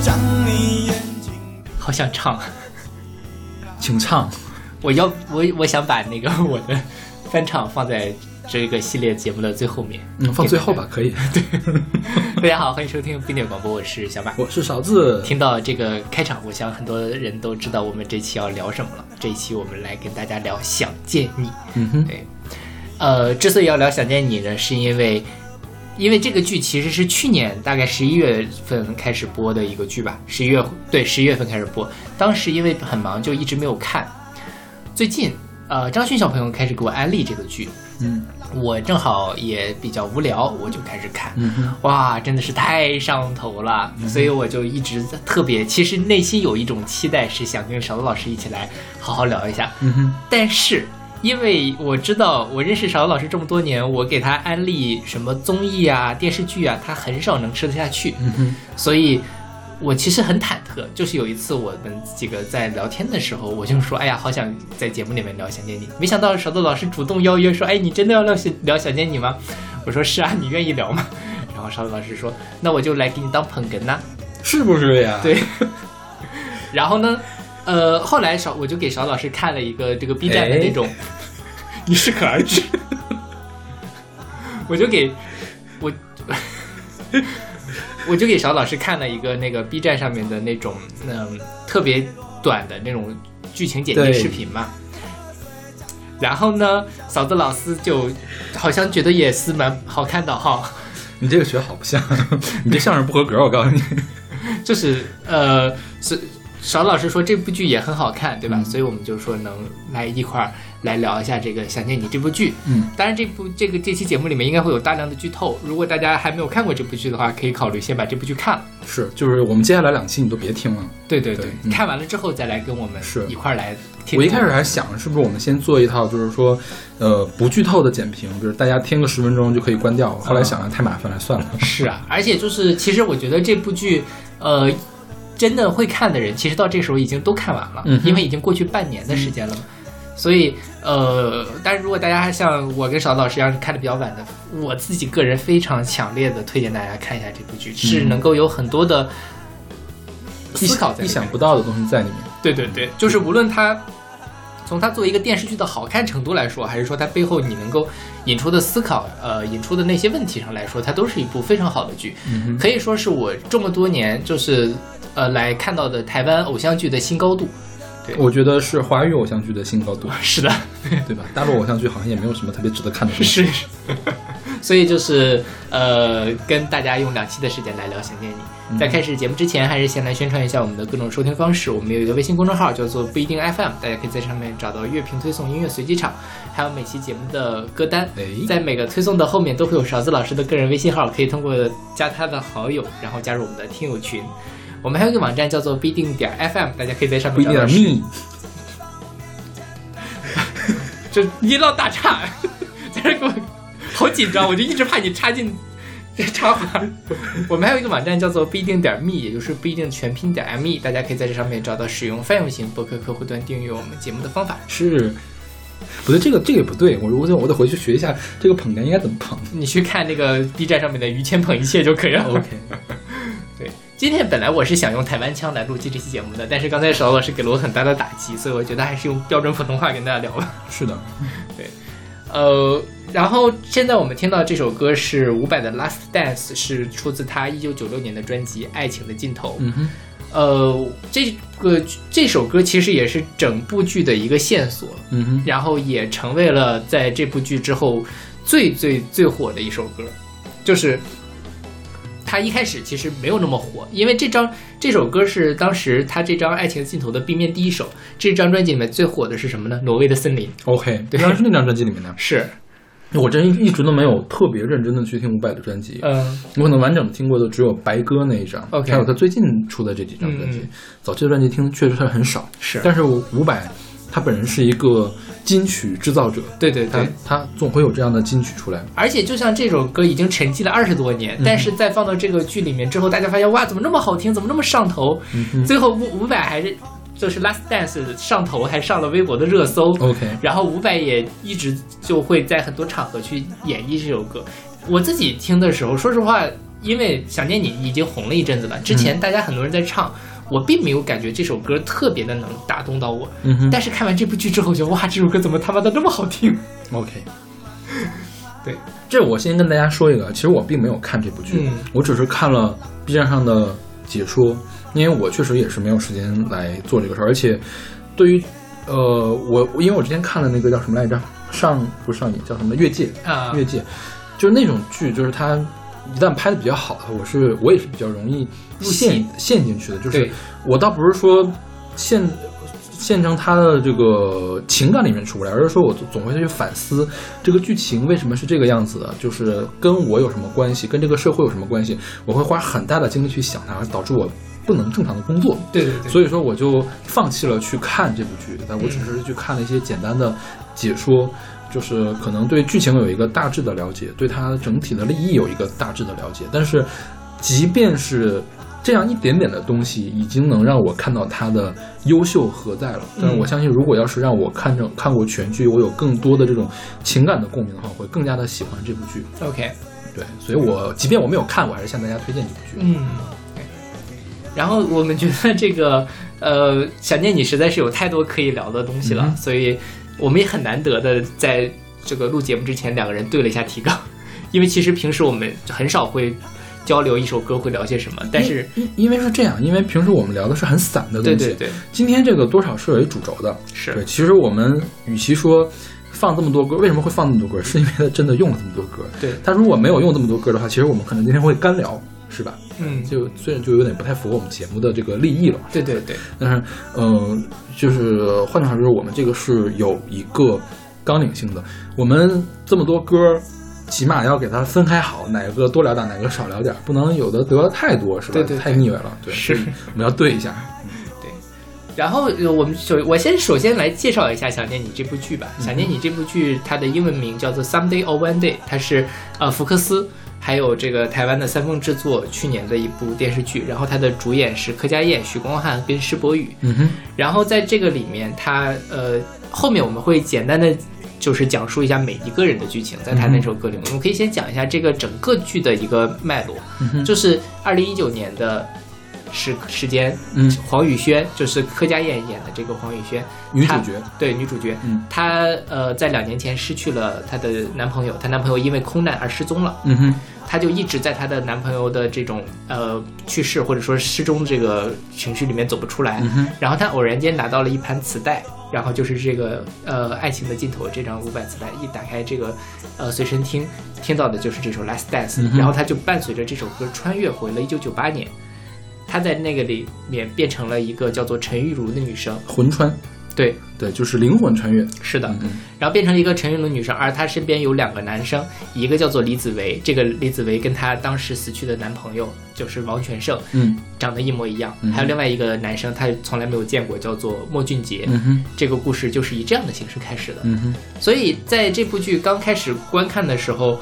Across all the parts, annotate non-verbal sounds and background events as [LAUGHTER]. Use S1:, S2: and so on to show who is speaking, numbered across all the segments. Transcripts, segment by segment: S1: 将你眼睛
S2: 好想唱， [LAUGHS]
S3: 请唱。
S2: 我要我我想把那个我的翻唱放在这个系列节目的最后面。 [LAUGHS]
S3: 嗯，放最后吧，可以。 [LAUGHS]
S2: 大家好，欢迎收听冰点广播，我是小马。
S3: 我是勺子，
S2: 听到这个开场，我想很多人都知道我们这期要聊什么了。这一期我们来跟大家聊《想见你》。
S3: 嗯哼，
S2: 对，呃，之所以要聊《想见你》呢，是因为，因为这个剧其实是去年大概十一月份开始播的一个剧吧，十一月对十一月份开始播，当时因为很忙就一直没有看。最近，呃，张迅小朋友开始给我安利这个剧，
S3: 嗯
S2: 我正好也比较无聊，我就开始看。
S3: 嗯哼，嗯
S2: 哇，真的是太上头了，所以我就一直在特别，其实内心有一种期待，是想跟勺子老师一起来好好聊一下。
S3: 嗯哼，
S2: 但是因为我知道我认识勺子老师这么多年，我给他安利什么综艺啊、电视剧啊，他很少能吃得下去，
S3: 嗯哼，
S2: 所以。我其实很忐忑，就是有一次我们几个在聊天的时候，我就说：“哎呀，好想在节目里面聊《想见你》。”没想到勺子老师主动邀约说：“哎，你真的要聊想聊《想见你》吗？”我说：“是啊，你愿意聊吗？”然后勺子老师说：“那我就来给你当捧哏呐、
S3: 是不是呀？
S2: 对然后呢，呃，后来勺我就给勺老师看了一个这个 B 站的那种，你适可而止。 [LAUGHS] 我就给我 [LAUGHS] 我就给勺老师看了一个那个 B 站上面的那种嗯、特别短的那种剧情简介
S3: 对
S2: 视频嘛。然后呢，嫂子老师就好像觉得也是蛮好看的哈、
S3: 你这个学好
S2: [LAUGHS]
S3: 不像，你这相声不合格，我告诉你。
S2: 就是呃，是邵老师说这部剧也很好看，对吧？
S3: 嗯
S2: 所以我们就说能来一块儿来聊一下这个《想见你》这部剧。
S3: 嗯，
S2: 当然这部这个这期节目里面应该会有大量的剧透，如果大家还没有看过这部剧的话，可以考虑先把这部剧看了。
S3: 是，就是我们接下来两期你都别听了。
S2: 对对
S3: 对嗯
S2: 看完了之后再来跟我们
S3: 是
S2: 一块儿来听。
S3: 我一开始还想，是不是我们先做一套，就是说，呃，不剧透的简评，就是大家听个十分钟就可以关掉。
S2: 啊
S3: 后来想了，太麻烦了，
S2: [LAUGHS]
S3: 算了。
S2: 是啊，而且就是其实我觉得这部剧，呃。真的会看的人，其实到这时候已经都看完了，
S3: 嗯哼
S2: 因为已经过去半年的时间了嘛。所以，呃，但是如果大家像我跟邵老师一样看的比较晚的，我自己个人非常强烈的推荐大家看一下这部剧，是能够有很多的
S3: 嗯意
S2: 思考在里
S3: 意
S2: 面
S3: 想不到的东西在里面。
S2: 对对对，就是无论它从它作为一个电视剧的好看程度来说，还是说它背后你能够引出的思考，呃，引出的那些问题上来说，它都是一部非常好的剧，
S3: 嗯
S2: 可以说是我这么多年就是呃来看到的台湾偶像剧的新高度。
S3: 哼，我觉得是华语偶像剧的新高度，
S2: 啊是的，
S3: 对吧？大陆偶像剧好像也没有什么特别值得看的东西。
S2: 是， [LAUGHS] 所以就是呃，跟大家用两期的时间来聊《想见你》。
S3: 嗯
S2: 在开始节目之前，还是先来宣传一下我们的各种收听方式。我们有一个微信公众号叫做不一定 FM，大家可以在上面找到乐评推送、音乐随机场，还有每期节目的歌单。
S3: 哎，
S2: 在每个推送的后面都会有勺子老师的个人微信号，可以通过加他的好友，然后加入我们的听友群。我们还有一个网站叫做必定点 FM，大家可以在上
S3: 不
S2: 面
S3: 一
S2: 找
S3: 定啊
S2: 到
S3: 点密，
S2: [LAUGHS] 这一唠大岔， [LAUGHS] 在这给我好紧张，我就一直怕你插进 [LAUGHS] 这插话。我们还有一个网站叫做不一定点 me，也就是不一定全拼点 me，大家可以在这上面找到使用泛用型博客客户端订阅我们节目的方法。
S3: 是。不对，这个这个也不对，我我得我得回去学一下这个捧哏应该怎么 [LAUGHS] 捧。
S2: 你去看那个 B 站上面的于谦捧一切就可以了。
S3: OK，
S2: 对，今天本来我是想用台湾腔来录制这期节目的，但是刚才邵老师给了我很大的打击，所以我觉得还是用标准普通话跟大家聊吧。
S3: 是的，
S2: [LAUGHS] 呃，然后现在我们听到这首歌是伍佰的《Last Dance》，是出自他一九九六年的专辑《爱情的尽头》。
S3: 嗯哼，
S2: 呃，这个这首歌其实也是整部剧的一个线索，
S3: 嗯哼，
S2: 然后也成为了在这部剧之后最最最火的一首歌，就是。他一开始其实没有那么火，因为这张这首歌是当时他这张《爱情的尽头》的 B 面第一首。这张专辑里面最火的是什么呢？《挪威的森林》
S3: OK，
S2: 对
S3: 当然是那张专辑里面的。
S2: 是，
S3: 我真一直都没有特别认真的去听伍佰的专辑，
S2: 嗯、
S3: 我可能完整听过的只有《白鸽》那一张
S2: OK
S3: 还有他最近出的这几张专辑。
S2: 嗯嗯
S3: 早期的专辑听确实是很少，
S2: 是
S3: 但是伍佰他本人是一个金曲制造者，
S2: 对对
S3: 他
S2: 对，
S3: 他总会有这样的金曲出来。
S2: 而且就像这首歌已经沉寂了二十多年，但是在放到这个剧里面之后，大家发现哇，怎么那么好听，怎么那么上头？
S3: 嗯
S2: 最后伍伍佰还是就是 Last Dance 上头，还上了微博的热搜。
S3: OK，
S2: 然后伍佰也一直就会在很多场合去演绎这首歌。我自己听的时候，说实话，因为《想念你》已经红了一阵子了，之
S3: 嗯
S2: 前大家很多人在唱，我并没有感觉这首歌特别的能打动到我。
S3: 嗯哼
S2: 但是看完这部剧之后，我觉得哇，这首歌怎么他妈的那么好听？
S3: [LAUGHS] ，OK。
S2: 对，
S3: 这我先跟大家说一个，其实我并没有看这部剧，
S2: 嗯
S3: 我只是看了 B 站上的解说，因为我确实也是没有时间来做这个事儿，而且对于呃我，因为我之前看了那个叫什么来着，上不是上瘾叫什么越界，
S2: 啊、
S3: 越界，就是那种剧，就是它一旦拍的比较好的话，我是我也是比较容易
S2: 入
S3: 陷
S2: 戏
S3: 陷进去的。就是
S2: 对
S3: 我倒不是说陷陷成他的这个情感里面出不来，而是说我总总会去反思这个剧情为什么是这个样子的，就是跟我有什么关系，跟这个社会有什么关系，我会花很大的精力去想它，导致我不能正常的工作。
S2: 对对对，
S3: 所以说我就放弃了去看这部剧，但我只是去看了一些简单的解说，就是可能对剧情有一个大致的了解，对它整体的利益有一个大致的了解。但是，即便是这样一点点的东西，已经能让我看到它的优秀何在了。但是我相信，如果要是让我看着看过全剧，我有更多的这种情感的共鸣的话，我会更加的喜欢这部剧。
S2: OK，
S3: 对，所以我即便我没有看，我还是向大家推荐这部剧。
S2: 嗯，对。然后我们觉得这个呃，想念你实在是有太多可以聊的东西了，
S3: 嗯哼
S2: 所以我们也很难得的在这个录节目之前，两个人对了一下提纲， [LAUGHS] 因为其实平时我们很少会交流一首歌会聊些什么，但是
S3: 因因为是这样，因为平时我嗯们聊的是很散的东西，
S2: 对对对，
S3: 今天这个多少是有一主轴的，对。
S2: 是
S3: 其实我们与其说放这么多歌，为什么会放那么多歌，是因为他真的用了这么多歌。
S2: 对，
S3: 他如果没有用这么多歌的话，其实我们可能今天会干聊，是吧？
S2: 嗯，
S3: 就虽然就有点不太符合我们节目的这个立意了，
S2: 对对对，
S3: 但是，嗯，就是换句话说，我们这个是有一个纲领性的，我们这么多歌。起码要给它分开好，哪个多聊点，哪个少聊点，不能有的得太多，是吧？
S2: 对对对
S3: 太腻歪了。对，
S2: 是
S3: 所以我们要对一下。
S2: 然后呃我们首我先首先来介绍一下《想念你》这部剧吧。
S3: 嗯
S2: 想念你》这部剧它的英文名叫做《Someday or One Day》，它是呃福克斯还有这个台湾的三丰制作去年的一部电视剧。然后它的主演是柯佳燕、许光汉跟施柏宇。
S3: 嗯哼，
S2: 然后在这个里面，它呃后面我们会简单的就是讲述一下每一个人的剧情，在他那首歌里面，我们可以先讲一下这个整个剧的一个脉络，
S3: 嗯哼
S2: 就是二零一九年的时时间，
S3: 嗯，
S2: 黄宇轩就是柯佳燕演的这个黄宇轩，
S3: 女主
S2: 她
S3: 角，
S2: 对女主角，
S3: 嗯
S2: 她呃在两年前失去了她的男朋友，她男朋友因为空难而失踪了，
S3: 嗯哼，
S2: 她就一直在她的男朋友的这种呃去世或者说失踪这个情绪里面走不出来，
S3: 嗯哼，
S2: 然后他偶然间拿到了一盘磁带，然后就是这个呃《爱情的尽头》这张五百磁带，一打开这个呃随身听，听到的就是这首《Last Dance
S3: 嗯》，哼
S2: 然后他就伴随着这首歌穿越回了1998年，他在那个里面变成了一个叫做陈玉如的女生，
S3: 魂穿，
S2: 对，
S3: 对，就是灵魂穿越。
S2: 是的，
S3: 嗯嗯
S2: 然后变成了一个陈玉如女生，而她身边有两个男生，一个叫做李子维，这个李子维跟她当时死去的男朋友就是王全胜
S3: 嗯
S2: 长得一模一样，
S3: 嗯
S2: 还有另外一个男生，他从来没有见过，叫做莫俊杰，
S3: 嗯哼
S2: 这个故事就是以这样的形式开始的。
S3: 嗯哼，
S2: 所以在这部剧刚开始观看的时候，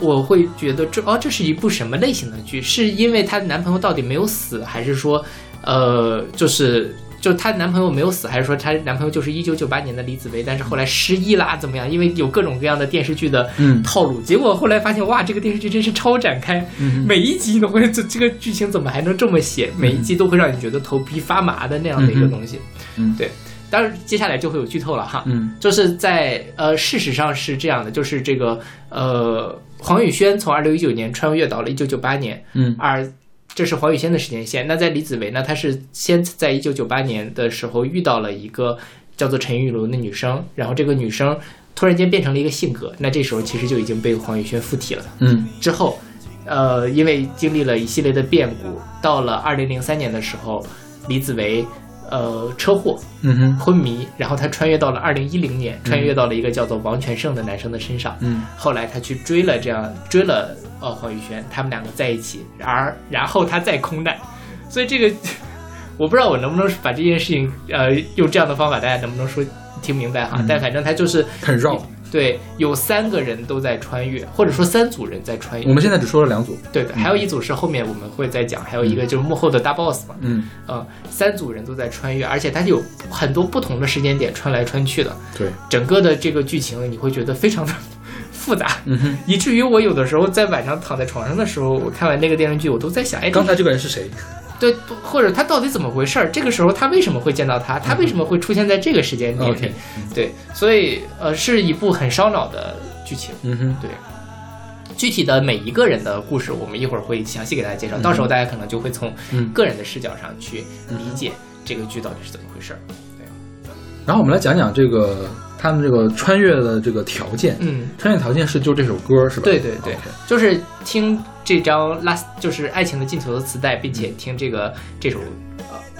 S2: 我会觉得这哦，这是一部什么类型的剧？是因为她男朋友到底没有死，还是说，呃，就是就她男朋友没有死，还是说她男朋友就是一九九八年的李子维，但是后来失忆啦，怎么样？因为有各种各样的电视剧的
S3: 嗯
S2: 套路，结果后来发现哇，这个电视剧真是超展开，
S3: 嗯
S2: 每一集你都会这这个剧情怎么还能这么写？每一集都会让你觉得头皮发麻的那样的一个东西。
S3: 嗯
S2: 对。当然，接下来就会有剧透了哈。
S3: 嗯
S2: 就是在呃，事实上是这样的，就是这个呃，黄宇轩从二零一九年穿越到了一九九八年，
S3: 嗯
S2: 而这是黄宇轩的时间线。那在李子维呢，他是先在一九九八年的时候遇到了一个叫做陈玉茹的女生，然后这个女生突然间变成了一个性格，那这时候其实就已经被黄宇轩附体了。
S3: 嗯
S2: 之后，呃，因为经历了一系列的变故，到了二零零三年的时候，李子维呃车祸
S3: 嗯哼
S2: 昏迷，然后他穿越到了二零一零年，穿越到了一个叫做王全胜的男生的身上。
S3: 嗯
S2: 后来他去追了这样追了呃黄宇轩，他们两个在一起，然而然后他再空难，所以这个 [LAUGHS] 我不知道我能不能把这件事情呃用这样的方法，大家能不能说听明白哈？
S3: 嗯
S2: 但反正他就是
S3: 很绕。
S2: 对有三个人都在穿越，或者说三组人在穿越
S3: 我。们嗯现在只说了两组。
S2: 对的，还有一组是后面我们会再讲，还有一个就是幕后的大 boss 嘛，
S3: 嗯，
S2: 呃，三组人都在穿越，而且它有很多不同的时间点穿来穿去的，
S3: 对，
S2: 整个的这个剧情你会觉得非常的 [LAUGHS] 复杂，
S3: 嗯哼，
S2: 以至于我有的时候在晚上躺在床上的时候，我看完这个电视剧，我都在想，哎，
S3: 刚才这个人是谁？
S2: 对，不或者他到底怎么回事儿？这个时候他为什么会见到他？他为什么会出现在这个时间点里
S3: 嗯 OK
S2: 对，所以呃，是一部很烧脑的剧情。
S3: 嗯哼，
S2: 具体的每一个人的故事，我们一会儿会详细给大家介绍，
S3: 嗯
S2: 到时候大家可能就会从
S3: 嗯
S2: 个人的视角上去理解这个剧到底是怎么回事儿。
S3: 然后我们来讲讲这个他们这个穿越的这个条件。
S2: 嗯，
S3: 穿越条件是就这首歌是吧？
S2: 对对对
S3: OK，
S2: 就是听这张《Last》就是《爱情的尽头》的磁带，并且听这个这首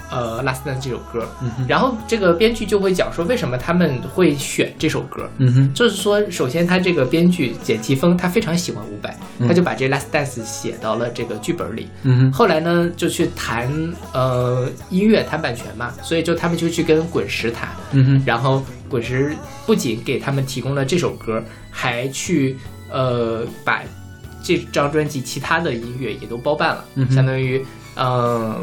S2: 呃呃《Last Dance》这首歌，
S3: 嗯哼，
S2: 然后这个编剧就会讲说为什么他们会选这首歌。
S3: 嗯哼，
S2: 就是说，首先他这个编剧简奇峰他非常喜欢伍佰，
S3: 嗯
S2: 他就把这《Last Dance》写到了这个剧本里。
S3: 嗯哼，
S2: 后来呢，就去谈呃音乐谈版权嘛，所以就他们就去跟滚石谈，
S3: 嗯哼，
S2: 然后滚石不仅给他们提供了这首歌，还去呃把这张专辑其他的音乐也都包办了，
S3: 嗯哼
S2: 相当于呃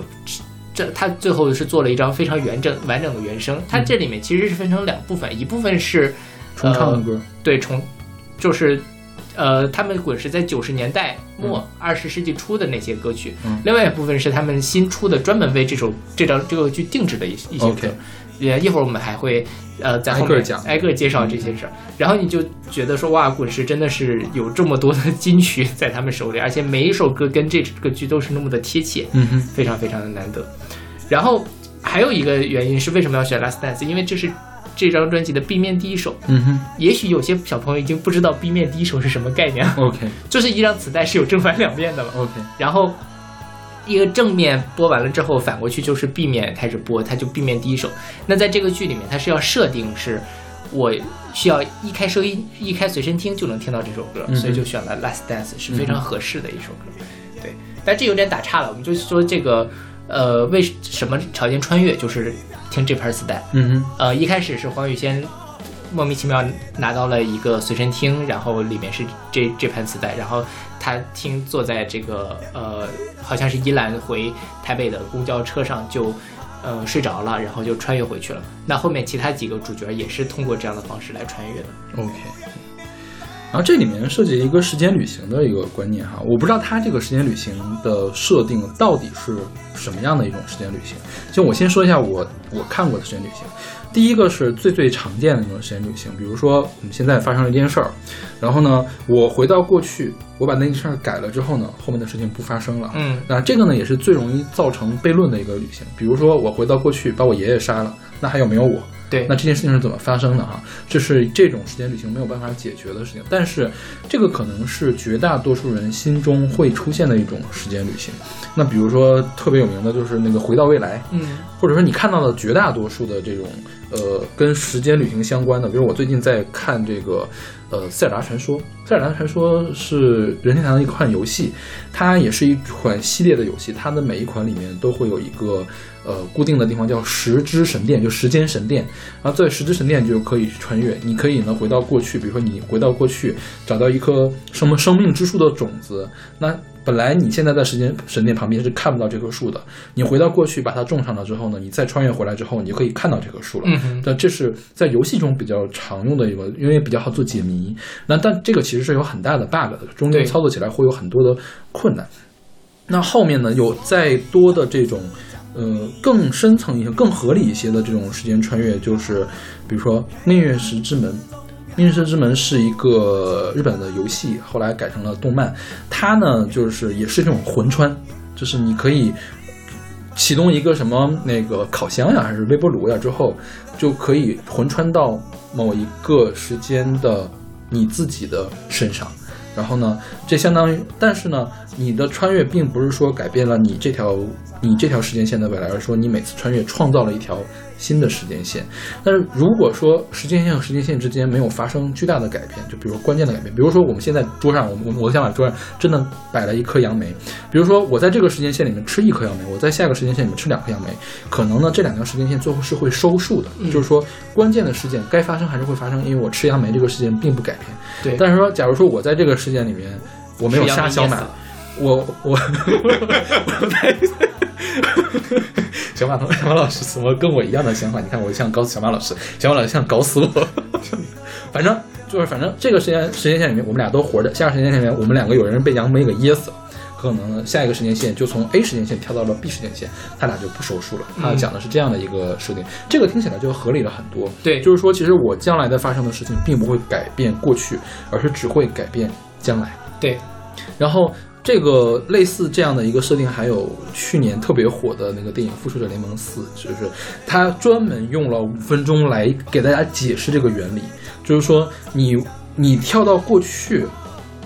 S2: 这他最后是做了一张非常完整完整的原声，
S3: 嗯
S2: 它这里面其实是分成两部分，一部分是
S3: 重唱的歌，
S2: 对重，就是呃，他们滚石在九十年代末二十、世纪初的那些歌曲，
S3: 嗯
S2: 另外一部分是他们新出的专门为这首这张这个剧定制的一一些歌
S3: OK。
S2: 也一会儿我们还会呃在后
S3: 挨个
S2: 面
S3: 讲
S2: 挨个介绍这些事儿，然后你就觉得说哇，滚石真的是有这么多的 [LAUGHS] 金曲在他们手里，而且每一首歌跟这个剧都是那么的贴切，
S3: 嗯哼，
S2: 非常非常的难得。然后还有一个原因是为什么要选《Last Dance》，因为这是这张专辑的 B 面第一首，
S3: 嗯哼
S2: 也许有些小朋友已经不知道 B 面第一首是什么概念了，
S3: ，OK
S2: 就是一张磁带是有正反两面的嘛。
S3: OK，
S2: 然后一个正面播完了之后，反过去就是 B 面开始播，它就 B 面第一首。那在这个剧里面，它是要设定是我需要一开收音、一开随身听就能听到这首歌，
S3: 嗯哼
S2: 所以就选了《Last Dance》是非常合适的一首歌。对，但这有点打岔了，我们就说这个呃，为什么条件穿越就是听这盘磁带。
S3: 嗯哼，
S2: 呃，一开始是黄宇先莫名其妙拿到了一个随身听，然后里面是这这盘磁带，然后他听坐在这个呃，好像是宜兰回台北的公交车上就。呃，睡着了，然后就穿越回去了。那后面其他几个主角也是通过这样的方式来穿越的。
S3: OK。然后这里面涉及一个时间旅行的一个观念哈，我不知道它这个时间旅行的设定到底是什么样的一种时间旅行。就我先说一下我我看过的时间旅行，第一个是最最常见的那种时间旅行，比如说我们现在发生了一件事儿，然后呢，我回到过去，我把那件事儿改了之后呢，后面的事情不发生了。
S2: 嗯
S3: 那这个呢，也是最容易造成悖论的一个旅行。比如说，我回到过去把我爷爷杀了，那还有没有我？
S2: 对
S3: 那这件事情是怎么发生的哈、这是这种时间旅行没有办法解决的事情，但是这个可能是绝大多数人心中会出现的一种时间旅行。那比如说特别有名的就是那个《回到未来》，
S2: 嗯
S3: 或者说你看到的绝大多数的这种呃跟时间旅行相关的，比如我最近在看这个呃《塞尔达传说》，《塞尔达传说》是任天堂的一款游戏，它也是一款系列的游戏，它的每一款里面都会有一个呃固定的地方叫时之神殿，就时间神殿，然后在时之神殿就可以穿越，你可以呢回到过去，比如说你回到过去找到一颗什么生命之树的种子，那本来你现在在时间神殿旁边是看不到这棵树的，你回到过去把它种上了之后呢，你再穿越回来之后，你就可以看到这棵树了。
S2: 嗯哼，
S3: 但这是在游戏中比较常用的一个，因为比较好做解谜。那但这个其实是有很大的 bug 的，中间
S2: 对
S3: 操作起来会有很多的困难。那后面呢，有再多的这种，呃，更深层一些、更合理一些的这种时间穿越，就是比如说《命运石之门》。《命运石之门》是一个日本的游戏，后来改成了动漫。它呢，就是也是这种魂穿，就是你可以启动一个什么那个烤箱呀，还是微波炉呀，之后就可以魂穿到某一个时间的你自己的身上。然后呢，这相当于，但是呢，你的穿越并不是说改变了你这条你这条时间线的未来，而是说你每次穿越创造了一条新的时间线。但是如果说时间线和时间线之间没有发生巨大的改变，就比如说关键的改变，比如说我们现在桌上，我们我我想把桌上真的摆了一颗杨梅，比如说我在这个时间线里面吃一颗杨梅，我在下一个时间线里面吃两颗杨梅，可能呢这两条时间线最后是会收束的，
S2: 嗯
S3: 就是说关键的事件该发生还是会发生，因为我吃杨梅这个事件并不改变。
S2: 对，
S3: 但是说，假如说我在这个事件里面我没有杀小
S2: 是杨
S3: 满
S2: 梅噎死了，
S3: 我我我在小马同小马老师 [LAUGHS] 怎么跟我一样的想法？你看我像搞死小马老师，小马老师像搞死我。反正就是反正这个时间时间线里面我们俩都活着，下个时间线里面我们两个有人被杨梅给噎死了。可能下一个时间线就从 A 时间线跳到了 B 时间线，他俩就不手术了。他讲的是这样的一个设定，这个听起来就合理了很多。
S2: 对
S3: 就是说，其实我将来的发生的事情并不会改变过去，而是只会改变将来。
S2: 对，
S3: 然后这个类似这样的一个设定，还有去年特别火的那个电影《复仇者联盟四》，就是他专门用了五分钟来给大家解释这个原理，就是说你你跳到过去，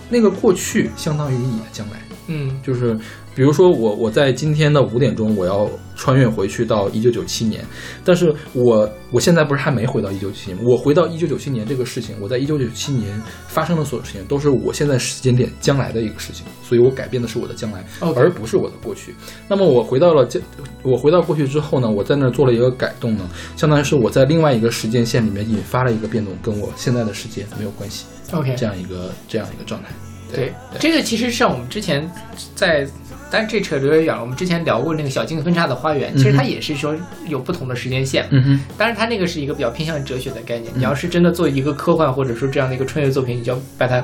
S3: 那个过去相当于你的将来，
S2: 嗯
S3: 就是。比如说我我在今天的五点钟我要穿越回去到一九九七年，但是我我现在不是还没回到一九九七年，我回到一九九七年这个事情，我在一九九七年发生的所有事情都是我现在时间点将来的一个事情，所以我改变的是我的将来
S2: OK
S3: 而不是我的过去。那么我回到了这，我回到过去之后呢，我在那儿做了一个改动呢，相当于是我在另外一个时间线里面引发了一个变动，跟我现在的世界没有关系，
S2: ，OK，
S3: 这样一个这样一个状态。
S2: 对，这个其实像我们之前在，但这扯得有点远了。我们之前聊过那个小径分叉的花园，其
S3: 嗯
S2: 实它也是说有不同的时间线，
S3: 嗯哼，
S2: 当然它那个是一个比较偏向哲学的概
S3: 嗯
S2: 念。你要是真的做一个科幻或者说这样的一个穿越作品，你就要把它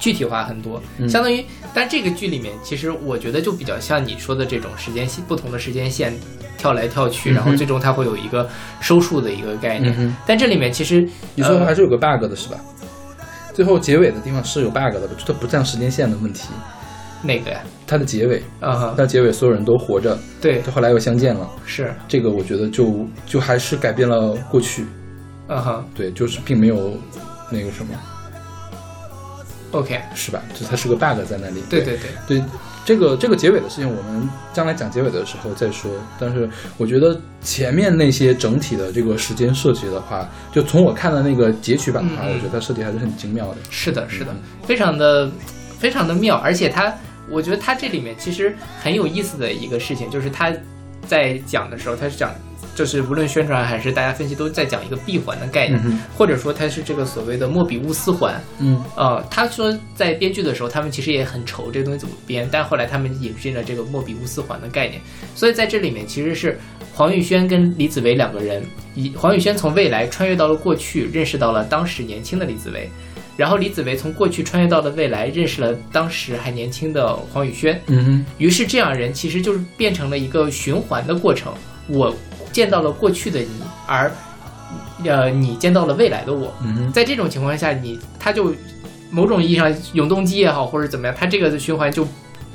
S2: 具体化很多，
S3: 嗯
S2: 相当于。但这个剧里面，其实我觉得就比较像你说的这种时间线，不同的时间线跳来跳去，
S3: 嗯哼
S2: 然后最终它会有一个收束的一个概念。
S3: 嗯哼。
S2: 但这里面其实
S3: 你说还是有个 bug 的是吧？最后结尾的地方是有 bug 的，这不占时间线的问题。
S2: 那个呀，
S3: 它的结尾，
S2: 嗯哼，
S3: 它结尾所有人都活着，
S2: 对，
S3: 后来又相见了。
S2: 是，
S3: 这个我觉得就就还是改变了过去，
S2: 嗯哼
S3: 对，就是并没有那个什么，
S2: ，OK，
S3: 是吧？就它是个 bug 在那里。
S2: 对对对，
S3: 对，这个这个结尾的事情，我们将来讲结尾的时候再说。但是我觉得前面那些整体的这个时间设计的话，就从我看的那个截取版的话，
S2: 嗯嗯
S3: 我觉得它设计还是很精妙的。
S2: 是的，是的
S3: 嗯，
S2: 非常的非常的妙，而且它，我觉得它这里面其实很有意思的一个事情，就是它在讲的时候，它是讲，就是无论宣传还是大家分析，都在讲一个闭环的概念，
S3: 哼，
S2: 或者说它是这个所谓的莫比乌斯环。
S3: 嗯
S2: 呃，他说在编剧的时候，他们其实也很愁这东西怎么编，但后来他们引进了这个莫比乌斯环的概念，所以在这里面其实是黄宇轩跟李子维两个人，以黄宇轩从未来穿越到了过去，认识到了当时年轻的李子维，然后李子维从过去穿越到了未来，认识了当时还年轻的黄宇轩，
S3: 嗯哼。
S2: 于是这样人其实就是变成了一个循环的过程，我见到了过去的你，而呃你见到了未来的我，
S3: 嗯哼，
S2: 在这种情况下，你他就某种意义上永动机也好，或者怎么样，它这个循环就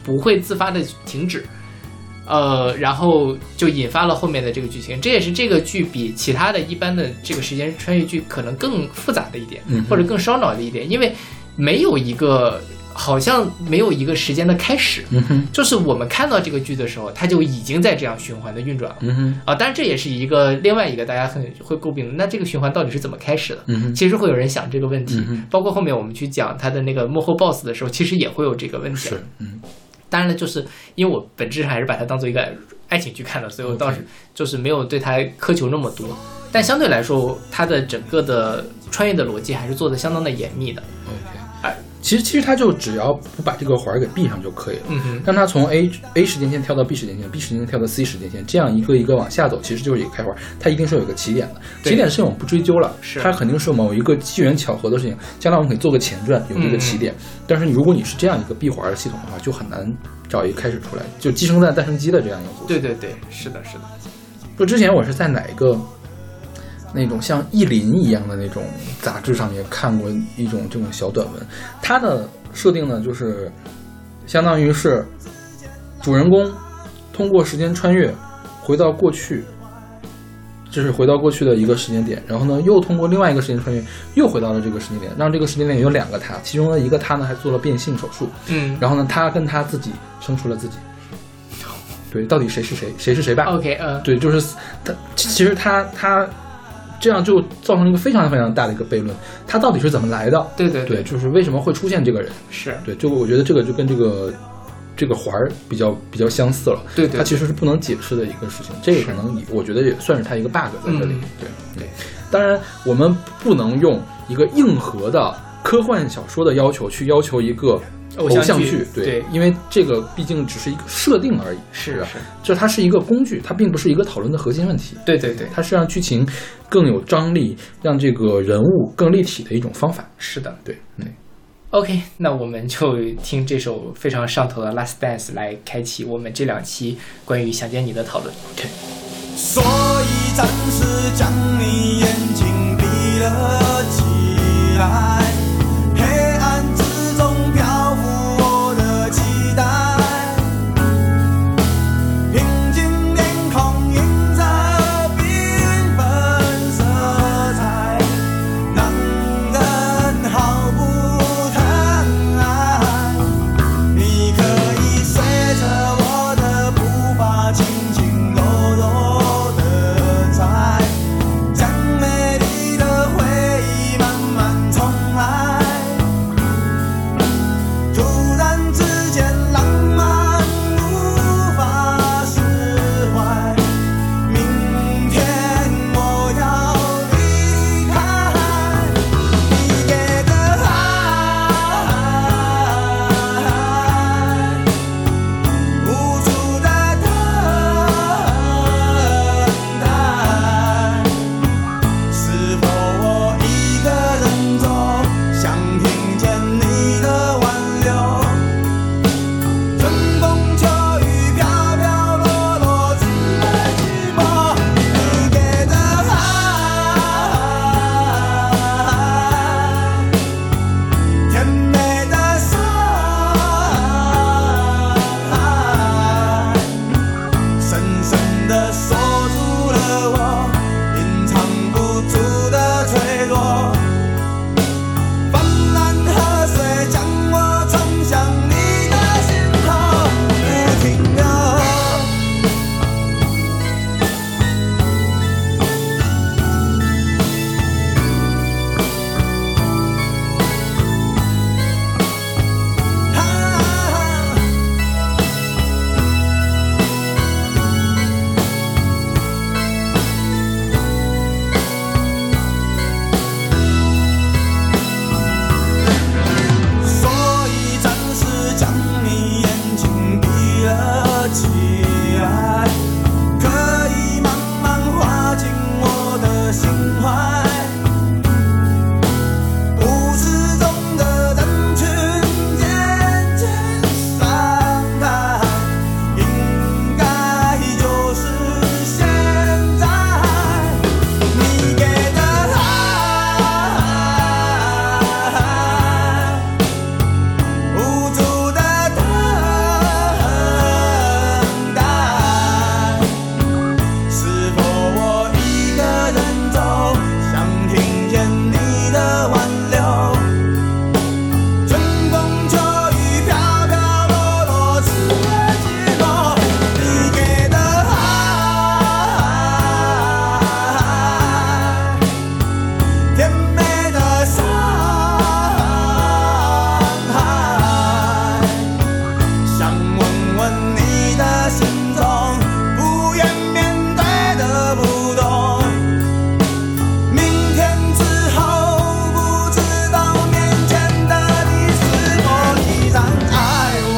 S2: 不会自发的停止，呃，然后就引发了后面的这个剧情。这也是这个剧比其他的一般的这个时间穿越剧可能更复杂的一点，
S3: 嗯哼
S2: 或者更烧脑的一点，因为没有一个好像没有一个时间的开始，
S3: 嗯哼，
S2: 就是我们看到这个剧的时候，它就已经在这样循环的运转了。
S3: 嗯哼，
S2: 啊，当然这也是一个另外一个大家很会诟病的，那这个循环到底是怎么开始的？
S3: 嗯哼，
S2: 其实会有人想这个问题
S3: 嗯哼，
S2: 包括后面我们去讲他的那个幕后 boss 的时候，其实也会有这个问题。
S3: 是，嗯
S2: 当然了，就是因为我本质上还是把它当做一个爱情剧看的，所以我倒是就是没有对它苛求那么多。但相对来说，它的整个的穿越的逻辑还是做的相当的严密的。
S3: ，OK，
S2: 哎
S3: 其实其实他就只要不把这个环儿给闭上就可以了。
S2: 嗯哼，
S3: 让他从 A A 时间线跳到 B 时间线，B 时间线跳到 C 时间线，这样一个一个往下走，其实就是一个开环儿。它一定是有一个起点的，
S2: 对
S3: 起点是我们不追究了，
S2: 是
S3: 它肯定是某一个机缘巧合的事情。将来我们可以做个前传，有这个起点。
S2: 嗯
S3: 但是如果你是这样一个闭环儿的系统的话，就很难找一个开始出来，就鸡生蛋，蛋生鸡的这样一个故事。
S2: 对对对，是的，是的。
S3: 就之前我是在哪一个那种像意林一样的那种杂志上面看过一种这种小短文，它的设定呢就是相当于是主人公通过时间穿越回到过去。就是回到过去的一个时间点，然后呢，又通过另外一个时间穿越，又回到了这个时间点，让这个时间点有两个他，其中的一个他呢还做了变性手术，
S2: 嗯
S3: 然后呢，他跟他自己生出了自己。对，到底谁是谁，谁是谁吧？
S2: ，OK，嗯、
S3: 对，就是他，其其实他他这样就造成了一个非常非常大的一个悖论，他到底是怎么来的？
S2: 对对
S3: 对，，就是为什么会出现这个人？
S2: 是，
S3: 对，就我觉得这个就跟这个这个环儿比较比较相似了，
S2: 对对
S3: 它其实是不能解释的一个事情，这个可能也我觉得也算是它一个 bug 在这里。
S2: 嗯
S3: 对
S2: 对，
S3: 当然我们不能用一个硬核的科幻小说的要求去要求一个
S2: 偶
S3: 偶
S2: 像
S3: 像
S2: 剧
S3: 剧，
S2: 对
S3: 因为这个毕竟只是一个设定而已，
S2: 是啊
S3: 吧
S2: 是？
S3: 就它是一个工具，它并不是一个讨论的核心问题，
S2: 对对对，
S3: 它是让剧情更有张力，让这个人物更立体的一种方法。
S2: 是的。
S3: 对，嗯，
S2: OK，那我们就听这首非常上头的《Last Dance》来开启我们这两期关于想见你的讨论。OK，
S1: 所以暂时将你眼睛闭了起来，黑暗之中漂浮我的期待，平静脸孔映着缤纷色彩，让人好不疼爱。你可以随着我的步伐，轻轻柔柔的踩，将美丽的回忆慢慢重来。突然之间，浪漫无法释怀。明天我要离开。你给的爱，无助的等待，是否我一个人走，想听见你的挽留？春风秋雨，飘飘落落，只爱寂寞。你给的爱，甜美的伤害，深深的锁住了我隐藏不住的脆弱。泛滥河水将我冲向你的心头，不停啊留。啊所以暂时将你眼睛闭了起来，可以慢慢滑进我的心怀。无知中的人群渐渐散开，应该就是现在。你给的爱。无助的等待，是否我一个人走？想听见你的挽留。春风秋雨，飘飘落落，只为寂寞。你给的爱。甜美的伤害，想问问你的心中不愿面对的不懂，明天之后不知道面前的你是否依然爱我。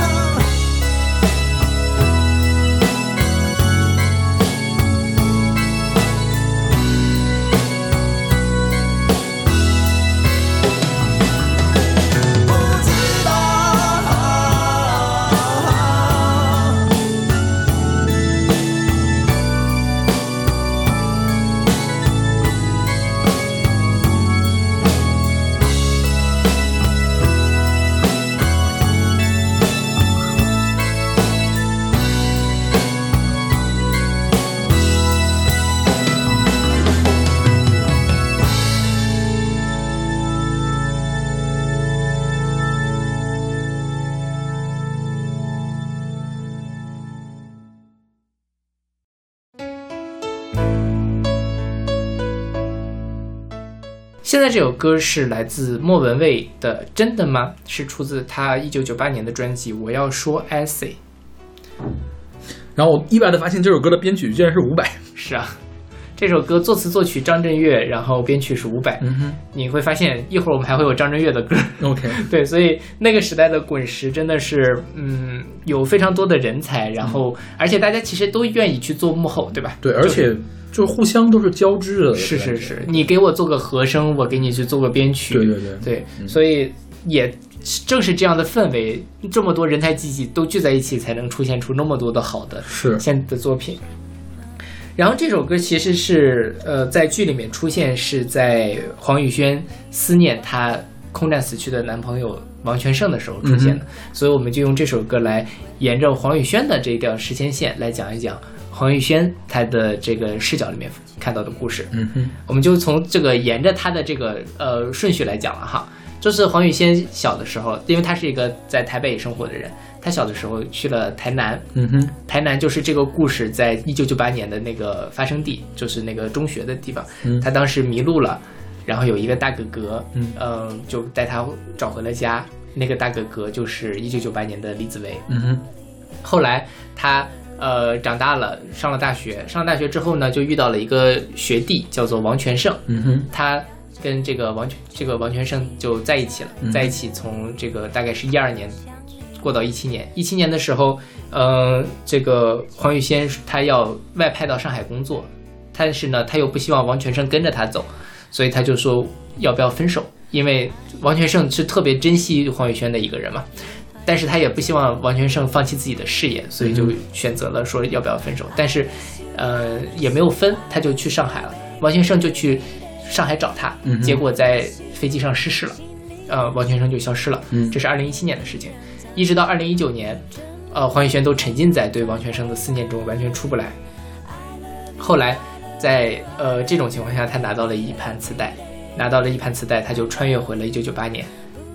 S1: 啊不知道，
S2: 现在这首歌是来自莫文蔚的《真的吗》，是出自他一九九八年的专辑《我要说 essay》。
S3: 然后我意外的发现这首歌的编曲居然是伍佰，
S2: 是啊，这首歌作词作曲张震岳，然后编曲是伍佰。
S3: 嗯哼
S2: 你会发现一会儿我们还会有张震岳的歌。 [LAUGHS]
S3: ，OK，
S2: 对，所以那个时代的滚石真的是，嗯，有非常多的人才，然后而且大家其实都愿意去做幕后，对吧？
S3: 嗯对，而且就是互相都是交织的，
S2: 是是
S3: 对
S2: 是，你给我做个和声，我给你去做个编曲，
S3: 对对对嗯
S2: 对，所以也正是这样的氛围，这么多人才济济都聚在一起，才能出现出那么多的好的
S3: 是
S2: 现在的作品。然后这首歌其实是呃在剧里面出现，是在黄宇轩思念她空战死去的男朋友王全胜的时候出现
S3: 嗯
S2: 的，所以我们就用这首歌来沿着黄宇轩的这条时间线来讲一讲黄宇轩他的这个视角里面看到的故事。
S3: 嗯哼，
S2: 我们就从这个沿着他的这个呃顺序来讲了哈。就是黄宇轩小的时候，因为他是一个在台北生活的人，他小的时候去了台南，
S3: 嗯哼，
S2: 台南就是这个故事在一九九八年的那个发生地，就是那个中学的地方。
S3: 嗯
S2: 他当时迷路了，然后有一个大哥哥，
S3: 嗯
S2: 呃就带他找回了家。那个大哥哥就是一九九八年的李子维。
S3: 嗯哼，
S2: 后来他呃长大了，上了大学，上了大学之后呢，就遇到了一个学弟，叫做王全胜。
S3: 嗯哼，
S2: 他跟这个王全这个王全胜就在一起了，
S3: 嗯
S2: 在一起从这个大概是一二年过到一七年，一七年的时候，呃，这个黄宇轩他要外派到上海工作，但是呢，他又不希望王全胜跟着他走，所以他就说要不要分手，因为王全胜是特别珍惜黄宇轩的一个人嘛。但是他也不希望王全胜放弃自己的事业，所以
S3: 嗯
S2: 就选择了说要不要分手。但是，呃，也没有分，他就去上海了。王全胜就去上海找他，
S3: 嗯哼
S2: 结果在飞机上失事了，呃，王全胜就消失了。
S3: 嗯
S2: 这是二零一七年的事情，一直到二零一九年，呃，黄宇轩都沉浸在对王全胜的思念中，完全出不来。后来在呃这种情况下，他拿到了一盘磁带，拿到了一盘磁带，他就穿越回了1998年，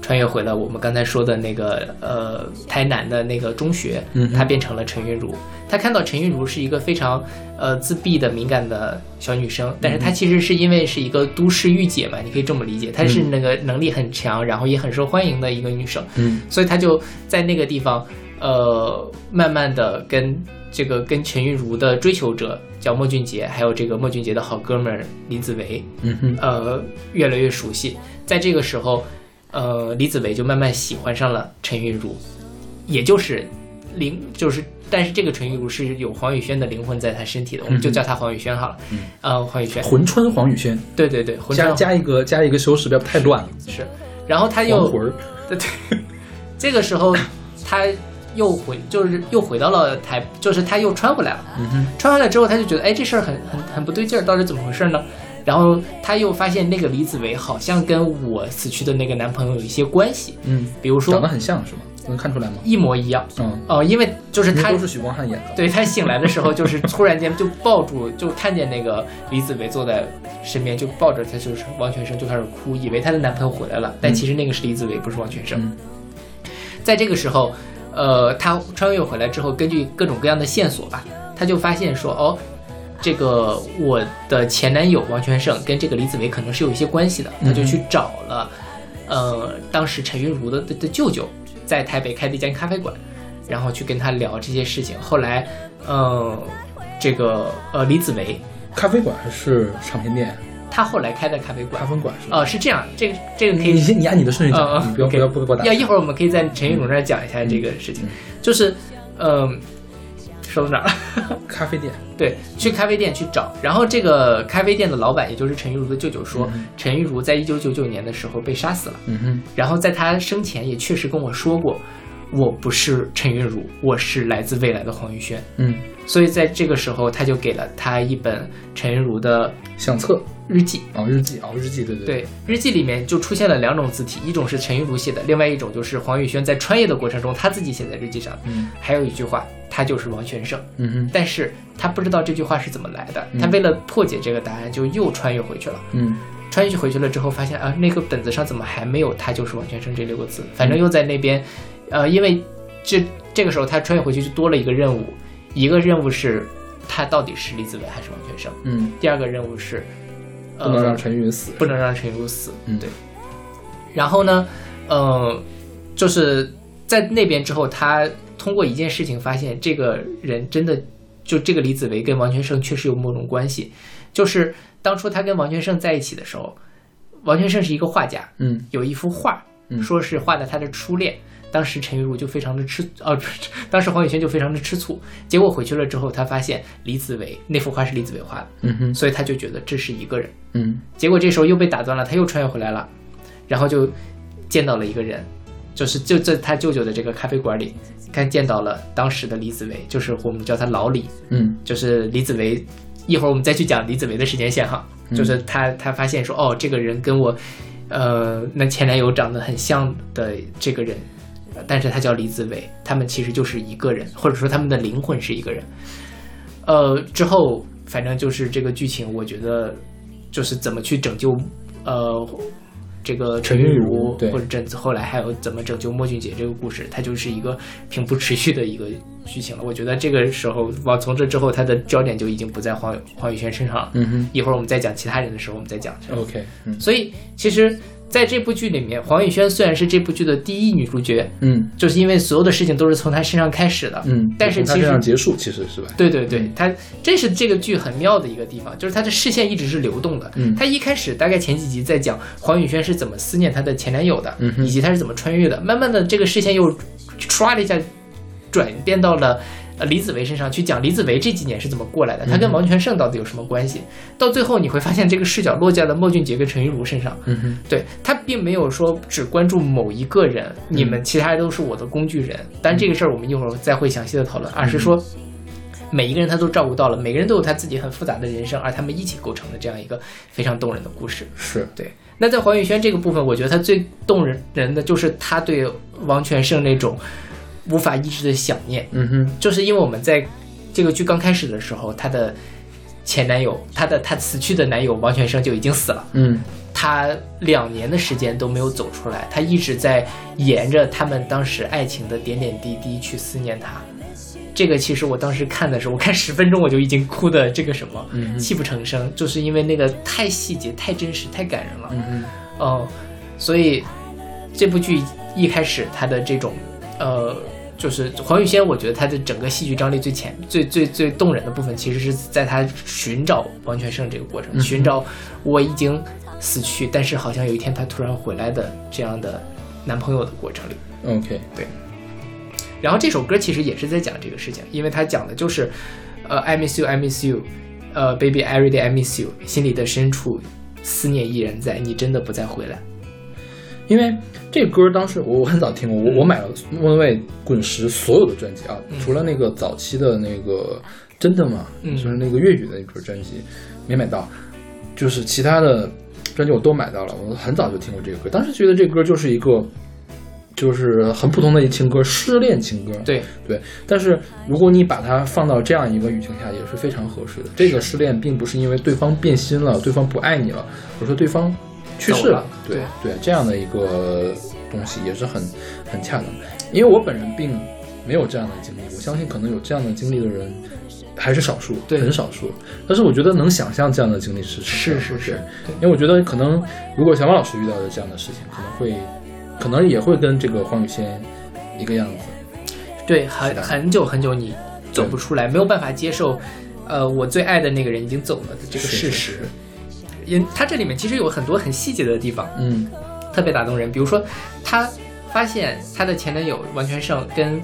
S2: 穿越回了我们刚才说的那个呃台南的那个中学，
S3: 嗯哼
S2: 他变成了陈韵如。他看到陈韵如是一个非常呃自闭的敏感的小女生，但是她其实是因为是一个都市御姐嘛，你可以这么理解，她是那个能力很强，然后也很受欢迎的一个女生。
S3: 嗯
S2: 所以他就在那个地方，呃，慢慢的跟这个跟陈韵如的追求者叫莫俊杰，还有这个莫俊杰的好哥们儿李子维，
S3: 嗯哼，
S2: 呃，越来越熟悉。在这个时候，呃，李子维就慢慢喜欢上了陈韵如，也就是灵，就是但是这个陈韵如是有黄宇轩的灵魂在她身体的，我们就叫她黄宇轩好了。嗯、呃，黄宇轩，
S3: 魂穿黄宇轩，
S2: 对对对，魂
S3: 加
S2: 穿
S3: 加一个加一个修饰，不要太乱了，
S2: 是。然后他又
S3: 黄魂儿，
S2: 对对，这个时候他又回，就是又回到了台，就是他又穿回来了。
S3: 嗯哼，
S2: 穿回来之后，他就觉得，哎，这事儿很很很不对劲儿，到底怎么回事呢？然后他又发现那个李子维好像跟我死去的那个男朋友有一些关系，
S3: 嗯，
S2: 比如
S3: 长得
S2: 说
S3: 很像是吗？能看出来吗？
S2: 一模一样。
S3: 嗯，
S2: 哦、因为就是
S3: 因为
S2: 他
S3: 都是许光汉演的，
S2: 对他醒来的时候，就是突然间就抱住，就看见那个李子维坐在身边，就抱着他，就是王全胜就开始哭，以为她的男朋友回来了，但其实那个是李子维，不是王全胜。
S3: 嗯
S2: 在这个时候，呃，他穿越回来之后，根据各种各样的线索吧，他就发现说，哦，这个我的前男友王全胜跟这个李子维可能是有一些关系的，他就去找了，呃，当时陈韵如的的的舅舅在台北开的一间咖啡馆，然后去跟他聊这些事情。后来，嗯、这个呃李子维
S3: 咖啡馆还是唱片店？
S2: 他后来开的咖啡馆
S3: 咖，啡馆是吧？
S2: 呃，是这样，这个这个可以
S3: 你先你按你的顺序
S2: 嗯
S3: 讲，
S2: 嗯
S3: 你不要
S2: OK
S3: 不要不要给我打
S2: 要。一会儿我们可以在陈玉茹那儿讲一下这个事情，
S3: 嗯
S2: 就是，嗯、说到哪儿了？ [LAUGHS]
S3: 咖啡店，
S2: 对，去咖啡店去找，然后这个咖啡店的老板，也就是陈玉茹的舅舅说，陈玉茹在一九九九年的时候被杀死了，
S3: 嗯哼，
S2: 然后在他生前也确实跟我说过，我不是陈韵如，我是来自未来的黄玉轩，
S3: 嗯，
S2: 所以在这个时候，他就给了他一本陈韵如的
S3: 相册
S2: 日记，
S3: 哦，日记哦，日记，对对，
S2: 对，日记里面就出现了两种字体，一种是陈玉如写的，另外一种就是黄宇轩在穿越的过程中他自己写在日记上。
S3: 嗯
S2: 还有一句话，他就是王全胜，
S3: 嗯哼，
S2: 但是他不知道这句话是怎么来的，他为了破解这个答案，就又穿越回去了。
S3: 嗯
S2: 穿越回去了之后，发现啊，那个本子上怎么还没有“他就是王全胜”这六个字？反正又在那边，呃，因为这这个时候他穿越回去就多了一个任务，一个任务是他到底是李子维还是王全胜，
S3: 嗯，
S2: 第二个任务是，呃，
S3: 不能让陈云死，
S2: 不能让陈如死。
S3: 嗯
S2: 对。然后呢，呃，就是在那边之后，他通过一件事情发现，这个人真的就这个李子维跟王全胜确实有某种关系。就是当初他跟王全胜在一起的时候，王全胜是一个画家，
S3: 嗯
S2: 有一幅画，
S3: 嗯
S2: 说是画的他的初恋。当时陈玉茹就非常的吃，呃，不是当时黄宇轩 [LAUGHS] 就非常的吃醋。结果回去了之后，他发现李子维那幅画是李子维画的，
S3: 嗯哼
S2: 所以他就觉得这是一个人。
S3: 嗯
S2: 结果这时候又被打断了，他又穿越回来了，然后就见到了一个人，就是就在他舅舅的这个咖啡馆里，看见到了当时的李子维，就是我们叫他老李，
S3: 嗯
S2: 就是李子维。一会儿我们再去讲李子维的时间线哈，
S3: 嗯
S2: 就是他他发现说哦，这个人跟我，呃，那前男友长得很像的这个人，呃但是他叫李子维，他们其实就是一个人，或者说他们的灵魂是一个人。呃，之后反正就是这个剧情，我觉得就是怎么去拯救，呃，这个
S3: 陈
S2: 陈韵
S3: 韵
S2: 如
S3: 如，对
S2: 或者拯后来还有怎么拯救莫俊杰这个故事，它就是一个平铺持续的一个剧情了。我觉得这个时候，往从这之后，它的焦点就已经不在黄黄宇轩身上了。
S3: 嗯哼
S2: 一会儿我们再讲其他人的时候，我们再讲这个。
S3: ，OK，嗯
S2: 所以其实在这部剧里面，黄宇轩虽然是这部剧的第一女主角，
S3: 嗯
S2: 就是因为所有的事情都是从她身上开始的。
S3: 嗯，
S2: 但是
S3: 从他
S2: 其
S3: 这
S2: 实
S3: 样结束其实是吧？
S2: 对对对
S3: 嗯，
S2: 她这是这个剧很妙的一个地方，就是她的视线一直是流动的。
S3: 嗯
S2: 她一开始大概前几集在讲黄宇轩是怎么思念她的前男友的，
S3: 嗯哼
S2: 以及她是怎么穿越的。慢慢的，这个视线又唰的一下转变到了。呃，李子维身上去讲李子维这几年是怎么过来的，他跟
S3: 嗯
S2: 王全胜到底有什么关系？到最后你会发现，这个视角落在了莫俊杰跟陈玉茹身上。
S3: 嗯哼
S2: 对他并没有说只关注某一个人，你们其他人都是我的工具人。但这个事儿我们一会儿再会详细的讨论，而是说。每一个人他都照顾到了，每个人都有他自己很复杂的人生，而他们一起构成了这样一个非常动人的故事。
S3: 是，
S2: 那在黄宇轩这个部分，我觉得他最动人人的就是他对王全胜那种无法抑制的想念。
S3: 嗯哼
S2: 就是因为我们在这个剧刚开始的时候，她的前男友，她的她辞去的男友王全生就已经死了。
S3: 嗯
S2: 他两年的时间都没有走出来，他一直在沿着他们当时爱情的点点滴滴去思念他。这个其实我当时看的时候，我看十分钟我就已经哭的这个什么，
S3: 嗯哼
S2: 泣不成声，就是因为那个太细节、太真实、太感人了。
S3: 嗯哼
S2: 嗯，所以这部剧一开始它的这种，呃，就是黄宇轩，我觉得他的整个戏剧张力最前、最最最动人的部分，其实是在他寻找王全胜这个过程，
S3: 嗯
S2: 寻找我已经死去，但是好像有一天他突然回来的这样的男朋友的过程里。
S3: 嗯，OK，
S2: 然后这首歌其实也是在讲这个事情，因为它讲的就是，呃，I miss you, I miss you，呃，baby every day I miss you，心里的深处思念依然在，你真的不再回来。
S3: 因为这歌当时我我很早听过，我我买了莫文蔚、滚石所有的专辑啊，除了那个早期的那个真的吗？
S2: 嗯
S3: 就是那个粤语的那本专辑没买到，就是其他的专辑我都买到了。我很早就听过这个歌，当时觉得这歌就是一个就是很普通的一情歌，失恋情歌。
S2: 对，
S3: 对，但是如果你把它放到这样一个语境下，也是非常合适的。这个失恋并不是因为对方变心了，对方不爱你了，而是对方去世了。
S2: 走了
S3: 对对，这样的一个东西也是很很恰当的。因为我本人并没有这样的经历，我相信可能有这样的经历的人还是少数，
S2: 对
S3: 很少数。但是我觉得能想象这样的经历是
S2: 是
S3: 是
S2: 是是
S3: 对，因为我觉得可能如果小马老师遇到的这样的事情，可能会可能也会跟这个黄雨仙一个样子。
S2: 对，很
S3: 是的
S2: 很久很久你走不出来，没有办法接受，呃，我最爱的那个人已经走了的这个
S3: 是
S2: 事
S3: 是
S2: 实。因它这里面其实有很多很细节的地方，
S3: 嗯
S2: 特别打动人。比如说，她发现她的前男友完全胜跟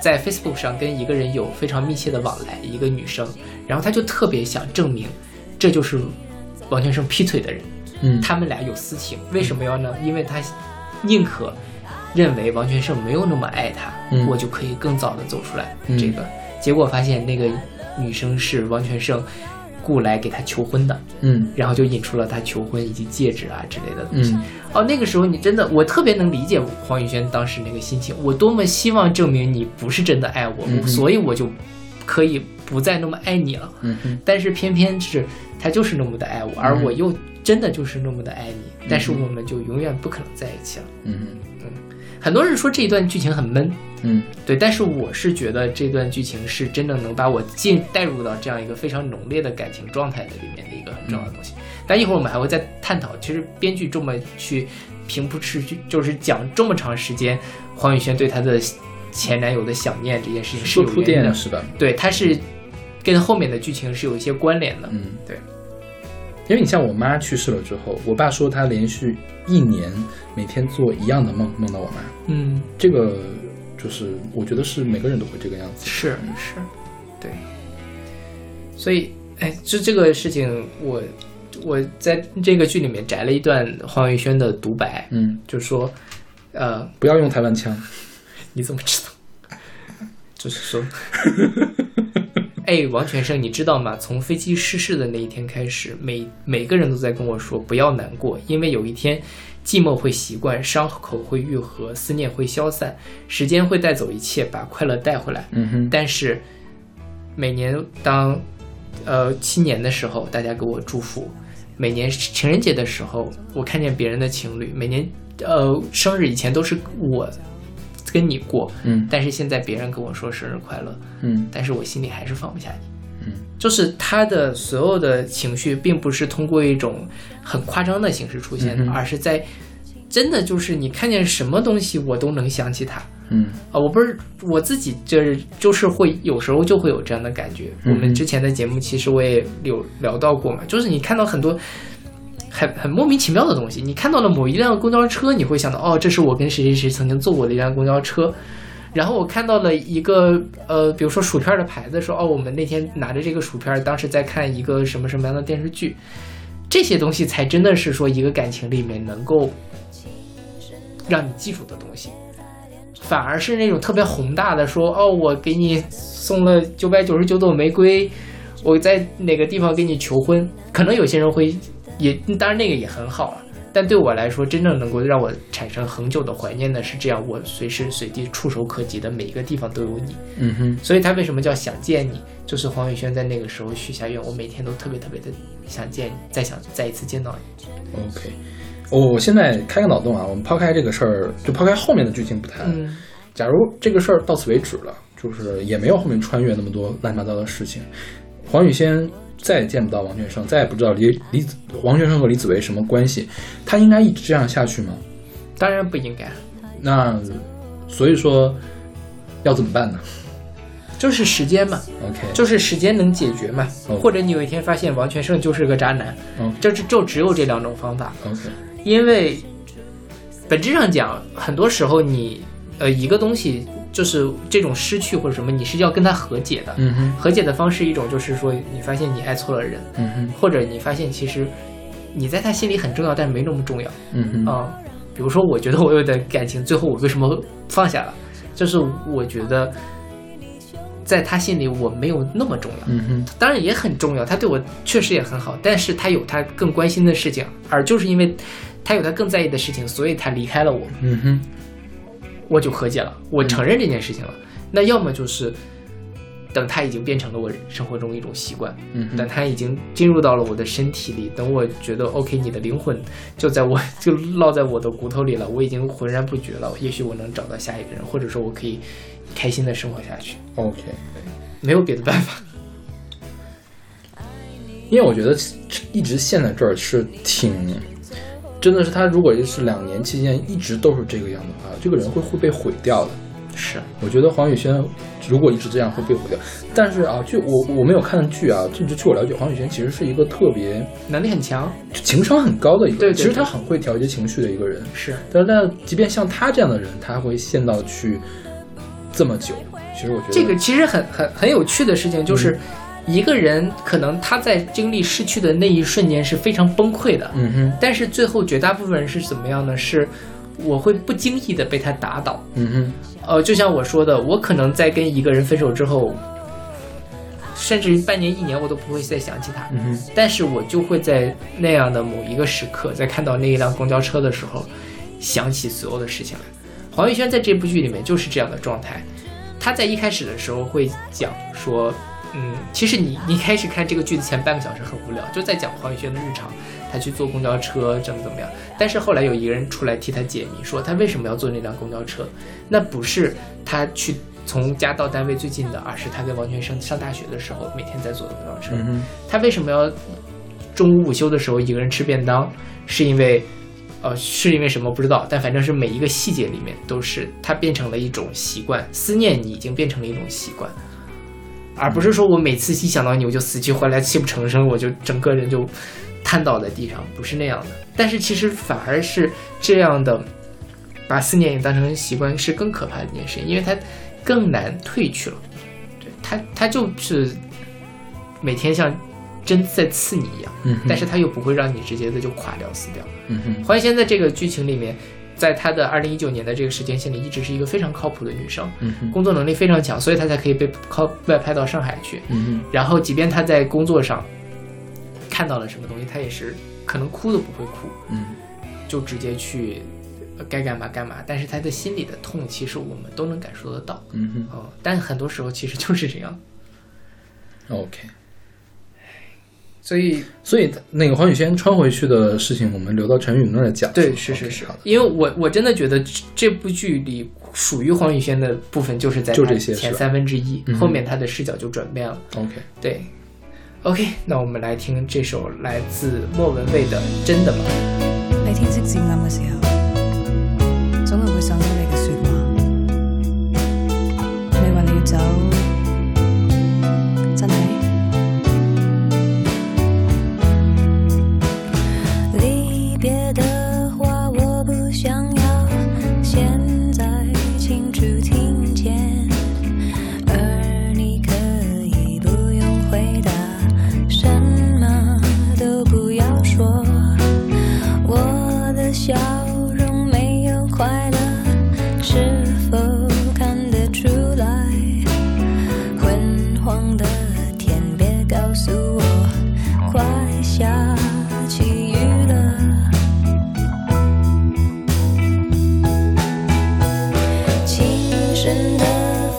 S2: 在 Facebook 上跟一个人有非常密切的往来，一个女生，然后她就特别想证明这就是王全胜劈腿的人。
S3: 嗯，
S2: 他们俩有私情，为什么要呢？因为他宁可认为王全胜没有那么爱他，
S3: 嗯
S2: 我就可以更早的走出来。
S3: 嗯
S2: 这个结果发现那个女生是王全胜雇来给他求婚的，
S3: 嗯
S2: 然后就引出了他求婚以及戒指啊之类的东西。
S3: 嗯
S2: 哦，那个时候你真的，我特别能理解黄宇轩当时那个心情。我多么希望证明你不是真的爱我，
S3: 嗯哼
S2: 所以我就可以不再那么爱你了。
S3: 嗯哼
S2: 但是偏偏是他就是那么的爱我，而
S3: 嗯
S2: 我又真的就是那么的爱你，但是我们就永远不可能在一起了。
S3: 嗯
S2: 很多人说这一段剧情很闷，
S3: 嗯
S2: 对，但是我是觉得这段剧情是真的能把我进带入到这样一个非常浓烈的感情状态的里面的一个很重要的东西。但一会儿我们还会再探讨，其实编剧这么去平铺持续，就是讲这么长时间黄宇轩对他的前男友的想念这件事情是
S3: 说
S2: 有
S3: 铺
S2: 原因
S3: 垫
S2: 的，
S3: 是吧？
S2: 对，它是跟后面的剧情是有一些关联的。
S3: 嗯，
S2: 对。
S3: 因为你像我妈去世了之后，我爸说他连续一年每天做一样的梦，梦到我妈。
S2: 嗯，
S3: 这个就是我觉得是每个人都会这个样子。
S2: 是是，对。所以，哎，就这个事情，我我在这个剧里面摘了一段黄宇轩的独白，
S3: 嗯，
S2: 就说，呃，
S3: 不要用台湾腔。
S2: 你怎么知道？ [LAUGHS] 就是说，哎，王全胜，你知道吗？从飞机失事的那一天开始，每每个人都在跟我说不要难过，因为有一天寂寞会习惯，伤口会愈合，思念会消散，时间会带走一切，把快乐带回来。
S3: 嗯哼，
S2: 但是每年当呃新年的时候，大家给我祝福；每年情人节的时候，我看见别人的情侣；每年呃生日以前都是我跟你过，
S3: 嗯
S2: 但是现在别人跟我说生日快乐，
S3: 嗯
S2: 但是我心里还是放不下你。
S3: 嗯，
S2: 就是他的所有的情绪，并不是通过一种很夸张的形式出现的，
S3: 嗯哼
S2: 而是在真的就是你看见什么东西，我都能想起他。
S3: 嗯
S2: 啊，我不是我自己，就是就是会有时候就会有这样的感觉。我
S3: 嗯
S2: 们之前的节目其实我也有聊到过嘛，就是你看到很多很很莫名其妙的东西，你看到了某一辆公交车，你会想到哦，这是我跟谁谁谁曾经坐过的一辆公交车。然后我看到了一个呃，比如说薯片的牌子，说哦，我们那天拿着这个薯片，当时在看一个什么什么样的电视剧，这些东西才真的是说一个感情里面能够让你记住的东西。反而是那种特别宏大的说，哦，我给你送了九百九十九朵玫瑰，我在哪个地方给你求婚，可能有些人会也，嗯当然那个也很好啊。但对我来说，真正能够让我产生恒久的怀念的是这样，我随时随地触手可及的每一个地方都有你。
S3: 嗯哼，
S2: 所以他为什么叫想见你？就是黄宇轩在那个时候许下愿，我每天都特别特别的想见你，再想再一次见到你。
S3: ，OK。我、我现在开个脑洞啊，我们抛开这个事儿，就抛开后面的剧情不谈。
S2: 嗯
S3: 假如这个事儿到此为止了，就是也没有后面穿越那么多乱七八糟的事情，黄宇轩再也见不到王全胜，再也不知道李李子王全胜和李子维什么关系，他应该一直这样下去吗？
S2: 当然不应该，啊
S3: 那所以说要怎么办呢
S2: 就是时间嘛。
S3: ？OK，
S2: 就是时间能解决嘛，
S3: 哦
S2: 或者你有一天发现王全胜就是个渣男，
S3: 嗯
S2: 这就就只有这两种方法，
S3: OK，
S2: 因为本质上讲，很多时候你呃一个东西就是这种失去或者什么，你是要跟他和解的，
S3: 嗯哼，
S2: 和解的方式一种就是说你发现你爱错了人，
S3: 嗯哼，
S2: 或者你发现其实你在他心里很重要，但是没那么重要，
S3: 嗯哼，
S2: 啊、比如说，我觉得我有点感情，最后我为什么放下了？就是我觉得，在他心里我没有那么重要，
S3: 嗯哼，
S2: 当然也很重要，他对我确实也很好，但是他有他更关心的事情，而就是因为他有他更在意的事情，所以他离开了我，
S3: 嗯哼，
S2: 我就和解了，我承认这件事情了。那要么就是等他已经变成了我生活中一种习惯，
S3: 嗯
S2: 等
S3: 哼，
S2: 它已经进入到了我的身体里，等我觉得 OK，你的灵魂就在我就落在我的骨头里了，我已经浑然不觉了。也许我能找到下一个人，或者说我可以开心的生活下去，
S3: OK。
S2: 没有别的办法。
S3: 因为我觉得一直陷在这儿是挺，真的是他如果是两年期间一直都是这个样的话，这个人会会被毁掉的。
S2: 是，
S3: 我觉得黄宇轩如果一直这样会被毁掉。但是啊，据我我没有看剧啊，就据我了解，黄宇轩其实是一个特别
S2: 能力很强，
S3: 情商很高的一个
S2: 对对对
S3: 人，其实他很会调节情绪的一个人。
S2: 是
S3: 但是，但即便像他这样的人，他会陷到去这么久，其实我觉得
S2: 这个其实很很很有趣的事情，就是一个人可能他在经历失去的那一瞬间是非常崩溃的，
S3: 嗯哼，
S2: 但是最后绝大部分人是怎么样呢？是我会不经意的被他打倒。
S3: 嗯哼，
S2: 呃，就像我说的，我可能在跟一个人分手之后，甚至于半年、一年，我都不会再想起他。
S3: 嗯哼，
S2: 但是我就会在那样的某一个时刻，在看到那一辆公交车的时候，想起所有的事情来。黄玉轩在这部剧里面就是这样的状态。他在一开始的时候会讲说，嗯，其实你你一开始看这个剧的前半个小时很无聊，就在讲黄宇轩的日常，他去坐公交车怎么怎么样。但是后来有一个人出来替他解谜，说他为什么要坐那辆公交车，那不是他去从家到单位最近的，而是他跟王全生上大学的时候每天在坐的公交车。
S3: 嗯哼，
S2: 他为什么要中午午休的时候一个人吃便当？是因为呃，是因为什么不知道，但反正是每一个细节里面都是它变成了一种习惯，思念你已经变成了一种习惯，而不是说我每次一想到你我就死去活来、泣不成声，我就整个人就瘫倒在地上，不是那样的。但是其实反而是这样的，把思念也当成习惯是更可怕的一件事，因为它更难褪去了。对，它它就是每天像针在刺你一样，
S3: 嗯哼，
S2: 但是它又不会让你直接的就垮掉、死掉。
S3: 嗯哼，
S2: 黄以仙在这个剧情里面，在她的二零一九年的这个时间线里，一直是一个非常靠谱的女生，
S3: 嗯哼，
S2: 工作能力非常强，所以她才可以被靠外派到上海去。
S3: 嗯哼，
S2: 然后，即便她在工作上看到了什么东西，她也是可能哭都不会哭，
S3: 嗯
S2: 就直接去呃该干嘛干嘛。但是她的心里的痛，其实我们都能感受得到。
S3: 嗯哼
S2: 哦，但很多时候其实就是这样，
S3: ，OK。
S2: 所以
S3: 所以那个黄雨萱穿回去的事情，我们留到陈宇那儿来讲。
S2: 对，
S3: 吧
S2: 是是
S3: OK，
S2: 是
S3: 好的，
S2: 因为我我真的觉得这这部剧里属于黄宇轩的部分就是在
S3: 就
S2: 他
S3: 这些
S2: 前
S3: 是吧
S2: 三分之一
S3: 嗯，哼
S2: 后面他的视角就转变了。
S3: OK。
S2: 对，OK，那我们来听这首来自莫文蔚的《真的吗》。
S4: 喺天色漸暗嘅時候，總係會想起你嘅説話。你話你要走，真係？
S5: 离别的话我不想要，现在清楚听见，而你可以不用回答，什么都不要说。我的笑容没有快乐，是否看得出来？昏黄的天，别告诉我，快下起雨了。轻声的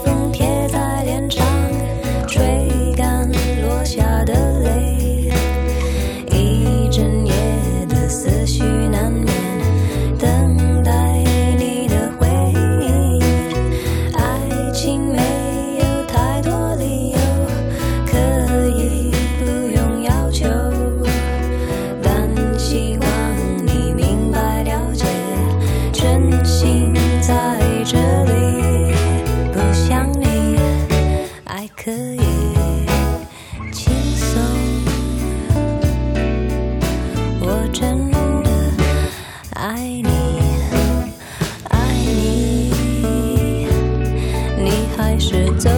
S5: 风贴在脸上，吹干落下的泪。一整夜的思绪难眠，等待你的回应。爱情没有太多理由，可以不用要求，但希望你明白了解，真心在这里。不想你，爱可以轻松。我真的爱你，爱你，你还是走。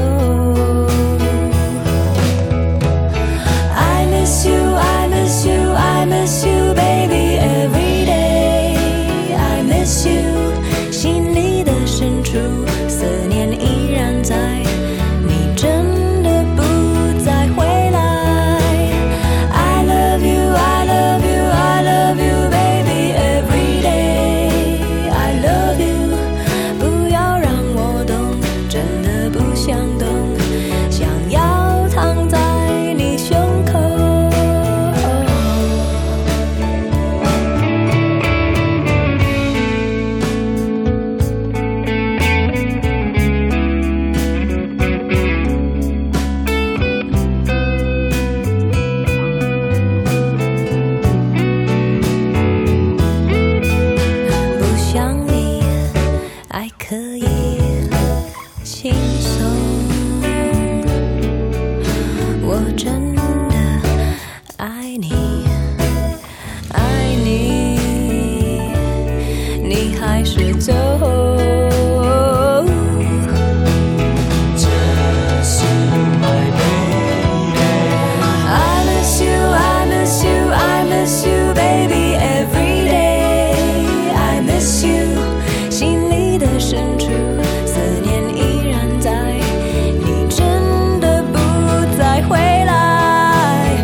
S5: I miss you, I miss you, I miss you, baby, every day. I miss you，心里的深处思念依然在，你真的不再回来。I love you, I love you, I love you, baby, every day. I love you，不要让我懂，真的不想懂，想要躺在你胸口。不想你，爱可以轻松。我真的爱你，爱你，你还是走。I miss you, I miss you, I miss you, baby, every day. I miss you，心里的深处，思念依然在，你真的不再回来。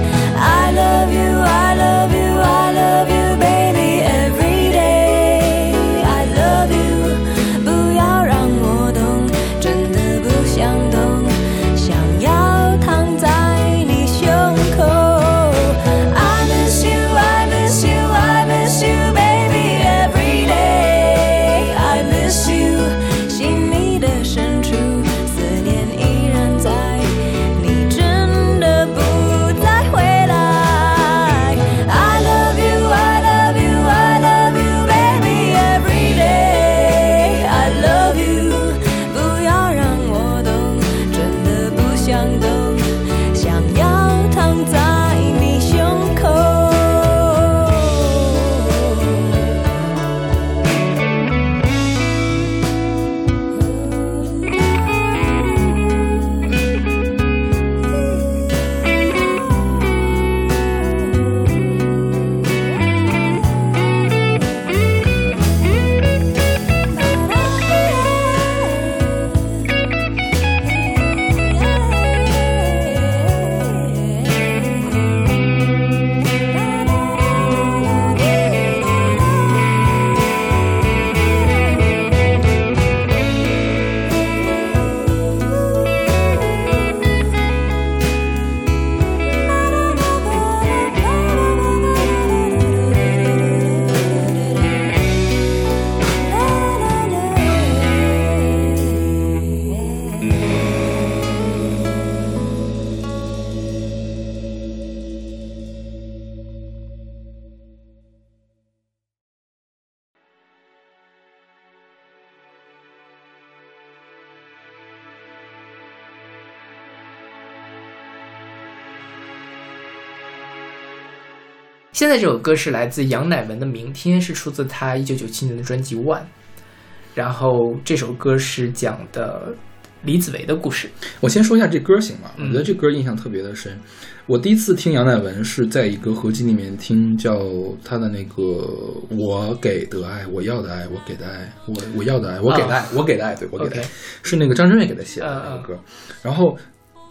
S2: 现在这首歌是来自杨乃文的《明天》，是出自他一九九七年的专辑《One》，然后这首歌是讲的李子维的故事。
S3: 我先说一下这歌行吗？我
S2: 嗯
S3: 觉得这歌印象特别的深。我第一次听杨乃文是在一个合集里面听，叫他的那个“我给的爱，我要的爱，我给的爱，我我要的爱，我给的爱，我给的爱”，对我给的爱
S2: 啊 OK
S3: 是那个张震岳给他写的
S2: 嗯
S3: 那
S2: 嗯
S3: 个歌。然后，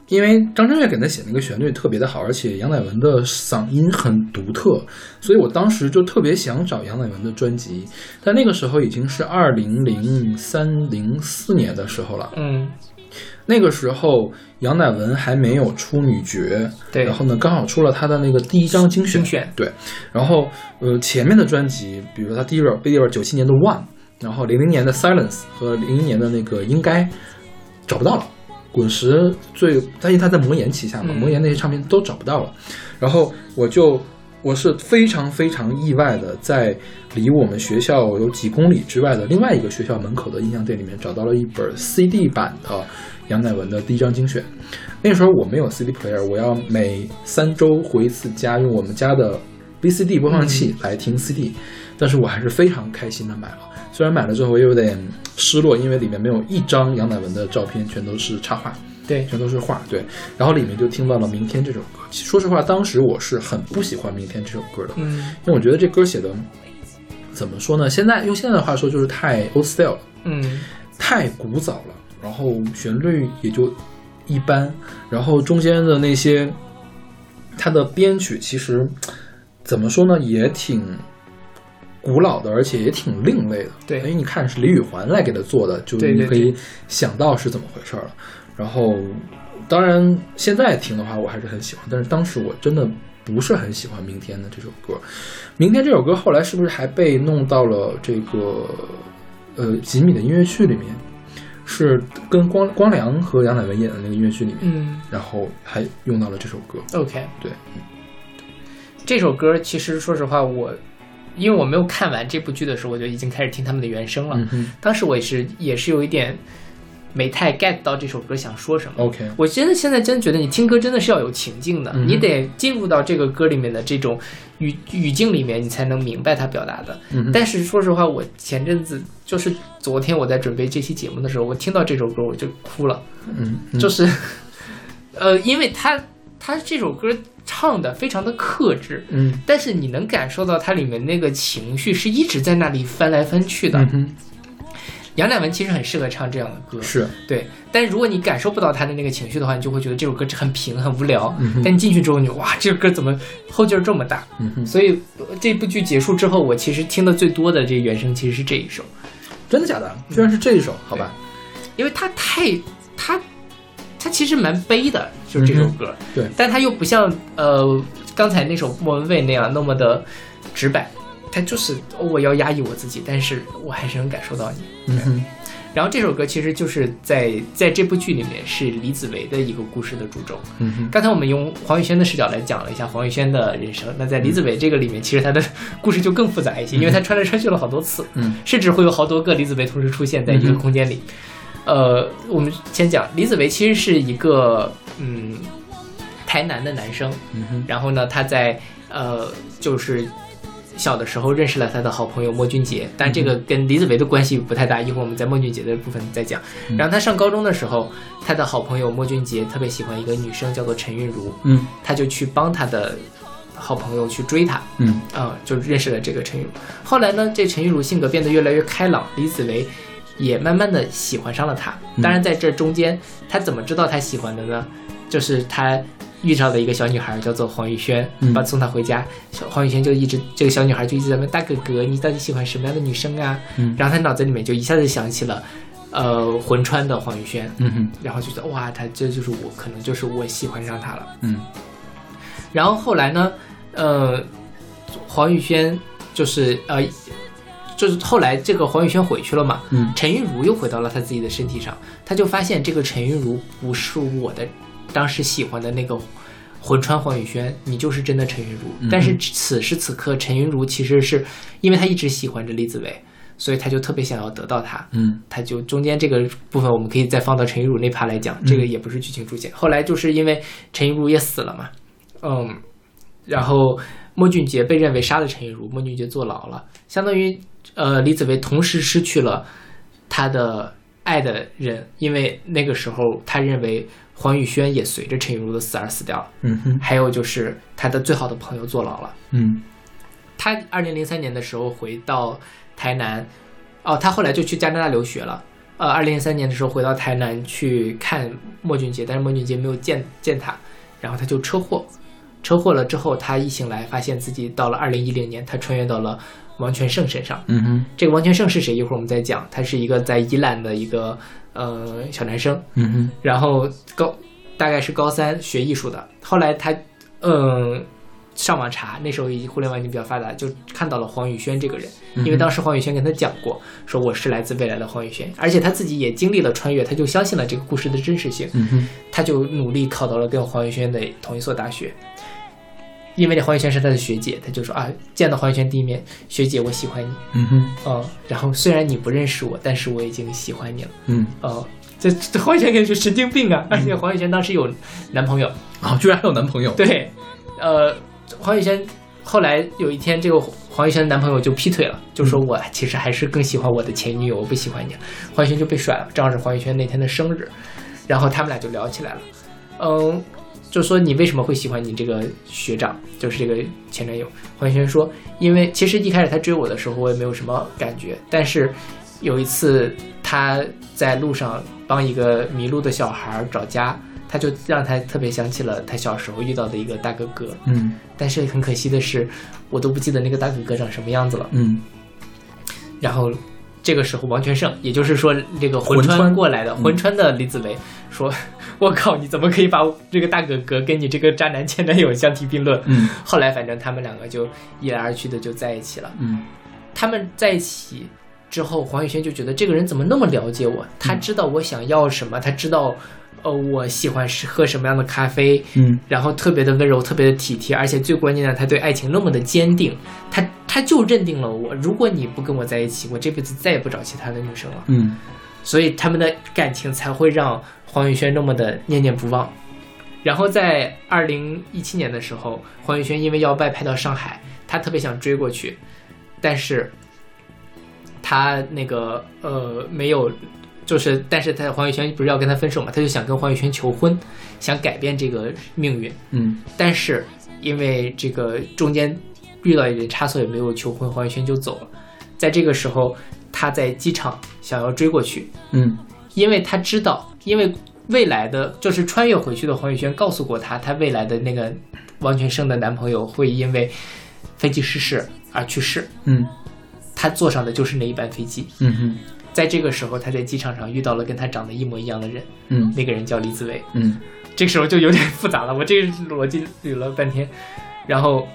S3: 因为张震岳给他写那个旋律特别的好，而且杨乃文的嗓音很独特，所以我当时就特别想找杨乃文的专辑。但那个时候已经是二零零三零四年的时候了。
S2: 嗯，
S3: 那个时候杨乃文还没有出女爵，
S2: 对
S3: 然后呢，刚好出了他的那个第一张精选，
S2: 精选
S3: 对，然后呃，前面的专辑，比如说他第一本，第一本九七年的 One，然后零零年的 Silence 和零一年的那个应该找不到了。滚石最，但是他在魔岩旗下嘛，
S2: 嗯
S3: 魔岩那些唱片都找不到了。然后我就我是非常非常意外的，在离我们学校有几公里之外的另外一个学校门口的音像店里面找到了一本 CD 版的杨乃文的第一张精选。那时候我没有 CD player，我要每三周回一次家，用我们家的 VCD 播放器来听 CD，、但是我还是非常开心的买了。虽然买了之后我有点失落，因为里面没有一张杨乃文的照片，全都是插画。
S2: 对，
S3: 全都是画，对。然后里面就听到了《明天》这首歌。其实说实话，当时我是很不喜欢《明天》这首歌的，
S2: 嗯
S3: 因为我觉得这歌写的怎么说呢？现在用现在的话说，就是太 old style 了，
S2: 嗯
S3: 太古早了，然后旋律也就一般，然后中间的那些它的编曲其实怎么说呢，也挺。古老的，而且也挺另类的。
S2: 对
S3: 因为你看是李宇环来给他做的，就
S2: 对
S3: 你
S2: 对
S3: 可以想到是怎么回事儿了。然后，当然现在听的话，我还是很喜欢，但是当时我真的不是很喜欢《明天》的这首歌。《明天》这首歌后来是不是还被弄到了这个呃吉米的音乐剧里面？是跟光光良和杨乃文演的那个音乐剧里面，
S2: 嗯
S3: 然后还用到了这首歌。
S2: ，OK，
S3: 对，
S2: 这首歌其实说实话，我因为我没有看完这部剧的时候，我就已经开始听他们的原声了。
S3: 嗯哼
S2: 当时我也是也是有一点没太 get 到这首歌想说什么。
S3: ，OK，
S2: 我真的现在真觉得你听歌真的是要有情境的，
S3: 嗯哼
S2: 你得进入到这个歌里面的这种语语境里面，你才能明白它表达的。
S3: 嗯哼
S2: 但是说实话，我前阵子就是昨天我在准备这期节目的时候，我听到这首歌我就哭了，
S3: 嗯，嗯
S2: 就是 [LAUGHS] 呃，因为他他这首歌唱的非常的克制，
S3: 嗯
S2: 但是你能感受到它里面那个情绪是一直在那里翻来翻去的。
S3: 嗯哼，
S2: 杨乃文其实很适合唱这样的歌，
S3: 是
S2: 对，但如果你感受不到他的那个情绪的话，你就会觉得这首歌很平很无聊。
S3: 嗯哼
S2: 但你进去之后，你就哇，这个歌怎么后劲儿这么大？
S3: 嗯哼，
S2: 所以呃这部剧结束之后，我其实听的最多的这原声其实是这一首，
S3: 真的假的？居然是这一首，好吧？
S2: 因为它太它它其实蛮悲的，就是这首歌。
S3: 嗯哼对，
S2: 但它又不像呃刚才那首莫文蔚那样那么的直白，它就是、哦我要压抑我自己，但是我还是能感受到你。
S3: 嗯哼，
S2: 然后这首歌其实就是在在这部剧里面是李子维的一个故事的主轴。
S3: 嗯哼，
S2: 刚才我们用黄宇轩的视角来讲了一下黄宇轩的人生，那在李子维这个里面，其实他的故事就更复杂一些，因为他穿来穿去了好多次，
S3: 嗯，
S2: 甚至会有好多个李子维同时出现在一个空间里。呃，我们先讲李子维其实是一个嗯台南的男生，
S3: 嗯哼，
S2: 然后呢，他在呃就是。小的时候认识了他的好朋友莫俊杰，但这个
S3: 嗯
S2: 跟李子维的关系不太大，一会儿我们在莫俊杰的部分再讲。
S3: 嗯
S2: 然后他上高中的时候，他的好朋友莫俊杰特别喜欢一个女生，叫做陈韵如，
S3: 嗯
S2: 他就去帮他的好朋友去追她，
S3: 嗯
S2: 啊、就认识了这个陈玉茹。后来呢，这陈玉茹性格变得越来越开朗，李子维也慢慢的喜欢上了她。
S3: 嗯
S2: 当然，在这中间，他怎么知道他喜欢的呢？就是他遇到了一个小女孩，叫做黄玉轩
S3: 嗯，
S2: 把送她回家。小黄玉轩就一直这个小女孩就一直在问大哥哥，你到底喜欢什么样的女生啊？
S3: 嗯
S2: 然后他脑子里面就一下子想起了，呃，魂穿的黄玉轩，
S3: 嗯哼，
S2: 然后就觉得哇，他这就是我，可能就是我喜欢上他了。
S3: 嗯
S2: 然后后来呢，呃，黄宇轩就是呃，就是后来这个黄宇轩回去了嘛，
S3: 嗯
S2: 陈韵如又回到了她自己的身体上，她就发现这个陈韵如不是我的当时喜欢的那个魂穿黄宇轩，你就是真的陈韵如。
S3: 嗯
S2: 但是此时此刻，陈韵如其实是因为她一直喜欢着李子维，所以她就特别想要得到他。
S3: 嗯
S2: 他就中间这个部分，我们可以再放到陈玉茹那趴来讲，这个也不是剧情主线。后来就是因为陈玉茹也死了嘛，嗯，然后莫俊杰被认为杀了陈亦儒，莫俊杰坐牢了，相当于呃李子维同时失去了他的爱的人，因为那个时候他认为黄宇轩也随着陈亦儒的死而死掉了，
S3: 嗯哼，
S2: 还有就是他的最好的朋友坐牢了。
S3: 嗯
S2: 他二零零三年的时候回到台南，哦，他后来就去加拿大留学了。呃，二零零三年的时候回到台南去看莫俊杰，但是莫俊杰没有见见他，然后他就车祸，车祸了之后，他一醒来发现自己到了二零一零年，他穿越到了王全胜身上。
S3: 嗯哼，
S2: 这个王全胜是谁？一会儿我们再讲。他是一个在宜兰的一个呃小男生，
S3: 嗯哼，
S2: 然后高大概是高三学艺术的，后来他嗯上网查，那时候已经互联网已经比较发达，就看到了黄宇轩这个人，因为当时黄宇轩跟他讲过，说我是来自未来的黄宇轩，而且他自己也经历了穿越，他就相信了这个故事的真实性，
S3: 嗯哼，
S2: 他就努力考到了跟黄宇轩的同一所大学。因为那黄宇轩是他的学姐，他就说啊，见到黄宇轩第一面，学姐我喜欢你，
S3: 嗯哼，
S2: 嗯，然后虽然你不认识我，但是我已经喜欢你了，
S3: 嗯，
S2: 哦，这这黄宇轩可是神经病啊！而且黄宇轩当时有男朋友，
S3: 啊，居然还有男朋友，
S2: 对，呃，黄宇轩后来有一天，这个黄宇轩的男朋友就劈腿了，就说我其实还是更喜欢我的前女友，我不喜欢你了。黄宇轩就被甩了，正好是黄宇轩那天的生日，然后他们俩就聊起来了，嗯，就说你为什么会喜欢你这个学长，就是这个前男友？黄宇轩说，因为其实一开始他追我的时候，我也没有什么感觉，但是有一次他在路上帮一个迷路的小孩找家，他就让他特别想起了他小时候遇到的一个大哥哥，
S3: 嗯
S2: 但是很可惜的是，我都不记得那个大哥哥长什么样子了。
S3: 嗯
S2: 然后这个时候，王全胜，也就是说这个
S3: 魂
S2: 魂穿
S3: 穿
S2: 过来的
S3: 嗯
S2: 魂穿的李子维说：“ [LAUGHS] 我靠，你怎么可以把这个大哥哥跟你这个渣男前男友相提并论？”
S3: 嗯
S2: 后来，反正他们两个就一来二去的就在一起了。
S3: 嗯
S2: 他们在一起之后，黄宇轩就觉得这个人怎么那么了解我？他
S3: 嗯
S2: 知道我想要什么，他知道，呃，我喜欢是喝什么样的咖啡，
S3: 嗯
S2: 然后特别的温柔，特别的体贴，而且最关键的，他对爱情那么的坚定，他他就认定了我，如果你不跟我在一起，我这辈子再也不找其他的女生了。
S3: 嗯
S2: 所以他们的感情才会让黄宇轩那么的念念不忘。然后在二零一七年的时候，黄宇轩因为要外派到上海，他特别想追过去，但是他那个呃没有，就是但是他黄宇轩不是要跟他分手嘛，他就想跟黄宇轩求婚，想改变这个命运。
S3: 嗯
S2: 但是因为这个中间遇到一点差错，也没有求婚，黄宇轩就走了。在这个时候，他在机场想要追过去，
S3: 嗯
S2: 因为他知道，因为未来的就是穿越回去的黄宇轩告诉过他，他未来的那个王全胜的男朋友会因为飞机失事而去世，
S3: 嗯
S2: 他坐上的就是那一班飞机。
S3: 嗯
S2: 在这个时候，他在机场上遇到了跟他长得一模一样的人，
S3: 嗯
S2: 那个人叫李子维。
S3: 嗯
S2: 这个时候就有点复杂了，我这个逻辑捋了半天，然后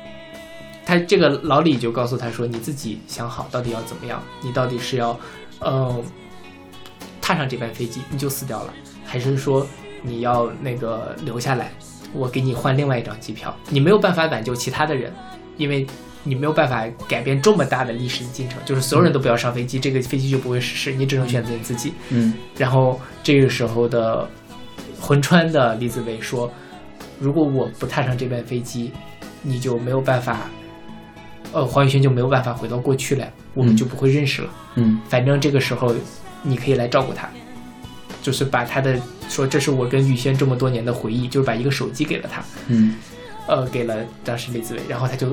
S2: 他这个老李就告诉他说：“你自己想好到底要怎么样，你到底是要，呃，踏上这班飞机你就死掉了，还是说你要那个留下来，我给你换另外一张机票？你没有办法挽救其他的人，因为。”你没有办法改变这么大的历史进程，就是所有人都不要上飞机，这个飞机就不会失事，你只能选择你自己。
S3: 嗯
S2: 然后这个时候的魂穿的李子维说：“如果我不踏上这班飞机，你就没有办法，呃，黄宇轩就没有办法回到过去了，我们就不会认识了。
S3: 嗯
S2: 反正这个时候你可以来照顾他，就是把他的说这是我跟宇轩这么多年的回忆，就是把一个手机给了他，
S3: 嗯
S2: 呃，给了当时李子维，然后他就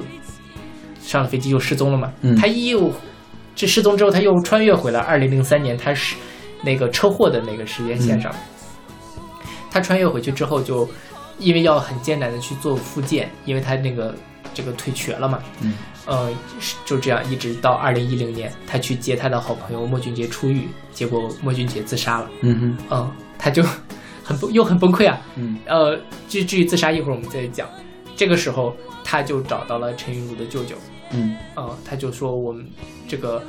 S2: 上了飞机又失踪了嘛。
S3: 嗯
S2: 他又这失踪之后，他又穿越回了二零零三年，他是那个车祸的那个时间线上。他穿越回去之后就，因为要很艰难的去做复健，因为他那个这个腿瘸了嘛。
S3: 嗯。
S2: 呃，是就这样一直到二零一零年，他去接他的好朋友莫俊杰出狱，结果莫俊杰自杀了。
S3: 嗯哼
S2: 嗯，他就很崩又很崩溃啊。
S3: 嗯
S2: 呃，至至于自杀，一会儿我们再讲。这个时候，他就找到了陈玉茹的舅舅，
S3: 嗯
S2: 呃，他就说我们这个，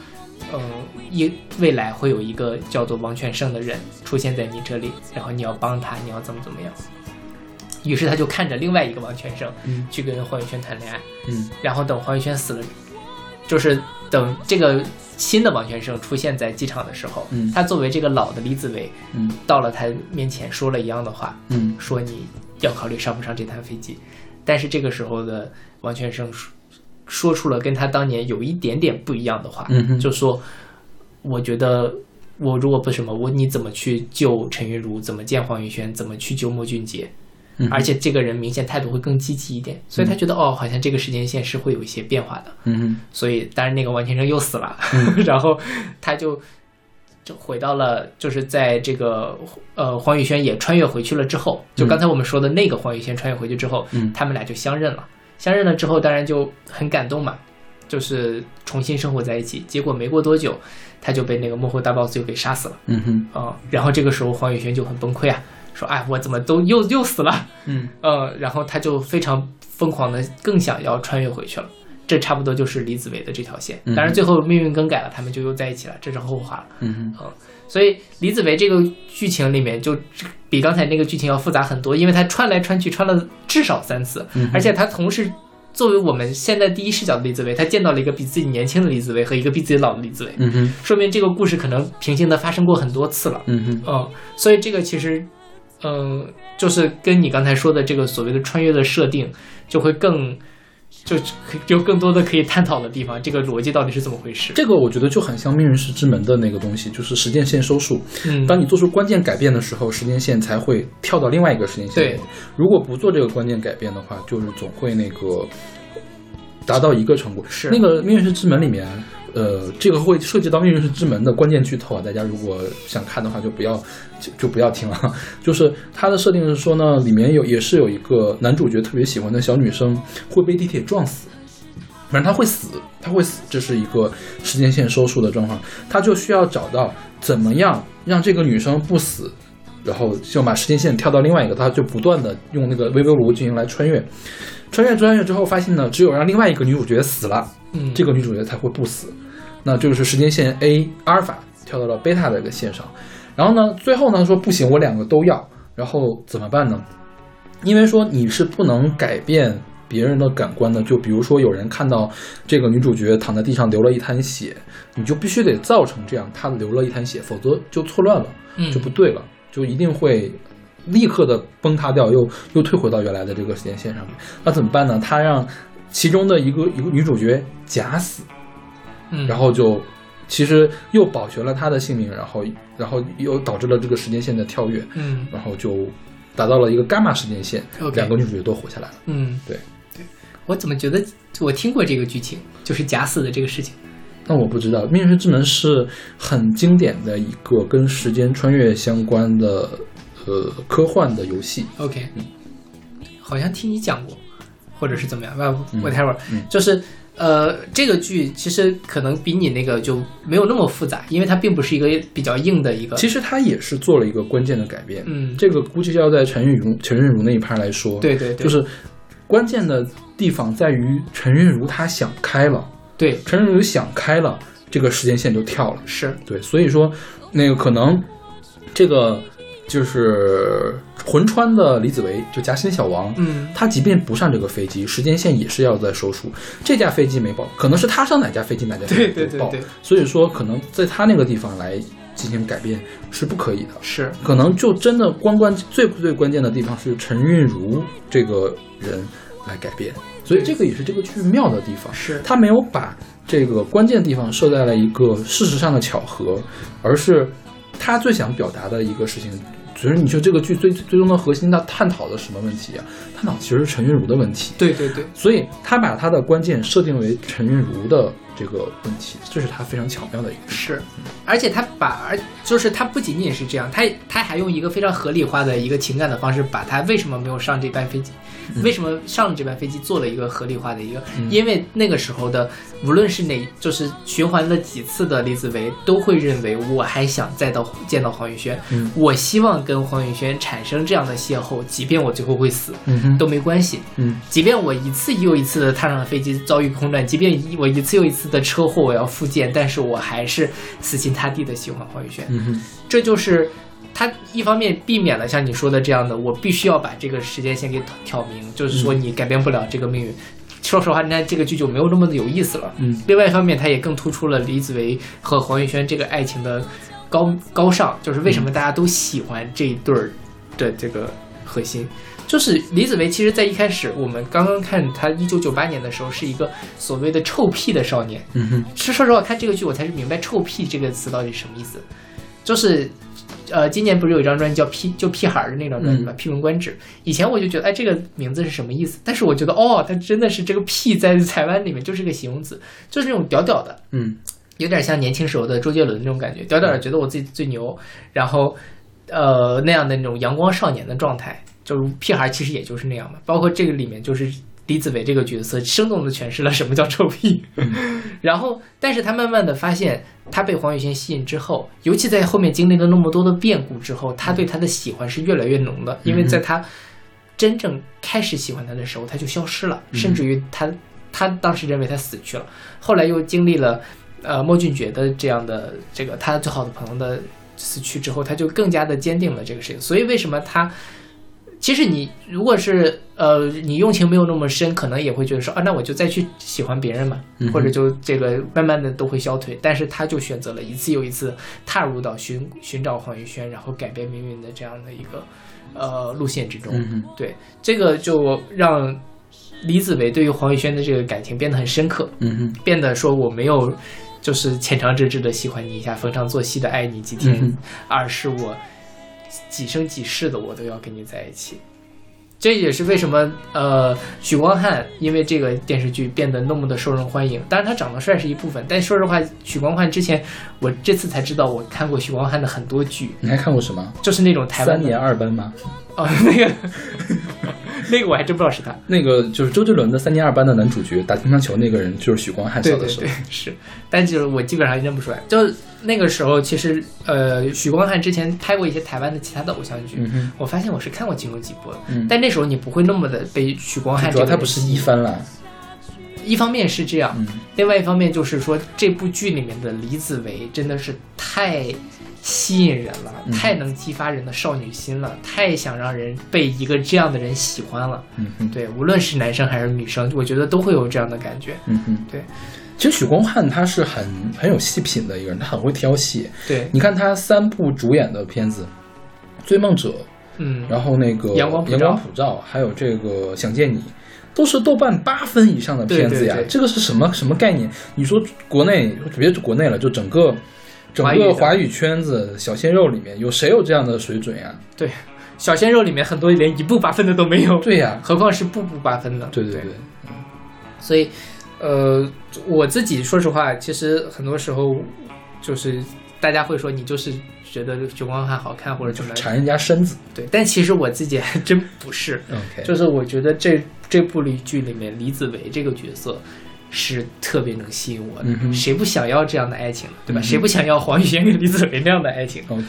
S2: 呃，一未来会有一个叫做王全胜的人出现在你这里，然后你要帮他，你要怎么怎么样。于是他就看着另外一个王全胜
S3: 嗯
S2: 去跟黄宇轩谈恋爱，
S3: 嗯
S2: 然后等黄宇轩死了，就是等这个新的王全胜出现在机场的时候，
S3: 嗯
S2: 他作为这个老的李子维
S3: 嗯
S2: 到了他面前说了一样的话，
S3: 嗯
S2: 说你要考虑上不上这趟飞机。但是这个时候的王全胜说说出了跟他当年有一点点不一样的话，
S3: 嗯哼
S2: 就说我觉得我如果不什么，我你怎么去救陈韵如，怎么见黄宇轩，怎么去救莫俊杰，
S3: 嗯
S2: 而且这个人明显态度会更积极一点，所以他觉得、哦，好像这个时间线是会有一些变化的。
S3: 嗯
S2: 所以当然那个王先生又死了， [LAUGHS] 然后他就就回到了，就是在这个呃黄宇轩也穿越回去了之后，就刚才我们说的那个黄宇轩穿越回去之后，
S3: 嗯
S2: 他们俩就相认了。相认了之后，当然就很感动嘛，就是重新生活在一起。结果没过多久，他就被那个幕后大 boss 就给杀死了
S3: 哼嗯哼
S2: 啊、然后这个时候黄宇轩就很崩溃啊，说：“哎，我怎么都又又死了？”
S3: 嗯
S2: 呃，然后他就非常疯狂的更想要穿越回去了。这差不多就是李子维的这条线，
S3: 嗯
S2: 当然最后命运更改了，他们就又在一起了，这是后话了。
S3: 嗯哼
S2: 所以李子维这个剧情里面就比刚才那个剧情要复杂很多，因为他穿来穿去穿了至少三次，
S3: 嗯哼
S2: 而且他同时作为我们现在第一视角的李子维，他见到了一个比自己年轻的李子维和一个比自己老的李子维，
S3: 嗯哼
S2: 说明这个故事可能平行的发生过很多次了。
S3: 嗯哼
S2: 嗯，所以这个其实，嗯，就是跟你刚才说的这个所谓的穿越的设定，就会更，就有更多的可以探讨的地方，这个逻辑到底是怎么回事？
S3: 这个我觉得就很像命运石之门的那个东西，就是时间线收束。
S2: 嗯，
S3: 当你做出关键改变的时候，时间线才会跳到另外一个时间线里
S2: 对。
S3: 如果不做这个关键改变的话，就是总会那个达到一个成果。
S2: 是
S3: 那个《命运石之门》里面，呃，这个会涉及到《命运石之门》的关键剧透啊，大家如果想看的话，就不要就就不要听了。 [LAUGHS] 就是它的设定是说呢，里面有也是有一个男主角特别喜欢的小女生会被地铁撞死。反正他会死，他会死，这是一个时间线收束的状况，他就需要找到怎么样让这个女生不死，然后就把时间线跳到另外一个，他就不断的用那个微波炉进行来穿越，穿越穿越之后发现呢，只有让另外一个女主角死了，
S2: 嗯
S3: 这个女主角才会不死。那这个是时间线 A 阿尔法跳到了贝塔的一个线上，然后呢，最后呢说不行，我两个都要，然后怎么办呢？因为说你是不能改变别人的感官的，就比如说有人看到这个女主角躺在地上流了一滩血，你就必须得造成这样，她流了一滩血，否则就错乱了，
S2: 嗯
S3: 就不对了，就一定会立刻的崩塌掉，又又退回到原来的这个时间线上面。那怎么办呢？他让其中的一个一个女主角假死，
S2: 嗯，
S3: 然后就其实又保全了她的性命，然后然后又导致了这个时间线的跳跃，
S2: 嗯
S3: 然后就达到了一个伽马时间线
S2: OK
S3: 两个女主角都活下来了。
S2: 嗯，
S3: 对，
S2: 我怎么觉得我听过这个剧情，就是假死的这个事情。
S3: 那我不知道，《命运之门》是很经典的一个跟时间穿越相关的呃科幻的游戏。
S2: OK，好像听你讲过，或者是怎么样吧
S3: 嗯
S2: ，whatever，、
S3: 嗯
S2: 就是呃，这个剧其实可能比你那个就没有那么复杂，因为它并不是一个比较硬的一个。
S3: 其实它也是做了一个关键的改变，
S2: 嗯
S3: 这个估计要在陈韵如陈韵如那一趴来说，，
S2: 对对对，
S3: 就是关键的地方在于陈韵如她想开了，
S2: 对
S3: 陈韵如想开了，这个时间线就跳了。
S2: 是
S3: 对，所以说那个可能这个就是魂穿的李子维，就夹心小王，
S2: 嗯
S3: 他即便不上这个飞机，时间线也是要在收束。这架飞机没爆，可能是他上哪架飞机哪架飞
S2: 对
S3: 机
S2: 对
S3: 就
S2: 对
S3: 爆，
S2: 对
S3: 所以说可能在他那个地方来进行改变是不可以的。
S2: 是
S3: 可能就真的关关最最关键的地方是陈韵如这个人来改变，所以这个也是这个剧妙的地方。
S2: 是
S3: 他没有把这个关键地方设在了一个事实上的巧合，而是他最想表达的一个事情。其实你说这个剧最最终的核心，它探讨的什么问题啊？探讨其实是陈韵如的问题。
S2: 对对对
S3: 所以他把他的关键设定为陈韵如的这个问题，这是他非常巧妙的一个事。
S2: 是，而且他把而就是他不仅仅是这样，他他还用一个非常合理化的一个情感的方式，把他为什么没有上这班飞机，
S3: 嗯
S2: 为什么上了这班飞机做了一个合理化的一个，因为那个时候的无论是哪就是循环了几次的李子维都会认为我还想再到见到黄宇轩，
S3: 嗯
S2: 我希望跟黄宇轩产生这样的邂逅，即便我最后会死
S3: 嗯哼，
S2: 都没关系，
S3: 嗯
S2: 即便我一次又一次的踏上了飞机遭遇空战，即便我一次又一次的车祸我要复健，但是我还是死心塌地的喜欢黄宇轩。
S3: 嗯哼，
S2: 这就是他一方面避免了像你说的这样的，我必须要把这个时间线给挑明，就是说你改变不了这个命运。说实话，那这个剧就没有那么的有意思了。
S3: 嗯，
S2: 另外一方面，它也更突出了李子维和黄宇轩这个爱情的高高尚，就是为什么大家都喜欢这一对儿的这个核心，就是李子维。其实，在一开始我们刚刚看他一九九八年的时候，是一个所谓的臭屁的少年。
S3: 嗯哼，
S2: 其实说实话，看这个剧我才是明白“臭屁”这个词到底是什么意思。就是，呃，今年不是有一张专辑叫《屁》，就屁孩儿的那张专辑嘛，屁文观止》。以前我就觉得，哎，这个名字是什么意思？但是我觉得，哦，它真的是这个“屁”在台湾里面就是个形容词，就是那种屌屌的，
S3: 嗯，
S2: 有点像年轻时候的周杰伦那种感觉，屌屌的觉得我自己最牛，然后，呃，那样的那种阳光少年的状态，就是屁孩儿其实也就是那样嘛。包括这个里面就是李子维这个角色，生动的诠释了什么叫臭屁。 [LAUGHS] 然后，但是他慢慢的发现，他被黄雨萱吸引之后，尤其在后面经历了那么多的变故之后，他对她的喜欢是越来越浓的，因为在他真正开始喜欢她的时候，他就消失了，甚至于他他当时认为他死去了，后来又经历了呃莫俊杰的这样的这个他最好的朋友的死去之后，他就更加的坚定了这个事情。所以为什么他？其实你如果是呃，你用情没有那么深，可能也会觉得说啊，那我就再去喜欢别人嘛，
S3: 嗯
S2: 或者就这个慢慢的都会消退。但是他就选择了一次又一次踏入到寻寻找黄宇轩，然后改变命运的这样的一个呃路线之中。
S3: 嗯哼
S2: 对，这个就让李子维对于黄宇轩的这个感情变得很深刻。
S3: 嗯哼，
S2: 变得说我没有就是浅尝辄止的喜欢你一下，逢场作戏的爱你几天，
S3: 嗯
S2: 而是我几生几世的我都要跟你在一起。这也是为什么呃，许光汉因为这个电视剧变得那么的受人欢迎。当然，他长得帅是一部分，但说实话，许光汉之前我这次才知道，我看过许光汉的很多剧，
S3: 你还看过什么？
S2: 就是那种台湾
S3: 三
S2: 的
S3: 年二班吗？
S2: 哦，那个 [LAUGHS] 那个我还真不知道是他。
S3: 那个就是周杰伦的《三年二班》的男主角打乒乓球那个人，就是许光汉
S2: 对
S3: 小
S2: 对
S3: 的时候
S2: 对，是，但就是我基本上认不出来。就是那个时候，其实呃，许光汉之前拍过一些台湾的其他的偶像剧，
S3: 嗯哼
S2: 我发现我是看过其中几部的。
S3: 嗯
S2: 但那时候你不会那么的被许光汉这个
S3: 主要
S2: 人
S3: 他不是一番啦，
S2: 一方面是这样，
S3: 嗯
S2: 另外一方面就是说这部剧里面的李子维真的是太吸引人了，
S3: 嗯
S2: 太能激发人的少女心了，太想让人被一个这样的人喜欢了。
S3: 嗯哼，
S2: 对，无论是男生还是女生，我觉得都会有这样的感觉。
S3: 嗯哼，
S2: 对。
S3: 其实许光汉他是很很有戏品的一个人，他很会挑戏。
S2: 对，
S3: 你看他三部主演的片子，《追梦者》，
S2: 嗯，
S3: 然后那个《
S2: 阳光普照
S3: 阳光普照》，还有这个《想见你》，都是豆瓣八分以上的片子呀。
S2: 对对对
S3: 这个是什么什么概念？你说国内别说国内了，就整个整
S2: 华语
S3: 个
S2: 的
S3: 华语圈子小鲜肉里面，有谁有这样的水准呀？
S2: 对，小鲜肉里面很多连一步八分的都没有，
S3: 对呀，
S2: 何况是步步八分的。
S3: 对对对，
S2: 所以，呃，我自己说实话，其实很多时候就是大家会说你就是觉得九光汉好看或者怎么样，
S3: 馋人家身子。
S2: 对，但其实我自己还真不是，
S3: OK，
S2: 就是我觉得这这部剧里面李子维这个角色。是特别能吸引我的，
S3: 嗯哼
S2: 谁不想要这样的爱情呢，对吧？
S3: 嗯哼
S2: 谁不想要黄宇轩跟李子维那样的爱情？
S3: OK，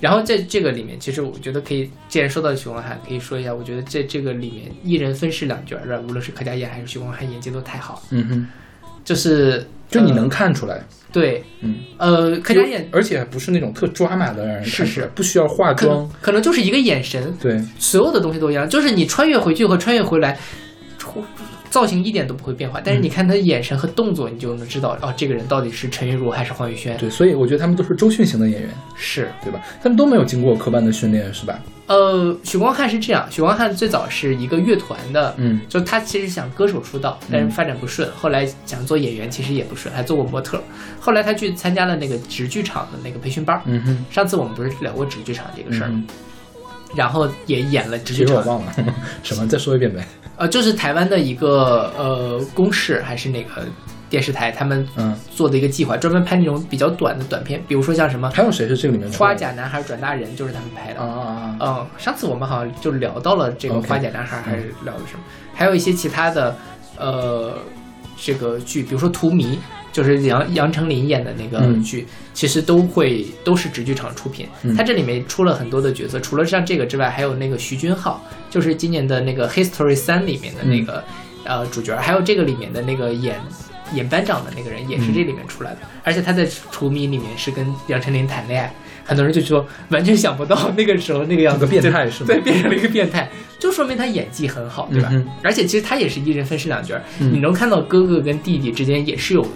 S2: 然后在这个里面，其实我觉得可以，既然说到许光汉，可以说一下，我觉得在这个里面一人分饰两角，让无论是柯佳嬿还是许光汉演技都太好了，
S3: 嗯哼， [LAUGHS]
S2: 就是
S3: 就你能
S2: 呃
S3: 看出来，
S2: 对，
S3: 嗯，
S2: 呃，柯佳嬿
S3: 而且还不是那种特抓马的，让人看
S2: 是
S3: 出来
S2: 是
S3: 不需要化
S2: 可能
S3: 妆。
S2: 可能就是一个眼神，
S3: 对，
S2: 所有的东西都一样，就是你穿越回去和穿越回来，出造型一点都不会变化，但是你看他的眼神和动作，你就能知道哦，这个人到底是陈韵如还是黄宇轩，
S3: 对，所以我觉得他们都是周迅型的演员，
S2: 是
S3: 对吧？他们都没有经过科班的训练，是吧？
S2: 呃，许光汉是这样，许光汉最早是一个乐团的，
S3: 嗯，
S2: 就他其实想歌手出道，但是发展不顺，后来想做演员，其实也不顺，还做过模特。后来他去参加了那个纸剧场的那个培训班。
S3: 嗯哼，
S2: 上次我们不是聊过纸剧场这个事儿，
S3: 嗯
S2: 然后也演了纸
S3: 其
S2: 剧
S3: 实我
S2: 场，
S3: 忘了什么，再说一遍呗。
S2: 呃，就是台湾的一个呃公视还是哪个电视台，他们
S3: 嗯，
S2: 做的一个计划，专门拍那种比较短的短片，比如说像什么
S3: 还有谁是这个里面
S2: 《
S3: 出
S2: 花
S3: 来的
S2: 甲男孩转大人》，就是他们拍的。
S3: 啊啊啊！
S2: 嗯，上次我们好像就聊到了这个
S3: OK，
S2: 花甲男孩，还是聊的什么，还有一些其他的，呃，这个剧，比如说《荼蘼》，就是杨杨丞琳演的那个
S3: 嗯
S2: 剧，其实都会都是直剧场出品。
S3: 嗯
S2: 它这里面出了很多的角色，除了像这个之外，还有那个徐君浩，就是今年的那个《History 三》里面的那
S3: 嗯
S2: 个、呃主角，还有这个里面的那个演。演班长的那个人也是这里面出来
S3: 嗯
S2: 的，而且他在《荼蘼》里面是跟杨丞琳谈恋爱，很多人就说完全想不到那个时候那个样
S3: 两
S2: 子，
S3: 个变态是吗？
S2: 对，变成了一个变态，就说明他演技很好，对吧？
S3: 嗯哼
S2: 而且其实他也是一人分饰两角儿，
S3: 嗯
S2: 你能看到哥哥跟弟弟之间也是有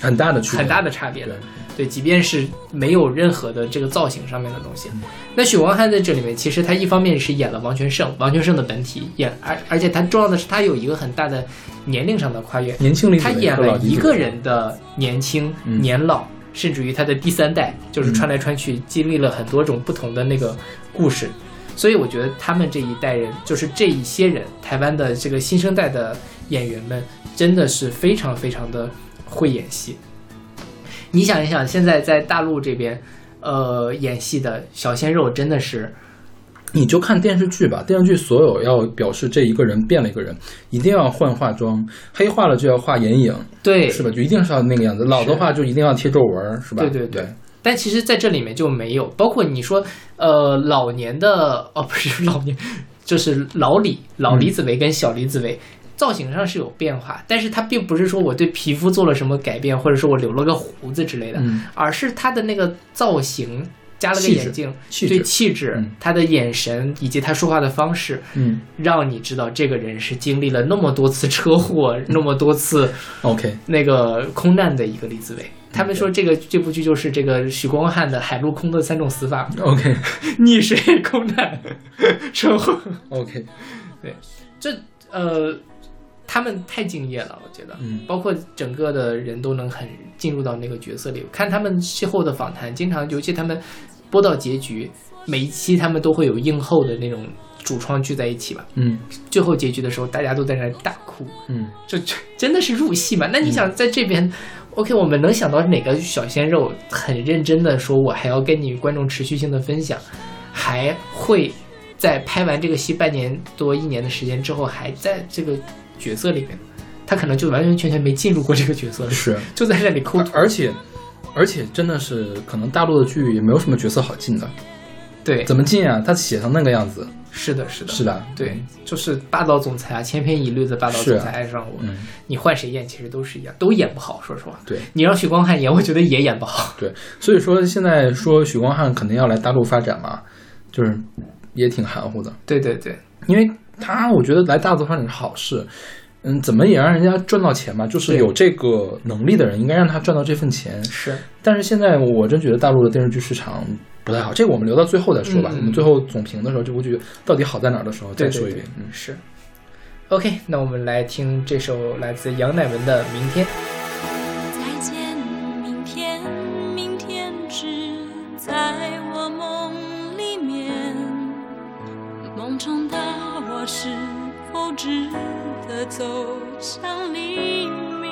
S3: 很大的区别，
S2: 很大的差别的
S3: 对。
S2: 对，即便是没有任何的这个造型上面的东西。
S3: 嗯
S2: 那许光汉在这里面，其实他一方面是演了王全胜，王全胜的本体演，而而且他重要的是他有一个很大的年龄上的跨越，
S3: 年轻力
S2: 他演了一个人的年轻、
S3: 嗯
S2: 年老，甚至于他的第三代，就是穿来穿去，经历了很多种不同的那个故事。所以我觉得他们这一代人，就是这一些人，台湾的这个新生代的演员们，真的是非常非常的会演戏。你想一想，现在在大陆这边，呃，演戏的小鲜肉真的是，
S3: 你就看电视剧吧，电视剧所有要表示这一个人变了一个人，一定要换化妆，黑化了就要画眼影，
S2: 对，
S3: 是吧？就一定是要那个样子。老的话就一定要贴皱纹儿，是吧？
S2: 对对对
S3: 对，
S2: 但其实在这里面就没有，包括你说，呃，老年的哦，不是 [LAUGHS] 老年，就是老李、老李子维跟小李子维。造型上是有变化，但是它并不是说我对皮肤做了什么改变，或者说我留了个胡子之类的，
S3: 嗯，
S2: 而是他的那个造型加了个
S3: 气质
S2: 眼镜，
S3: 气
S2: 对
S3: 质，
S2: 气质、
S3: 嗯
S2: 他的眼神以及他说话的方式，
S3: 嗯
S2: 让你知道这个人是经历了那么多次车祸、那么多次
S3: ，OK，
S2: 那个空难的一个李子维。他们说这个这部剧就是这个许光汉的海陆空的三种死 [LAUGHS] 法：
S3: OK
S2: 溺水、空难、车祸。
S3: OK，
S2: 这呃，他们太敬业了，我觉得，
S3: 嗯
S2: 包括整个的人都能很进入到那个角色里。我看他们事后的访谈，经常尤其他们播到结局，每一期他们都会有映后的那种主创聚在一起吧。
S3: 嗯
S2: 最后结局的时候，大家都在那儿大哭，
S3: 嗯
S2: 这这真的是入戏嘛？那你想在这边、o k 我们能想到哪个小鲜肉很认真的说，我还要跟你观众持续性的分享，还会在拍完这个戏半年多一年的时间之后，还在这个角色里面，他可能就完完全全没进入过这个角色，
S3: 是，
S2: 就在那里抠图。
S3: 而且而且真的是可能大陆的剧也没有什么角色好进的，
S2: 对，
S3: 怎么进啊？他写成那个样子，
S2: 是的，是的，
S3: 是吧？
S2: 对，就是霸道总裁啊，千篇一律的霸道总
S3: 是
S2: 裁
S3: 啊
S2: 爱上我，
S3: 嗯，
S2: 你换谁演其实都是一样，都演不好。说实话，
S3: 对。
S2: 你让许光汉演，我觉得也演不好。 [LAUGHS]
S3: 对，所以说现在说许光汉肯定要来大陆发展嘛，就是也挺含糊的，
S2: 对对对，
S3: 因为他我觉得来大陆发展是好事，嗯，怎么也让人家赚到钱嘛，就是
S2: 对
S3: 有这个能力的人应该让他赚到这份钱。
S2: 是。
S3: 但是现在我真觉得大陆的电视剧市场不太好，这个我们留到最后再说吧。
S2: 嗯
S3: 我们最后总评的时候，这部剧到底好在哪儿的时候
S2: 对
S3: 再说一遍。
S2: 嗯，是。OK，那我们来听这首来自杨乃文的《明天》。
S5: 再见，明天，明天只在我梦里面。梦中的我是否值得走向黎明？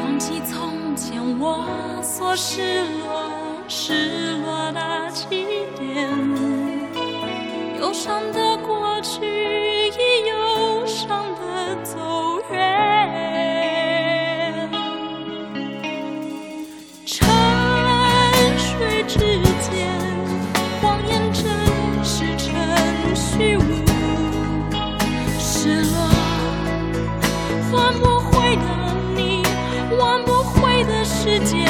S5: 忘记从前我所失落、失落的起点。忧伤的过去已忧伤的走远，沉睡之间，谎言真实成虚无，失落换不回的你，挽不回的时间。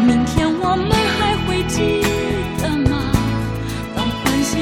S5: 明天我们还会记得吗？当繁星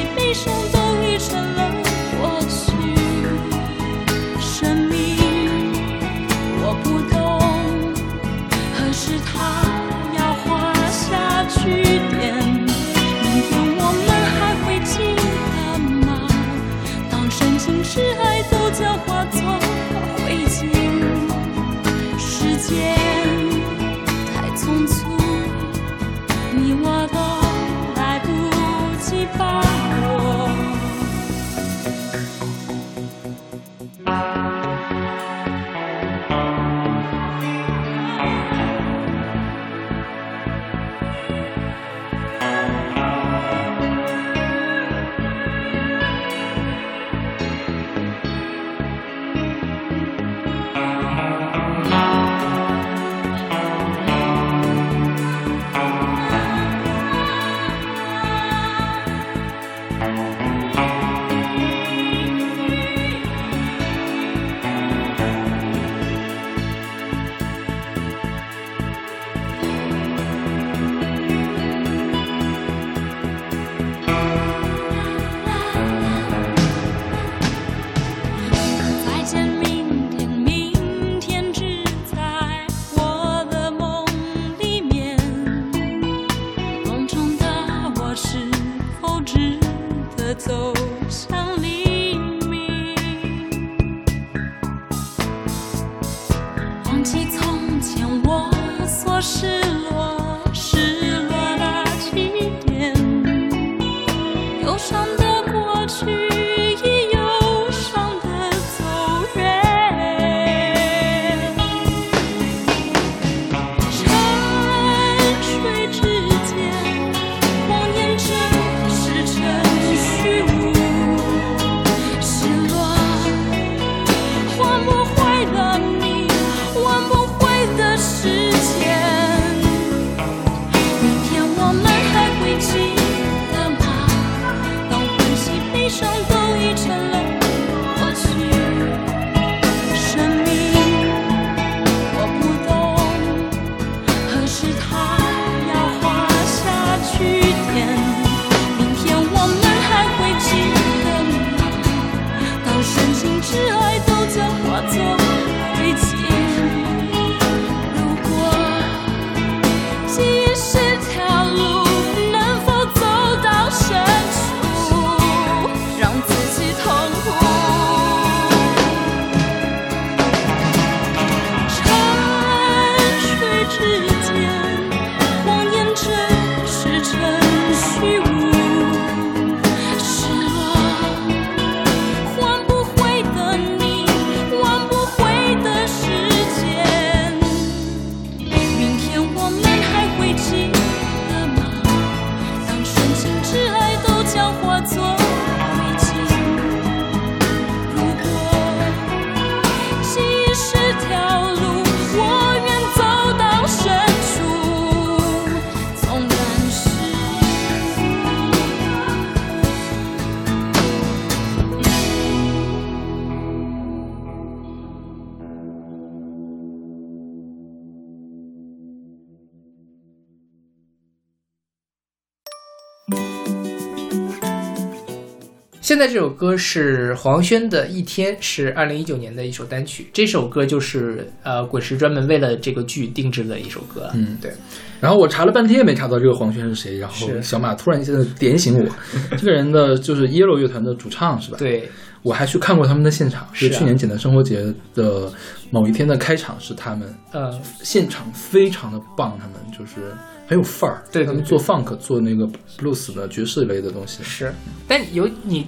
S5: 我是否值得走向黎明？忘记从前我所失落、失落的起点，忧伤的过去已忧伤的走远。沉睡之间，谎言真实成虚无，失落换不回了你，挽不回的时间。明天我们还会记得吗？当欢喜悲伤都已成了过去，生命我不懂。何时它要画下句点？明天我们还会记得吗？当深情挚爱都将化作灰烬，如果记忆是条路，能否走到深处，让自己痛苦？沉睡之间，谎言真实成虚无，失落换啊不回的你，挽不回的时间。明天我们还会记得吗？当深情挚爱都将化作灰烬，如果。记忆是条路，我愿走到深处，纵然是。
S2: 现在这首歌是黄轩的《一天》，是二零一九年的一首单曲。这首歌就是呃，滚石专门为了这个剧定制的一首歌。
S3: 嗯
S2: 对，
S3: 然后我查了半天也没查到这个黄轩是谁，然后
S2: 是
S3: 小马突然一下子点醒我，这个人的就是 Yellow 乐团的主唱是吧？，
S2: 对，
S3: 我还去看过他们的现场，
S2: 是啊
S3: 就去年简单生活节的某一天的开场是他们，
S2: 呃，
S3: 现场非常的棒，他们就是很有范儿，
S2: 对对
S3: 他们
S2: 对
S3: 做 funk 做那个 blues 的爵士类的东西，
S2: 是，但有你，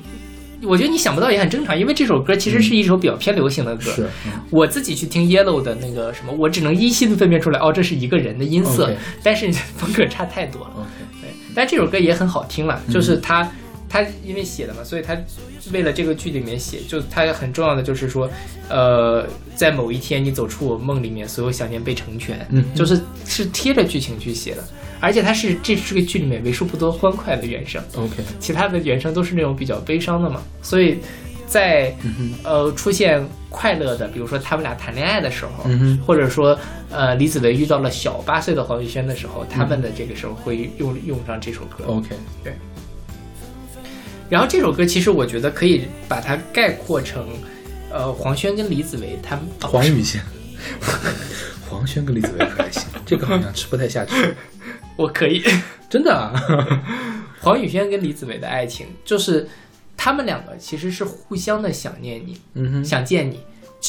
S2: 我觉得你想不到也很正常，因为这首歌其实是一首比较偏流行的歌。
S3: 嗯是，嗯
S2: 我自己去听 Yellow 的那个什么，我只能依稀的分辨出来，哦，这是一个人的音色
S3: OK
S2: 但是 [LAUGHS] 风格差太多了。
S3: ，OK，
S2: 对，但这首歌也很好听了，
S3: 嗯
S2: 就是他、他因为写的嘛，所以他为了这个剧里面写，就他很重要的就是说，呃，在某一天你走出我梦里面，所有想念被成全，
S3: 嗯
S2: 就是是贴着剧情去写的，而且它是这是个剧里面为数不多欢快的原声，
S3: ，OK，
S2: 其他的原声都是那种比较悲伤的嘛，所以在
S3: 嗯
S2: 呃出现快乐的，比如说他们俩谈恋爱的时候，
S3: 嗯哼
S2: 或者说呃李子维遇到了小八岁的黄宇轩的时候，他们的这个时候会用用上这首歌。
S3: ，OK，
S2: 然后这首歌其实我觉得可以把它概括成，呃黄轩跟李子维他们
S3: 黄宇轩， [LAUGHS] 黄轩跟李子维可 [LAUGHS] 还行，这个好像吃不太下去，
S2: 我可以
S3: [LAUGHS] 真的啊，
S2: 黄宇轩跟李子维的爱情就是他们两个其实是互相的想念你，
S3: [LAUGHS] 嗯哼，
S2: 想见你。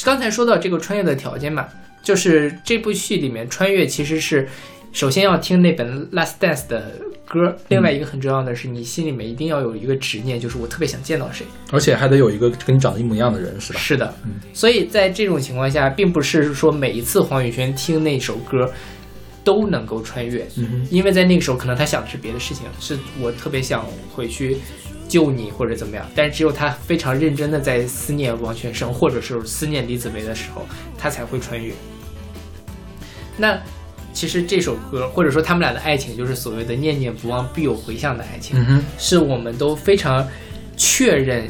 S2: 刚才说到这个穿越的条件嘛，就是这部戏里面穿越其实是首先要听那本《Last Dance》的歌，另外一个很重要的是你心里面一定要有一个执念，就是我特别想见到谁。
S3: 而且还得有一个跟你长得一模一样的人是吧？嗯
S2: 是的，所以在这种情况下，并不是说每一次黄宇轩听那首歌都能够穿越，
S3: 嗯哼。
S2: 因为在那个时候可能他想的是别的事情，是我特别想回去救你或者怎么样，但是只有他非常认真的在思念王全生或者是思念李子维的时候，他才会穿越。那其实这首歌或者说他们俩的爱情，就是所谓的念念不忘必有回响的爱情，
S3: 嗯哼，
S2: 是我们都非常确认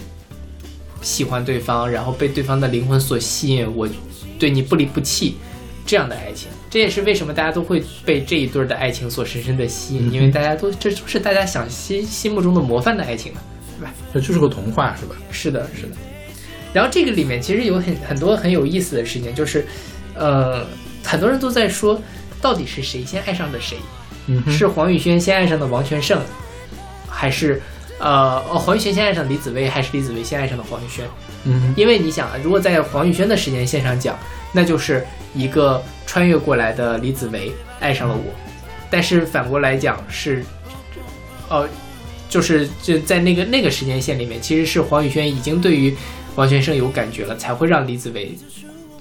S2: 喜欢对方，然后被对方的灵魂所吸引，我对你不离不弃这样的爱情。这也是为什么大家都会被这一对儿的爱情所深深的吸引，因为大家都这都是大家想心心目中的模范的爱情嘛。
S3: 这就是个童话是吧？
S2: 是的，是的。然后这个里面其实有很很多很有意思的事情，就是，呃，很多人都在说，到底是谁先爱上的谁？
S3: 嗯
S2: 是黄宇轩先爱上的王全胜，还是呃哦黄玉轩先爱上李子薇，还是李子薇先爱上的黄玉轩？
S3: 嗯
S2: 因为你想，如果在黄宇轩的时间线上讲，那就是一个穿越过来的李子维爱上了我，但是反过来讲是，呃，就是就在那个那个时间线里面，其实是黄宇轩已经对于王全胜有感觉了，才会让李子维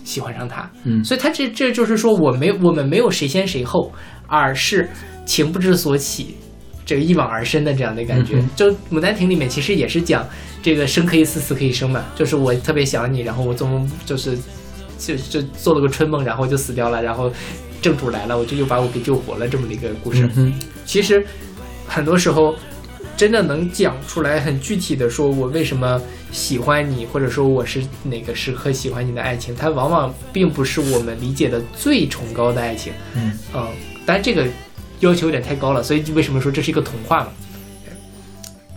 S2: 喜欢上他。
S3: 嗯
S2: 所以他这这就是说，我没我们没有谁先谁后，而是情不知所起，这个一往而深的这样的感觉。
S3: 嗯
S2: 就《牡丹亭》里面其实也是讲这个生可以死，死可以生嘛，就是我特别想你，然后我做梦就是就就做了个春梦，然后就死掉了，然后正主来了，我就又把我给救活了这么的一个故事。
S3: 嗯哼，
S2: 其实很多时候真的能讲出来很具体的，说我为什么喜欢你，或者说我是哪个时刻喜欢你的爱情，它往往并不是我们理解的最崇高的爱情。
S3: 嗯
S2: 嗯，当然这个要求有点太高了，所以就为什么说这是一个童话嘛？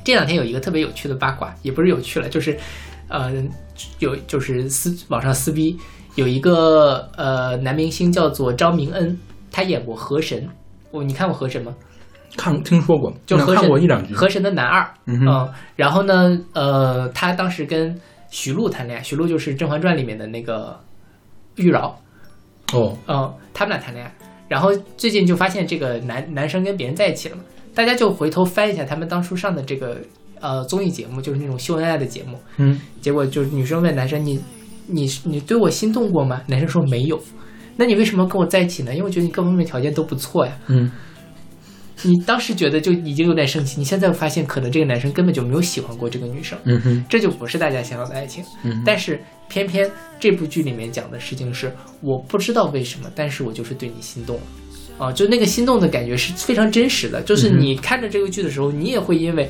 S2: 这两天有一个特别有趣的八卦，也不是有趣了，就是，呃，有就是撕网上撕逼，有一个呃男明星叫做张明恩，他演过《河神》，我、你看过《河神》吗？
S3: 看听说过，
S2: 就
S3: 那
S2: 河
S3: 看
S2: 神
S3: 过一两句，
S2: 河神的男二，
S3: 嗯哼，
S2: 嗯，然后呢，呃，他当时跟徐璐谈恋爱，徐璐就是《甄嬛传》里面的那个玉娆，
S3: 哦，
S2: 嗯，他们俩谈恋爱，然后最近就发现这个男男生跟别人在一起了嘛，大家就回头翻一下他们当初上的这个呃综艺节目，就是那种秀恩爱的节目，
S3: 嗯，
S2: 结果就是女生问男生你你你对我心动过吗？男生说没有，那你为什么跟我在一起呢？因为我觉得你各方面条件都不错呀。
S3: 嗯，
S2: 你当时觉得就已经有点生气，你现在发现可能这个男生根本就没有喜欢过这个女生，
S3: 嗯哼，
S2: 这就不是大家想要的爱情。
S3: 嗯哼，
S2: 但是偏偏这部剧里面讲的事情是，我不知道为什么，但是我就是对你心动了。啊，就那个心动的感觉是非常真实的，就是
S3: 嗯
S2: 你看着这个剧的时候，你也会因为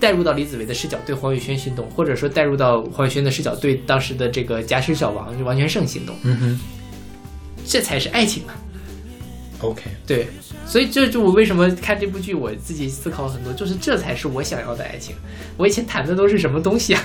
S2: 带入到李子维的视角对黄宇轩心动，或者说带入到黄宇轩的视角对当时的这个假使小王就王全胜心动，
S3: 嗯哼
S2: 这才是爱情嘛。
S3: ，OK，
S2: 对，所以这就我为什么看这部剧，我自己思考很多，就是这才是我想要的爱情。我以前谈的都是什么东西啊？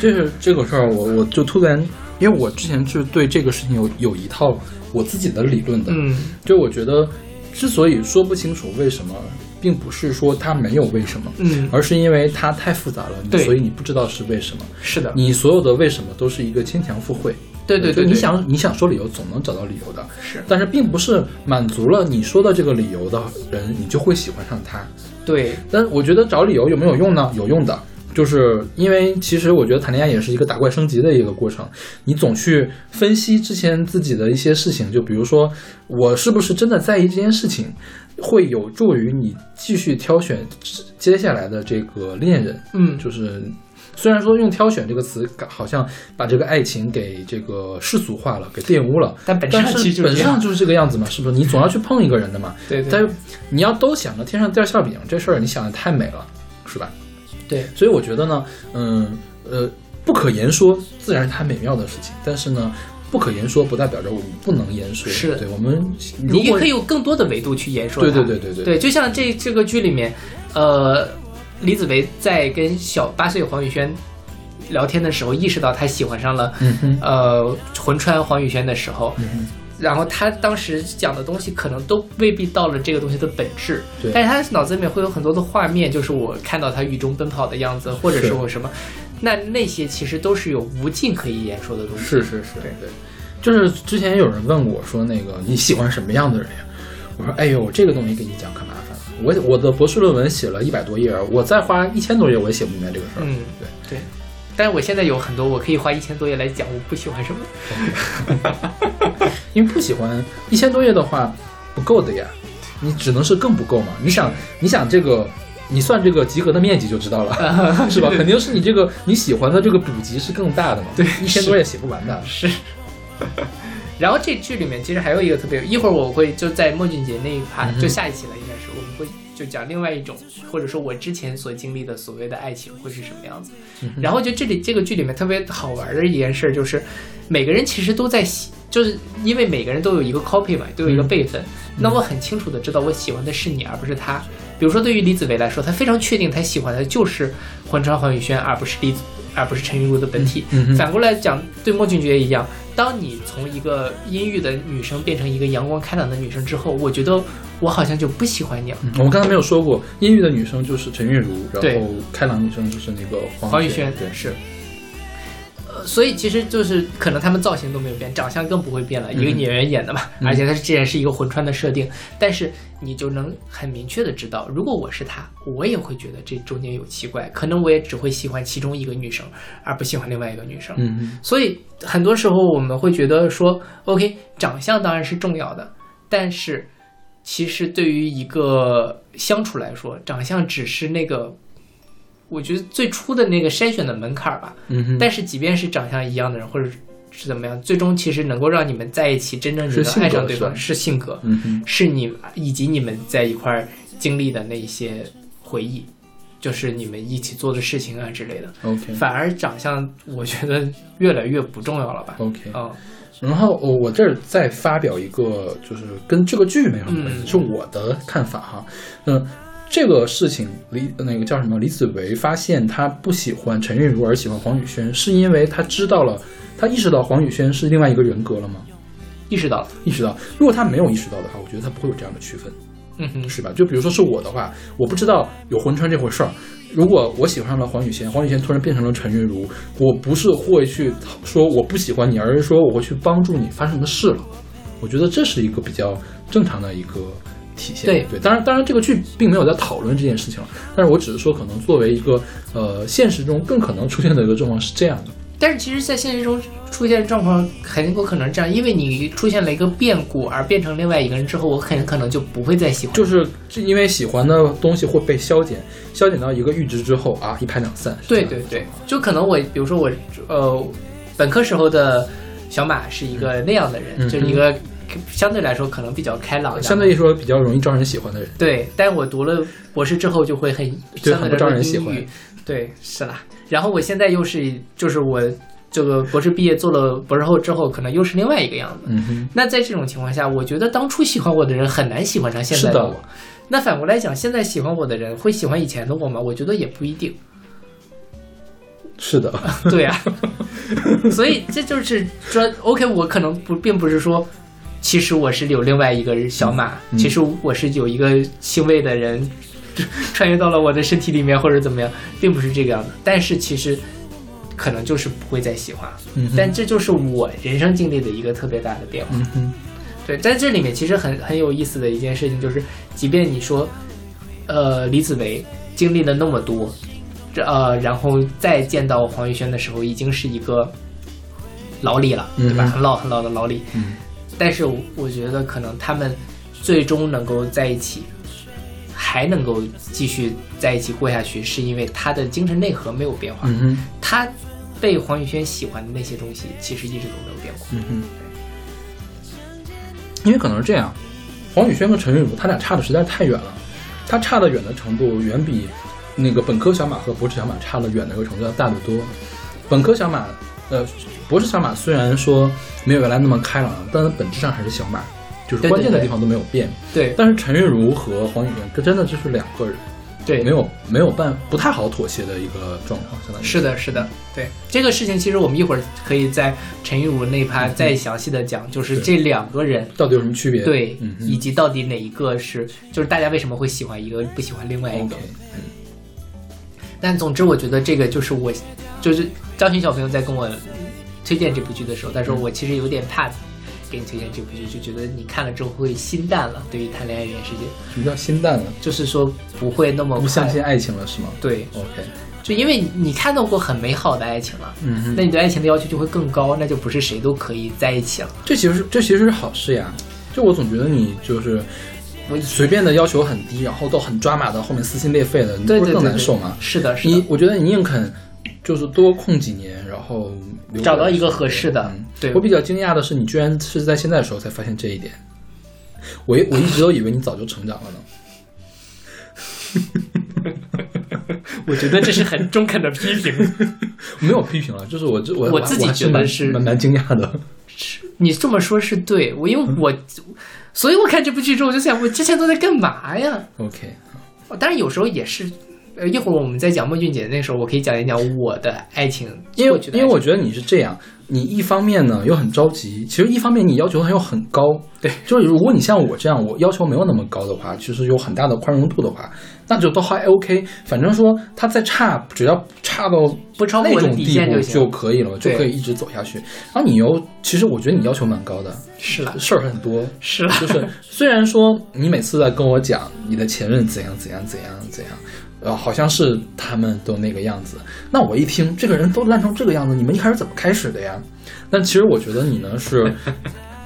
S3: 就是这个事儿，我我就突然，因为我之前是对这个事情有有一套我自己的理论的，
S2: 嗯
S3: 就我觉得，之所以说不清楚为什么，并不是说它没有为什么，
S2: 嗯，
S3: 而是因为它太复杂了，
S2: 对
S3: 所以你不知道是为什么。
S2: 是的，
S3: 你所有的为什么都是一个牵强附会，
S2: 对对
S3: 就
S2: 对，
S3: 你
S2: 对
S3: 想你想说理由，总能找到理由的。
S2: 是
S3: 但是并不是满足了你说的这个理由的人，你就会喜欢上他。
S2: 对，
S3: 但我觉得找理由有没有用呢？有用的，就是因为其实我觉得谈恋爱也是一个打怪升级的一个过程。你总去分析之前自己的一些事情，就比如说我是不是真的在意这件事情，会有助于你继续挑选接下来的这个恋人。
S2: 嗯，
S3: 就是虽然说用“挑选”这个词，好像把这个爱情给这个世俗化了，给玷污了。
S2: 但本质
S3: 但
S2: 上其实
S3: 是
S2: 就是
S3: 本
S2: 这
S3: 质
S2: 样
S3: 上。就是这个样子嘛，是不是？你总要去碰一个人的嘛。
S2: 对
S3: 但
S2: 对
S3: 是你要都想着天上掉馅饼这事儿，你想的太美了，是吧？
S2: 对，
S3: 所以我觉得呢，嗯呃，不可言说自然是它美妙的事情，但是呢，不可言说不代表着我们不能言说。
S2: 是
S3: 对我们如
S2: 你也
S3: 果
S2: 可以有更多的维度去言说
S3: 对
S2: 它
S3: 对对对对
S2: 对，就像这这个剧里面，呃，李子维在跟小八岁黄宇轩聊天的时候，意识到他喜欢上了
S3: 嗯哼
S2: 呃魂穿黄宇轩的时候，
S3: 嗯
S2: 然后他当时讲的东西可能都未必到了这个东西的本质，
S3: 对
S2: 但是他脑子里面会有很多的画面，就是我看到他雨中奔跑的样子，或者
S3: 是
S2: 是我什么，那那些其实都是有无尽可以言说的东西。
S3: 是是是，对对，就是之前有人问我说那个你喜欢什么样的人呀？我说哎呦，这个东西给你讲可麻烦了。我我的博士论文写了一百多页，我再花一千多页我也写不明白这个事儿。
S2: 嗯，
S3: 对
S2: 对。但是我现在有很多，我可以花一千多页来讲我不喜欢什么。
S3: 因为不喜欢一千多页的话不够的呀，你只能是更不够嘛。你想，你想这个，你算这个及格的面积就知
S2: [LAUGHS]
S3: 道了， [LAUGHS] 是吧？肯定是你这个你喜欢的这个补集是更大的嘛。对，一千多页写不完的。
S2: [LAUGHS] 是。然后这剧里面其实还有一个特别，一会儿我会就在莫俊杰那一趴，就下一期了，应该是我们会就讲另外一种，或者说我之前所经历的所谓的爱情会是什么样子。然后就这里这个剧里面特别好玩的一件事就是，每个人其实都在喜，就是因为每个人都有一个 copy 嘛，都有一个备份。那我很清楚的知道我喜欢的是你，而不是他。比如说对于李子维来说，他非常确定他喜欢的就是魂穿黄宇轩，而不是李子，而不是陈韵如的本体。
S3: 嗯哼
S2: 反过来讲，对莫俊杰也一样，当你从一个阴郁的女生变成一个阳光开朗的女生之后，我觉得我好像就不喜欢你了。
S3: 嗯我们刚才没有说过，阴郁的女生就是陈韵如，然
S2: 对
S3: 后开朗女生就是那个
S2: 黄宇
S3: 宇
S2: 轩
S3: 对，
S2: 是。呃，所以其实就是可能他们造型都没有变，长相更不会变了，一个
S3: 嗯
S2: 演员演的嘛，
S3: 嗯
S2: 而且他既然是一个魂穿的设定，但是你就能很明确的知道，如果我是他，我也会觉得这中间有奇怪，可能我也只会喜欢其中一个女生，而不喜欢另外一个女生。
S3: 嗯嗯，
S2: 所以很多时候我们会觉得说，OK，长相当然是重要的，但是其实对于一个相处来说，长相只是那个，我觉得最初的那个筛选的门槛儿吧。
S3: 嗯哼，
S2: 但是即便是长相一样的人，或者是怎么样，最终其实能够让你们在一起，真正你
S3: 是
S2: 能
S3: 性
S2: 爱
S3: 格
S2: 上对
S3: 是吧
S2: 方是性格，
S3: 嗯哼，
S2: 是你以及你们在一块儿经历的那一些回忆，就是你们一起做的事情啊之类的。
S3: OK
S2: 反而长相，我觉得越来越不重要了吧？
S3: OK，
S2: 嗯，
S3: 然后我我这儿再发表一个，就是跟这个剧没有什么关系，
S2: 嗯
S3: 是我的看法哈。嗯，这个事情李那个叫什么李子维发现他不喜欢陈韵如而喜欢黄宇轩，是因为他知道了，他意识到黄宇轩是另外一个人格了吗？
S2: 意识到了，
S3: 意识到，如果他没有意识到的话，我觉得他不会有这样的区分。
S2: 嗯哼，
S3: 是吧？就比如说是我的话，我不知道有魂穿这回事儿。如果我喜欢了黄雨萱，黄雨萱突然变成了陈韵如，我不是会去说我不喜欢你，而是说我会去帮助你发生的事了。我觉得这是一个比较正常的一个体现。
S2: 对
S3: 对，当然当然这个剧并没有在讨论这件事情了，但是我只是说可能作为一个呃现实中更可能出现的一个状况是这样的。
S2: 但是其实，在现实中出现的状况很有可能是这样，因为你出现了一个变故，而变成另外一个人之后，我很可能就不会再喜欢。
S3: 就是这因为喜欢的东西会被消减，消减到一个阈值之后啊，一拍两散。是这
S2: 对
S3: 样的
S2: 对对，就可能我，比如说我，呃，本科时候的小马是一个那样的人，
S3: 嗯
S2: 就是一个相对来说可能比较开朗，
S3: 相对来说比较容易招人喜欢的人。
S2: 对，但我读了博士之后就会很
S3: 对
S2: 相
S3: 很
S2: 对
S3: 不
S2: 来
S3: 招
S2: 说
S3: 人喜
S2: 阴
S3: 欢
S2: 郁对，是啦。然后我现在又是就是我这个博士毕业做了博士后之后，可能又是另外一个样子。
S3: 嗯哼，
S2: 那在这种情况下，我觉得当初喜欢我的人很难喜欢上现
S3: 是
S2: 在
S3: 的
S2: 我。那反过来讲，现在喜欢我的人会喜欢以前的我吗？我觉得也不一定。
S3: 是的，
S2: [LAUGHS] 对呀、所以这就是说，OK，我可能不并不是说，其实我是有另外一个小马，
S3: 嗯
S2: 其实我是有一个星位的人穿越到了我的身体里面，或者怎么样，并不是这个样子。但是其实可能就是不会再喜欢了，
S3: 嗯哼
S2: 但这就是我人生经历的一个特别大的变化。
S3: 嗯哼，
S2: [LAUGHS] 对，在这里面其实很很有意思的一件事情就是，即便你说，呃，李子维经历了那么多，这呃，然后再见到黄宇轩的时候，已经是一个老李了，对吧？
S3: 嗯哼
S2: 很老很老的老李。
S3: 嗯
S2: 但是我我觉得可能他们最终能够在一起，还能够继续在一起过下去，是因为他的精神内核没有变化，
S3: 嗯哼，
S2: 他被黄宇轩喜欢的那些东西其实一直都没有变化。
S3: 嗯哼，因为可能是这样，黄宇轩和陈韵如他俩差的实在是太远了，他差的远的程度远比那个本科小马和博士小马差的远的一个程度要大得多。本科小马，呃，博士小马虽然说没有原来那么开朗，但本质上还是小马，就
S2: 对
S3: 是
S2: 对
S3: 关键的
S2: 对
S3: 地方都没有变。
S2: 对
S3: 但是陈韵如和黄宇轩，这真的就是两个人，
S2: 对，
S3: 没有没有办不太好妥协的一个状况，相当于
S2: 是的，是的，对这个事情，其实我们一会儿可以在陈玉如那一趴再详细的讲，就是
S3: 嗯是
S2: 这两个人
S3: 到底有什么区别？
S2: 对，
S3: 嗯哼
S2: 以及到底哪一个是，就是大家为什么会喜欢一个，不喜欢另外一个
S3: OK。。
S2: 但总之，我觉得这个就是我，就是张巡小朋友在跟我推荐这部剧的时候，他
S3: 嗯
S2: 说我其实有点怕给你推荐这部剧，就觉得你看了之后会心淡了，对于谈恋爱这件事情，
S3: 什么叫心淡哎了？
S2: 就是说不会那么
S3: 不相信
S2: 快。
S3: 爱情了是吗
S2: 对，
S3: ？OK，
S2: 就因为你你看到过很美好的爱情了，
S3: 嗯哼
S2: 那你对爱情的要求就会更高，那就不是谁都可以在一起了。
S3: 这其实是这其实是好事呀。就我总觉得你就是呃
S2: 我
S3: 随便的要求很低，然后到很抓马的，后面撕心裂肺的，你
S2: 对
S3: 不
S2: 对对，
S3: 是更
S2: 对
S3: 难受吗？
S2: 是的，是
S3: 你
S2: 的，
S3: 我觉得你宁肯就是多空几年，然后留着
S2: 找到一个合适的
S3: 嗯，
S2: 对
S3: 我，比较惊讶的是，你居然是在现在的时候才发现这一点。我一我一直都以为你早就成长了呢。
S2: 我觉得这是很中肯的批
S3: [LAUGHS]
S2: 评。
S3: 没有批评了，就是我这我
S2: 我自己
S3: 还
S2: 觉得
S3: 蛮
S2: 是
S3: 蛮蛮惊讶的。
S2: 你这么说是对，我因为我，所以我看这部剧之后，我就想，我之前都在干嘛呀？
S3: OK，
S2: 哦当然有时候也是，呃，一会儿我们在讲孟俊姐那时候，我可以讲一讲我的爱情，
S3: 因为
S2: 过去的爱
S3: 因为
S2: 情
S3: 我觉得你是这样，你一方面呢又很着急，其实一方面你要求他又很高，对，就是如果你像我这样，我要求没有那么高的话，就是有很大的宽容度的话，那就都还 OK。反正说他再差，只要差到
S2: 不超过
S3: 那
S2: 我的
S3: 种
S2: 底
S3: 地
S2: 线
S3: 步
S2: 就行
S3: 就可以了，就
S2: 对
S3: 可以一直走下去。然后你又，其实我觉得你要求蛮高的，
S2: 是啦，
S3: 事儿很多，
S2: 是啦，
S3: 就是虽然说你每次在跟我讲你的前任怎样怎样怎样怎样，呃，好像是他们都那个样子，那我一听这个人都烂成这个样子，你们一开始怎么开始的呀？但其实我觉得你呢是。
S2: [LAUGHS]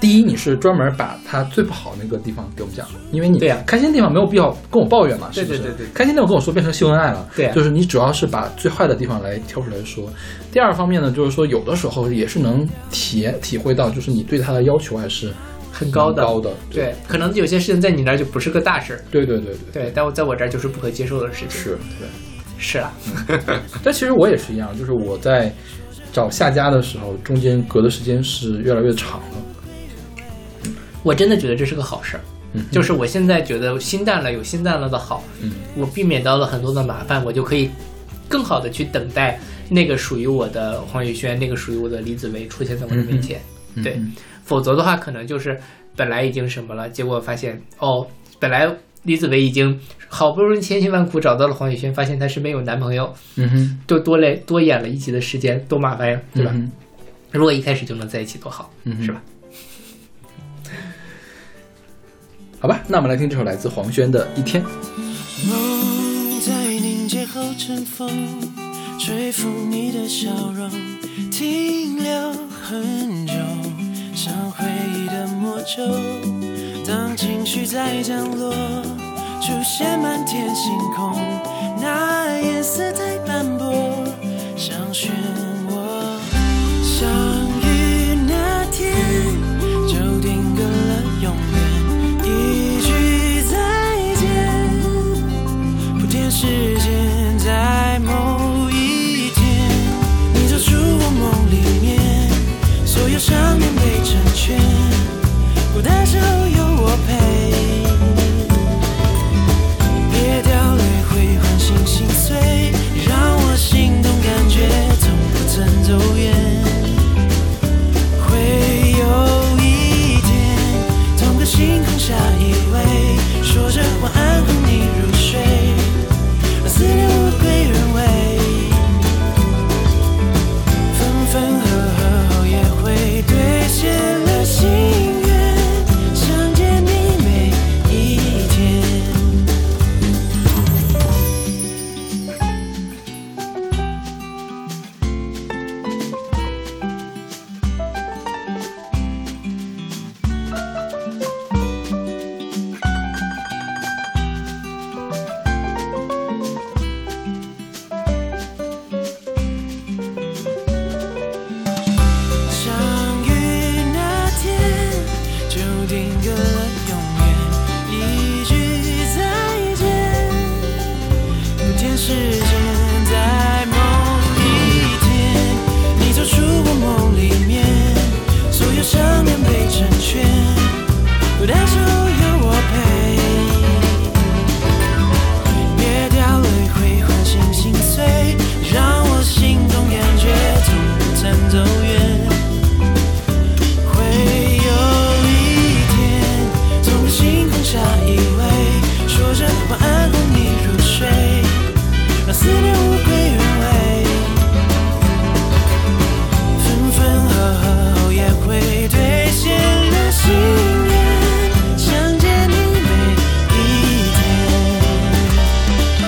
S3: 第一，你是专门把他最不好那个地方给我们讲，因为你
S2: 对呀
S3: 开心的地方没有必要跟我抱怨嘛，
S2: 对
S3: 是不是？
S2: 对对对
S3: 开心的我跟我说变成秀恩爱了，
S2: 对呀
S3: 就是你主要是把最坏的地方来挑出来说。第二方面呢，就是说有的时候也是能体体会到，就是你对他的要求还是
S2: 很高的，
S3: 蛮高的，
S2: 对，可能有些事情在你那儿就不是个大事儿，
S3: 对对对对，
S2: 对，但我在我这儿就是不可接受的事情。
S3: 是，对。
S2: 是啊啦，
S3: 但其实我也是一样，就是我在找下家的时候，中间隔的时间是越来越长了。
S2: 我真的觉得这是个好事儿。
S3: 嗯哼
S2: 就是我现在觉得心淡了有心淡了的好，
S3: 嗯，
S2: 我避免到了很多的麻烦，我就可以更好的去等待那个属于我的黄宇轩，那个属于我的李子维出现在我的面前。
S3: 嗯
S2: 对，否则的话，可能就是本来已经什么了，结果发现哦，本来李子维已经好不容易千辛万苦找到了黄宇轩，发现她身边有男朋友，
S3: 嗯哼，
S2: 就多累多演了一集的时间，多麻烦呀，对吧？
S3: 嗯哼
S2: 如果一开始就能在一起多好，
S3: 嗯哼
S2: 是吧？
S3: 好吧，那我们来听这首来自黄轩的《一天》。
S6: 梦在凝结后成风，吹拂你的笑容，停留很久，像回忆的魔咒。当情绪在降落，出现满天星空，那颜色太斑驳，像漩涡。相遇那天就定格了永远，一句再见。铺垫时间，在某一天，你走出我梦里面，所有想念被成全，孤单时候有我陪。别掉泪会唤醒心碎，让我心动感觉从不曾走远。会有一天，同个星空下依偎，说着晚安哄你入睡，而思念无归人way。分分合合后也会兑现了心愿，想见你每一天。相遇那天就定格了永远，一句再见，不见时间在某一天，你走出我梦里面，所有想念被成全，孤单时候有我陪。别掉泪会唤醒心碎，让我心动感觉从不曾走远。会有一天，从星空下依偎，说着晚安哄你入睡，让思念无归人way。分分合合后也会兑现了心愿，想见你每一天。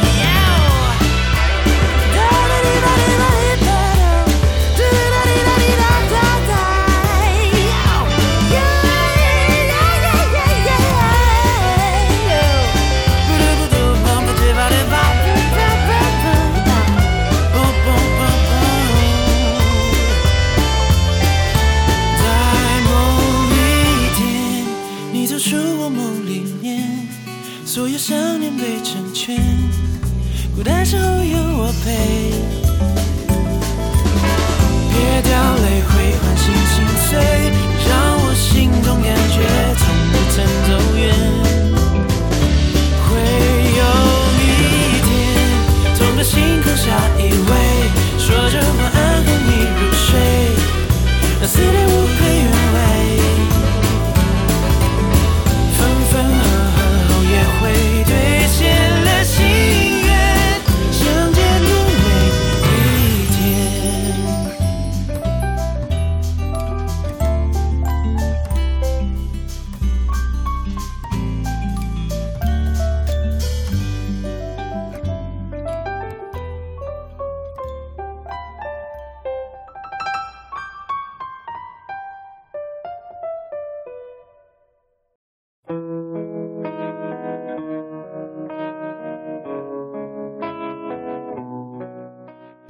S6: 在某一天，你走出我梦里面，所有想念被成全，孤单时候有我陪。别掉泪会唤醒心碎，让我心动感觉从不曾走远。会有一天，从个星空下依偎，说着晚安哄你入睡。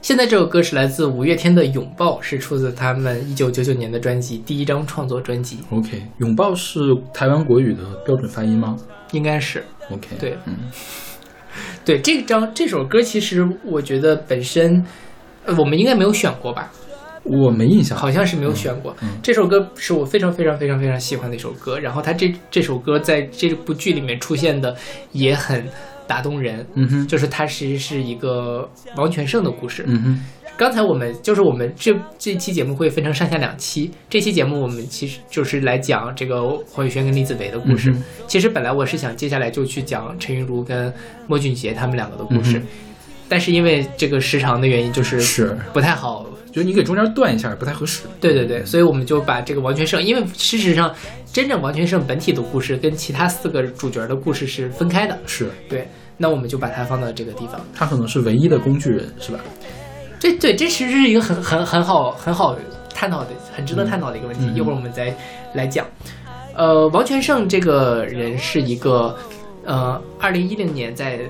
S2: 现在这首歌是来自五月天的《拥抱》，是出自他们一九九九年的专辑第一张创作专辑，
S3: OK，拥抱是台湾国语的标准发音吗
S2: 应该是。
S3: ？OK，
S2: 对
S3: 嗯，
S2: 对这张这首歌，其实我觉得本身，呃，我们应该没有选过吧？
S3: 我没印象。
S2: 好像是没有选过。
S3: 嗯
S2: 这首歌是我非常非常非常非常喜欢的一首歌，然后它这这首歌在这部剧里面出现的也很打动人。
S3: 嗯哼，
S2: 就是它其实是一个王全胜的故事。
S3: 嗯哼，
S2: 刚才我们就是我们这这期节目会分成上下两期，这期节目我们其实就是来讲这个黄宇轩跟李子维的故事。
S3: 嗯哼
S2: 其实本来我是想接下来就去讲陈韵如跟莫俊杰他们两个的故事，
S3: 嗯哼
S2: 但是因为这个时长的原因，就是
S3: 是
S2: 不太好
S3: 就你给中间断一下不太合适。
S2: 对对
S3: 嗯
S2: 对，所以我们就把这个王全胜，因为事实上，真正王全胜本体的故事跟其他四个主角的故事是分开的。
S3: 是
S2: 对，那我们就把它放到这个地方。
S3: 他可能是唯一的工具人，是吧？
S2: 这对，这其实是一个很很很好很好探讨的、很值得探讨的一个问题。
S3: 嗯
S2: 一会儿我们再来讲。呃，王全胜这个人是一个，呃，二零一零年在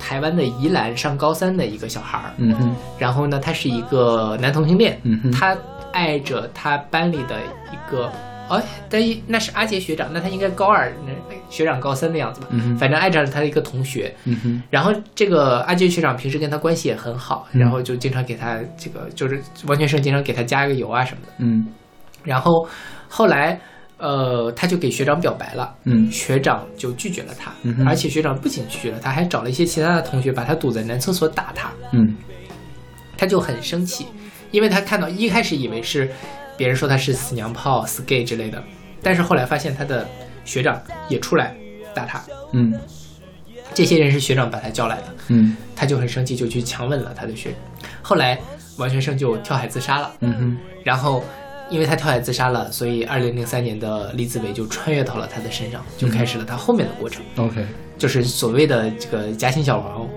S2: 台湾的宜兰上高三的一个小孩儿。
S3: 嗯哼，
S2: 然后呢，他是一个男同性恋，
S3: 嗯哼
S2: 他爱着他班里的一个，哦，但一那是阿杰学长，那他应该高二，那哎学长高三的样子吧，
S3: 嗯哼
S2: 反正爱上了他的一个同学。
S3: 嗯哼，
S2: 然后这个阿杰学长平时跟他关系也很好，
S3: 嗯
S2: 然后就经常给他这个就是完全是经常给他加个油啊什么的。
S3: 嗯
S2: 然后后来，呃，他就给学长表白了，
S3: 嗯
S2: 学长就拒绝了他，
S3: 嗯哼
S2: 而且学长不仅拒绝了他，还找了一些其他的同学把他堵在男厕所打他。
S3: 嗯
S2: 他就很生气，因为他看到一开始以为是别人说他是死娘炮、死 gay 之类的，但是后来发现他的学长也出来打他，
S3: 嗯
S2: 这些人是学长把他叫来的，
S3: 嗯
S2: 他就很生气，就去强吻了他的学。后来王全胜就跳海自杀了，
S3: 嗯哼，
S2: 然后因为他跳海自杀了，所以二零零三年的李子维就穿越到了他的身上，就开始了他后面的过程。
S3: ，OK，
S2: 就是所谓的这个夹心小王，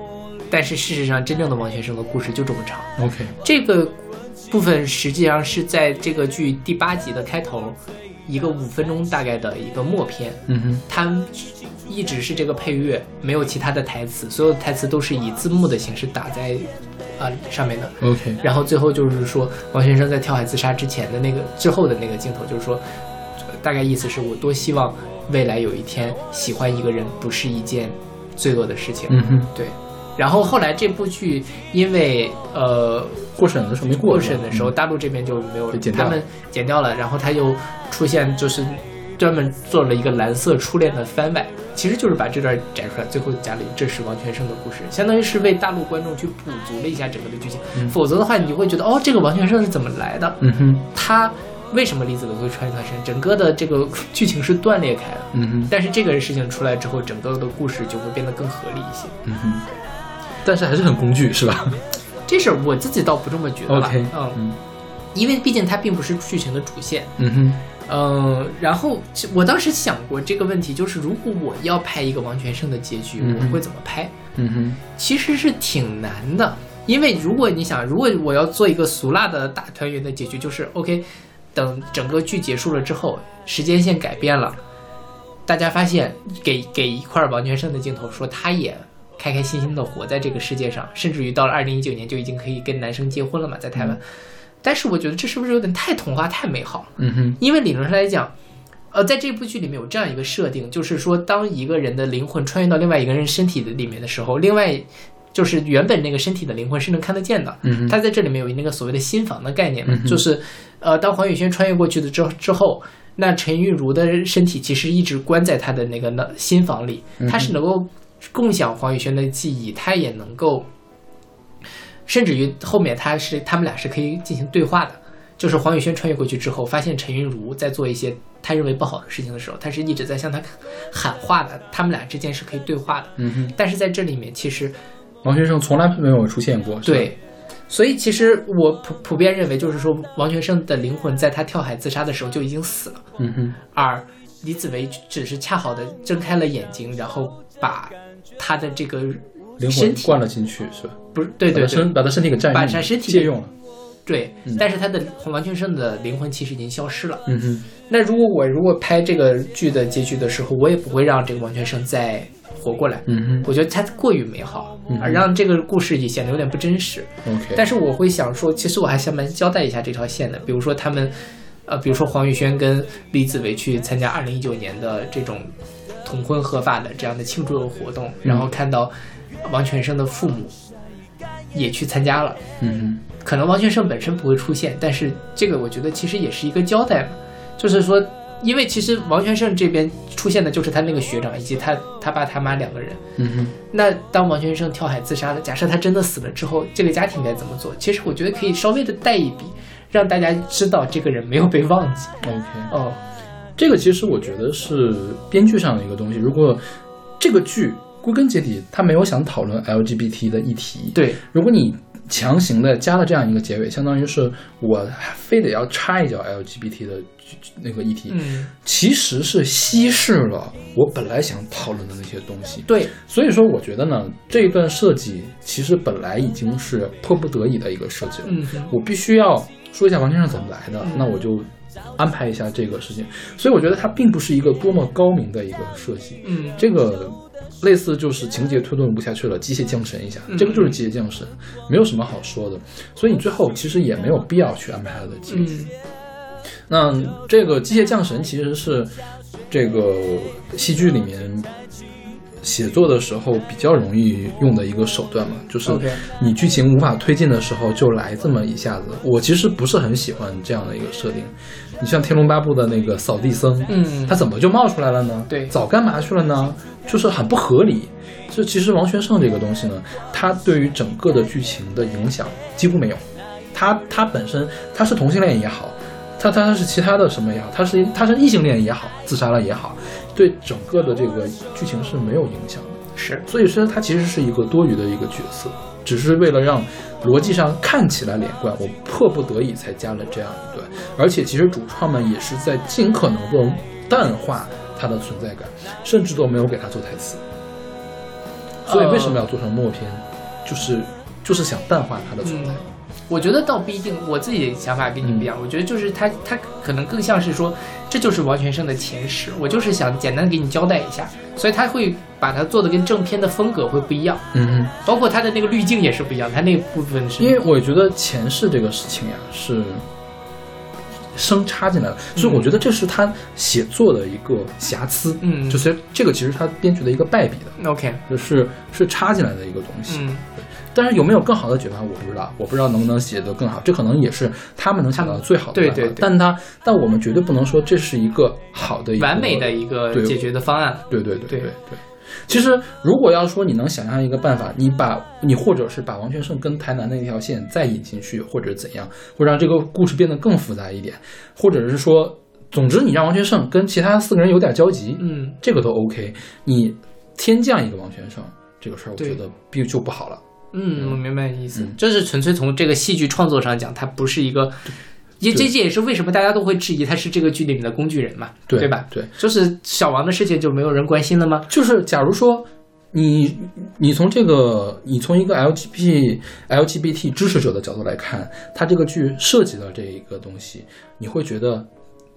S2: 但是事实上真正的王全胜的故事就这么长。
S3: OK，
S2: 这个部分实际上是在这个剧第八集的开头，一个五分钟大概的一个默片，
S3: 嗯哼，
S2: 它一直是这个配乐，没有其他的台词，所有的台词都是以字幕的形式打在啊、上面的。
S3: ，OK，
S2: 然后最后就是说，王先生在跳海自杀之前的那个之后的那个镜头，就是说，大概意思是我多希望未来有一天喜欢一个人不是一件罪恶的事情。
S3: 嗯哼，
S2: 对。然后后来这部剧因为呃
S3: 过审的时候没过
S2: 过
S3: 是吧
S2: 审的时候，大陆这边就没有
S3: 被剪掉
S2: 他
S3: 了
S2: 们剪掉了，然后他又出现就是专门做了一个蓝色初恋的番外，其实就是把这段摘出来，最后加了一这是王全胜的故事，相当于是为大陆观众去补足了一下整个的剧情，否则的话你会觉得哦，这个王全胜是怎么来的？
S3: 嗯哼，
S2: 他为什么李子维会穿越他身？整个的这个剧情是断裂开的。
S3: 嗯哼，
S2: 但是这个事情出来之后，整个的故事就会变得更合理一些。
S3: 嗯哼，但是还是很工具是吧
S2: 这事儿我自己倒不这么觉得了
S3: ？OK，
S2: 嗯，
S3: 嗯
S2: 因为毕竟它并不是剧情的主线，
S3: 嗯哼，
S2: 嗯，然后其我当时想过这个问题，就是如果我要拍一个王全胜的结局，
S3: 嗯
S2: 我会怎么拍？
S3: 嗯哼，
S2: 其实是挺难的，因为如果你想，如果我要做一个俗辣的大团圆的结局，就是 OK，等整个剧结束了之后，时间线改变了，大家发现给给一块王全胜的镜头，说他也开开心心的活在这个世界上，甚至于到了二零一九年就已经可以跟男生结婚了嘛，在台湾。但是我觉得这是不是有点太童话、太美好了？
S3: 嗯哼，
S2: 因为理论上来讲，呃，在这部剧里面有这样一个设定，就是说，当一个人的灵魂穿越到另外一个人身体的里面的时候，另外就是原本那个身体的灵魂是能看得见的。
S3: 嗯哼，
S2: 他在这里面有那个所谓的心房的概念嘛
S3: 嗯，哼
S2: 就是，呃，当黄宇轩穿越过去的之后之后，那陈韵如的身体其实一直关在他的那个脑心房里，
S3: 嗯
S2: 他是能够共享黄宇轩的记忆，他也能够，甚至于后面他是他们俩是可以进行对话的，就是黄宇轩穿越过去之后，发现陈韵如在做一些他认为不好的事情的时候，他是一直在向他喊话的，他们俩之间是可以对话的，
S3: 嗯哼，
S2: 但是在这里面其实
S3: 王先生从来没有出现过，是吧，
S2: 对，所以其实我普普遍认为，就是说王全胜的灵魂在他跳海自杀的时候就已经死了，
S3: 嗯哼，
S2: 而李子维只是恰好的睁开了眼睛，然后把他的这个
S3: 灵
S2: 身
S3: 魂
S2: 体
S3: 灌了进去是吧？
S2: 不是对
S3: 把
S2: 对对
S3: 他身把他身体给占用了，
S2: 把他身体
S3: 借用了，
S2: 对，但是他的王全胜的灵魂其实已经消失了。
S3: 嗯哼，
S2: 那如果我如果拍这个剧的结局的时候，我也不会让这个王全胜在活过来。
S3: 嗯
S2: 我觉得它过于美好，而让这个故事也显得有点不真实。
S3: 哼，OK，
S2: 但是我会想说，其实我还想蛮交代一下这条线的，比如说他们，呃，比如说黄宇轩跟李子维去参加二零一九年的这种同婚合法的这样的庆祝活动，然后看到王全胜的父母也去参加了。
S3: 嗯
S2: 可能王全胜本身不会出现，但是这个我觉得其实也是一个交代嘛，就是说，因为其实王全胜这边出现的就是他那个学长以及他他爸他妈两个人。
S3: 哼，嗯哼，
S2: 那当王全胜跳海自杀了，假设他真的死了之后，这个家庭该怎么做？其实我觉得可以稍微的带一笔，让大家知道这个人没有被忘记。
S3: OK，
S2: 哦，
S3: 这个其实我觉得是编剧上的一个东西。如果这个剧归根结底，他没有想讨论 LGBT 的议题，，
S2: 对，
S3: 如果你强行的加了这样一个结尾，相当于是我非得要插一脚 LGBT 的那个议题，
S2: 嗯，
S3: 其实是稀释了我本来想讨论的那些东西。
S2: 对，
S3: 所以说，我觉得呢，这一段设计其实本来已经是迫不得已的一个设计了。
S2: 嗯，
S3: 我必须要说一下王先生怎么来的，那我就安排一下这个事情。所以我觉得它并不是一个多么高明的一个设计，
S2: 嗯，
S3: 这个类似就是情节推动不下去了，机械降神一下，
S2: 嗯
S3: 这个就是机械降神，没有什么好说的。所以你最后其实也没有必要去安排它的结局。
S2: 嗯，
S3: 那这个机械降神其实是这个戏剧里面写作的时候比较容易用的一个手段嘛，就是
S2: OK
S3: 你剧情无法推进的时候就来这么一下子。我其实不是很喜欢这样的一个设定。你像《天龙八部》的那个扫地僧，
S2: 嗯
S3: 他怎么就冒出来了呢？
S2: 对
S3: 早干嘛去了呢？就是很不合理。就其实王全胜这个东西呢，他对于整个的剧情的影响几乎没有。他他本身他是同性恋也好，他他是其他的什么也好，他是他是异性恋也好，自杀了也好，对整个的这个剧情是没有影响的。
S2: 是，
S3: 所以说他其实是一个多余的一个角色，只是为了让逻辑上看起来连贯，我迫不得已才加了这样一段。而且其实主创们也是在尽可能的淡化它的存在感，甚至都没有给他做台词。所以为什么要做成默片，就是就是想淡化它的存在
S2: 嗯。我觉得倒不一定，我自己的想法跟你不一样。
S3: 嗯
S2: 我觉得就是他，他可能更像是说，这就是王全胜的前世，我就是想简单给你交代一下，所以他会把它做的跟正片的风格会不一样，
S3: 嗯哼。
S2: 包括他的那个滤镜也是不一样，他那部分是
S3: 因为我觉得前世这个事情呀、是生插进来的，所以我觉得这是他写作的一个瑕疵，
S2: 嗯
S3: 就是这个其实他编剧的一个败笔的，
S2: OK，
S3: 就是是插进来的一个东西。
S2: 嗯，
S3: 但是有没有更好的解法，我不知道，我不知道能不能写得更好，这可能也是他们能想到的最好
S2: 嗯
S3: 的
S2: 对
S3: 办法
S2: 对对
S3: 但他但我们绝对不能说这是一个好的一个
S2: 完美的一个
S3: 对
S2: 解决的方案。
S3: 对对对
S2: 对
S3: 对对。其实，如果要说你能想象一个办法，你把你或者是把王全胜跟台南那条线再引进去，或者怎样，会让这个故事变得更复杂一点，或者是说，总之你让王全胜跟其他四个人有点交集，
S2: 嗯，
S3: 这个都 OK。你天降一个王全胜这个事儿，我
S2: 对
S3: 觉得并就不好了。
S2: 嗯，我明白你意思，
S3: 嗯
S2: 就是纯粹从这个戏剧创作上讲，它不是一个，也这
S3: 对
S2: 这也是为什么大家都会质疑他是这个剧里面的工具人嘛，对
S3: 对
S2: 吧？
S3: 对，
S2: 就是小王的事情就没有人关心了吗？
S3: 就是假如说你你从这个你从一个 LGBT LGBT 支持者的角度来看，他这个剧涉及到这一个东西，你会觉得。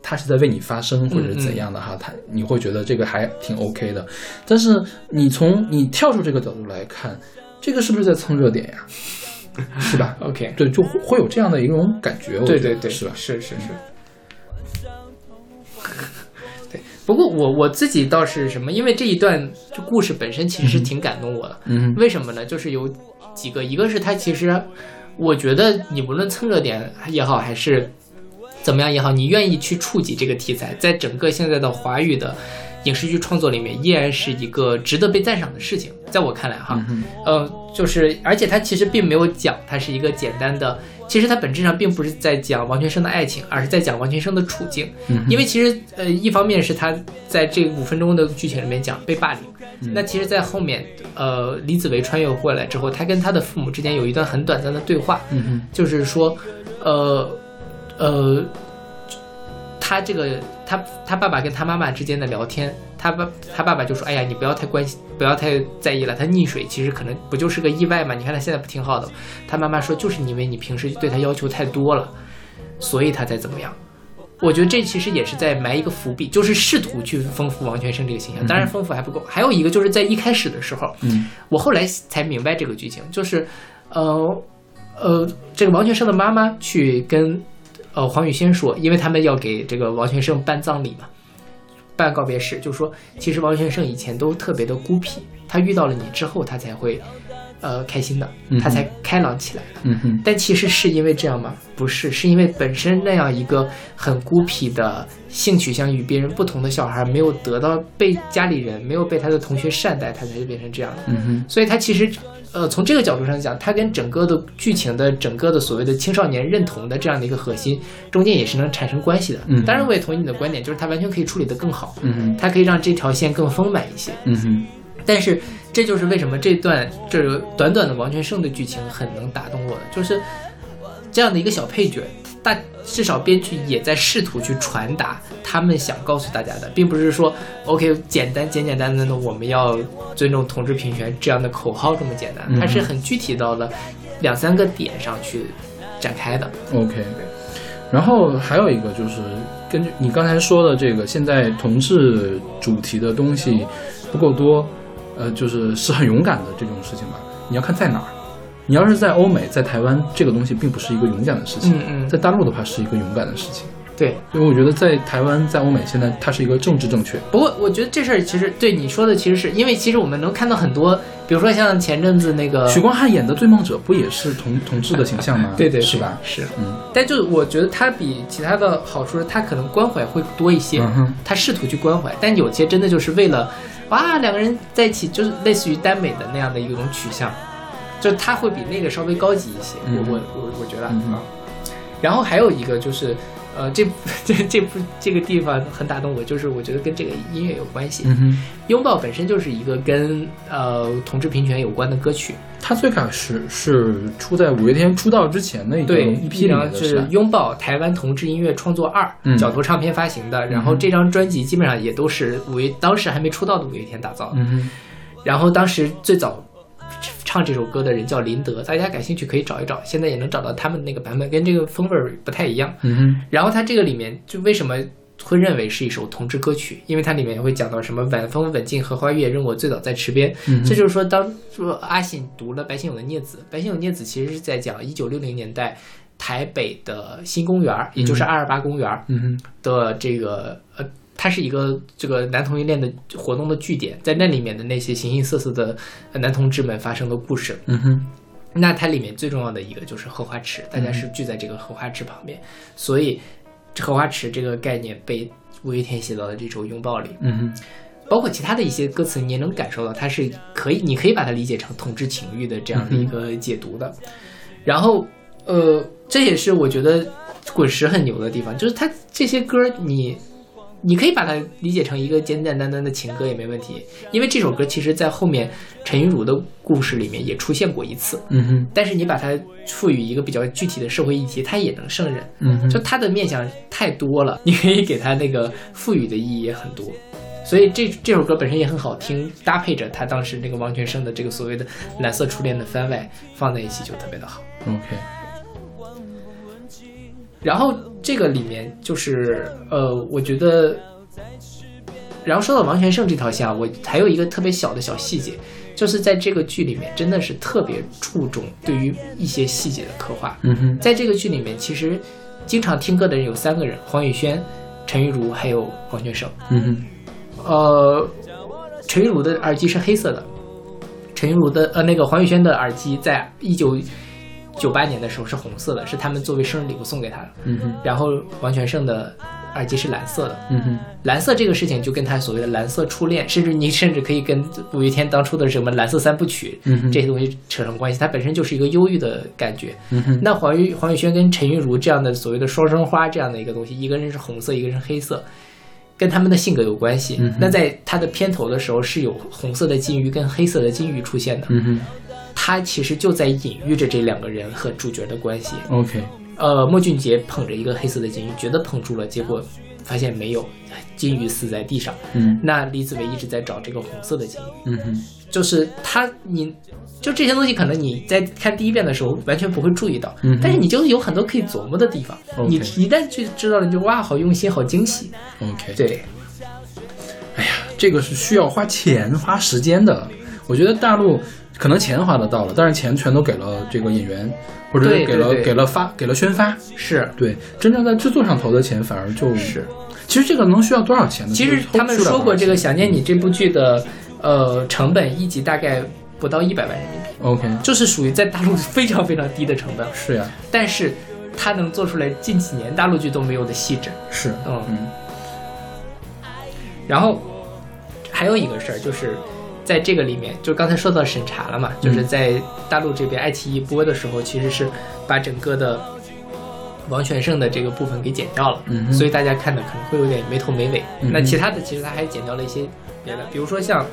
S3: 他是在为你发声，或者是
S2: 嗯
S3: 怎样的哈？他你会觉得这个还挺 OK 的，但是你从你跳出这个角度来看，这个是不是在蹭热点呀？ [LAUGHS] 是吧
S2: OK
S3: 对，就会会有这样的一种感觉，我
S2: 对
S3: 觉
S2: 对
S3: 得
S2: 对，
S3: 是吧？
S2: 是是是。 [LAUGHS] 对，不过我我自己倒是什么，因为这一段就故事本身其实是挺感动我的，
S3: 嗯哼，
S2: 为什么呢？就是有几个，一个是它其实，我觉得你无论蹭热点也好，还是怎么样也好，你愿意去触及这个题材，在整个现在的华语的影视剧创作里面，依然是一个值得被赞赏的事情。在我看来，哈，
S3: 嗯哼，
S2: 呃，就是，而且它其实并没有讲它是一个简单的，其实它本质上并不是在讲王全生的爱情，而是在讲王全生的处境。
S3: 嗯哼
S2: 因为其实呃，一方面是他在这五分钟的剧情里面讲被霸凌，
S3: 嗯
S2: 那其实，在后面呃，李子维穿越回来之后，他跟他的父母之间有一段很短暂的对话，
S3: 嗯哼，
S2: 就是说，呃，呃，他这个他他爸爸跟他妈妈之间的聊天，他爸他爸爸就说：“哎呀，你不要太关心，不要太在意了。他溺水其实可能不就是个意外嘛？你看他现在不挺好的。”他妈妈说：“就是因为你平时对他要求太多了，所以他才怎么样。”我觉得这其实也是在埋一个伏笔，就是试图去丰富王全胜这个形象。当然丰富还不够，还有一个就是在一开始的时候，
S3: 嗯，
S2: 我后来才明白这个剧情，就是，呃，呃，这个王全胜的妈妈去跟呃黄雨欣说，因为他们要给这个王全胜办葬礼嘛，办告别式，就说其实王全胜以前都特别的孤僻，他遇到了你之后，他才会呃开心的，他才开朗起来的。
S3: 嗯哼，
S2: 但其实是因为这样吗？不是，是因为本身那样一个很孤僻的性取向与别人不同的小孩，没有得到被家里人、没有被他的同学善待，他才会变成这样的。
S3: 嗯哼，
S2: 所以他其实，呃，从这个角度上讲，他跟整个的剧情的整个的所谓的青少年认同的这样的一个核心，中间也是能产生关系的。
S3: 嗯
S2: 当然我也同意你的观点，就是他完全可以处理得更好，
S3: 嗯哼，
S2: 他可以让这条线更丰满一些。
S3: 嗯哼，
S2: 但是这就是为什么这段这个短短的王全胜的剧情很能打动我的，就是这样的一个小配角，大至少编剧也在试图去传达他们想告诉大家的，并不是说 OK 简单简简单单的我们要尊重同志平权这样的口号这么简单，
S3: 嗯
S2: 它是很具体到了两三个点上去展开的。
S3: OK，然后还有一个就是根据你刚才说的这个，现在同志主题的东西不够多，呃，就是是很勇敢的这种事情吧。你要看在哪儿，你要是在欧美，在台湾，这个东西并不是一个勇敢的事情，
S2: 嗯嗯
S3: 在大陆的话是一个勇敢的事情。
S2: 对，
S3: 因为我觉得在台湾，在欧美现在它是一个政治正确，
S2: 不过我觉得这事儿其实对你说的，其实是因为其实我们能看到很多，比如说像前阵子那个？
S3: 许光汉演的《追梦者》不也是同同志的形象吗
S2: [LAUGHS] 对对，
S3: 是吧？？
S2: 是，
S3: 嗯
S2: 但就是我觉得它比其他的好处是，它可能关怀会多一些，
S3: 嗯哼
S2: 它试图去关怀，但有些真的就是为了，哇，两个人在一起就是类似于耽美的那样的一种取向，就是它会比那个稍微高级一些，
S3: 嗯
S2: 我我我我觉得啊、
S3: 嗯哼
S2: 然后还有一个就是，呃，这 [LAUGHS] 这这部这个地方很打动我，就是我觉得跟这个音乐有关系，
S3: 嗯哼。
S2: 拥抱》本身就是一个跟呃同志平权有关的歌曲，
S3: 他最开始是出在五月天出道之前的一个
S2: 对，
S3: 一批里面的
S2: 啊是
S3: 吧
S2: 拥抱台湾同志音乐创作二
S3: 嗯，
S2: 角头唱片发行的。然后这张专辑基本上也都是五月当时还没出道的五月天打造的。
S3: 嗯哼，
S2: 然后当时最早唱这首歌的人叫林德，大家感兴趣可以找一找，现在也能找到他们那个版本，跟这个风味儿不太一样。
S3: 嗯哼，
S2: 然后它这个里面就为什么会认为是一首同志歌曲？因为它里面会讲到什么晚风吻尽荷花月，任我醉倒在池边。这就是说，当说阿信读了白先勇的《孽子》，白先勇《孽子》其实是在讲一九六零年代台北的新公园儿，也就是二二八公园儿
S3: 嗯哼，
S2: 的这个呃。它是一个这个男同性恋的活动的据点，在那里面的那些形形色色的呃男同志们发生的故事，
S3: 嗯哼，
S2: 那它里面最重要的一个就是荷花池，大家是聚在这个荷花池旁边，所以荷花池这个概念被五月天写到了这首《拥抱》里，
S3: 嗯哼，
S2: 包括其他的一些歌词，你也能感受到它是可以，你可以把它理解成同志情欲的这样的一个解读的。然后，呃，这也是我觉得滚石很牛的地方，就是它这些歌你。你可以把它理解成一个简简单单的情歌也没问题，因为这首歌其实，在后面陈韵如的故事里面也出现过一次，
S3: 嗯哼，
S2: 但是你把它赋予一个比较具体的社会议题，它也能胜任。
S3: 嗯哼，
S2: 就它的面向太多了，你可以给它那个赋予的意义也很多。所以这这首歌本身也很好听，搭配着他当时那个王全胜的这个所谓的蓝色初恋的番外放在一起就特别的好。
S3: OK，
S2: 然后这个里面就是呃，我觉得，然后说到王全胜这条线啊，我还有一个特别小的小细节，就是在这个剧里面真的是特别注重对于一些细节的刻画。
S3: 嗯哼，
S2: 在这个剧里面，其实经常听歌的人有三个人：黄宇轩、陈玉如还有黄全胜。
S3: 嗯哼，
S2: 呃，陈玉如的耳机是黑色的，陈玉如的呃那个黄宇轩的耳机在一九九八年的时候是红色的，是他们作为生日礼物送给他的。
S3: 嗯哼，
S2: 然后王全胜的耳机是蓝色的，
S3: 嗯哼，
S2: 蓝色这个事情就跟他所谓的蓝色初恋，甚至你甚至可以跟五月天当初的什么蓝色三部曲、
S3: 嗯哼
S2: 这些东西扯上关系，它本身就是一个忧郁的感觉。
S3: 嗯哼，
S2: 那黄玉黄宇轩跟陈韵如这样的所谓的双生花这样的一个东西，一个人是红色，一个人是黑色，跟他们的性格有关
S3: 嗯
S2: 系。那在它的片头的时候是有红色的金鱼跟黑色的金鱼出现的，
S3: 嗯哼
S2: 它其实就在隐喻着这两个人和主角的关系。
S3: ，OK，
S2: 呃，莫俊杰捧着一个黑色的金鱼，觉得捧住了，结果发现没有，金鱼死在地上。
S3: 嗯
S2: 那李子维一直在找这个红色的金鱼，
S3: 嗯哼，
S2: 就是他，你就这些东西，可能你在看第一遍的时候完全不会注意到，
S3: 嗯哼
S2: 但是你就有很多可以琢磨的地方。
S3: OK
S2: 你一旦去知道了，你就哇，好用心，好惊喜。
S3: OK，
S2: 对，
S3: 这个是需要花钱花时间的。我觉得大陆可能钱花得到了，但是钱全都给了这个演员，或者是
S2: 对
S3: 给了
S2: 对对
S3: 给了发给了宣发。
S2: 是。
S3: 对，真正在制作上投的钱反而就，其实这个能需要多少钱呢？
S2: 其实
S3: 就是
S2: 他们
S3: 偷出来
S2: 说过，这个《
S3: 多少钱
S2: 想念你》这部剧的，呃，成本一集大概不到一百万人民币，
S3: OK，
S2: 就是属于在大陆非常非常低的成本，
S3: 是呀，
S2: 但是它能做出来近几年大陆剧都没有的细致。
S3: 是，
S2: 嗯
S3: 嗯
S2: 然后还有一个事儿，就是在这个里面，就刚才说到审查了嘛，就是
S3: 嗯
S2: 在大陆这边爱奇艺播的时候，其实是把整个的王全胜的这个部分给剪掉了，
S3: 嗯哼
S2: 所以大家看的可能会有点没头没尾。
S3: 嗯哼
S2: 那其他的其实他还剪掉了一些别的，比如说像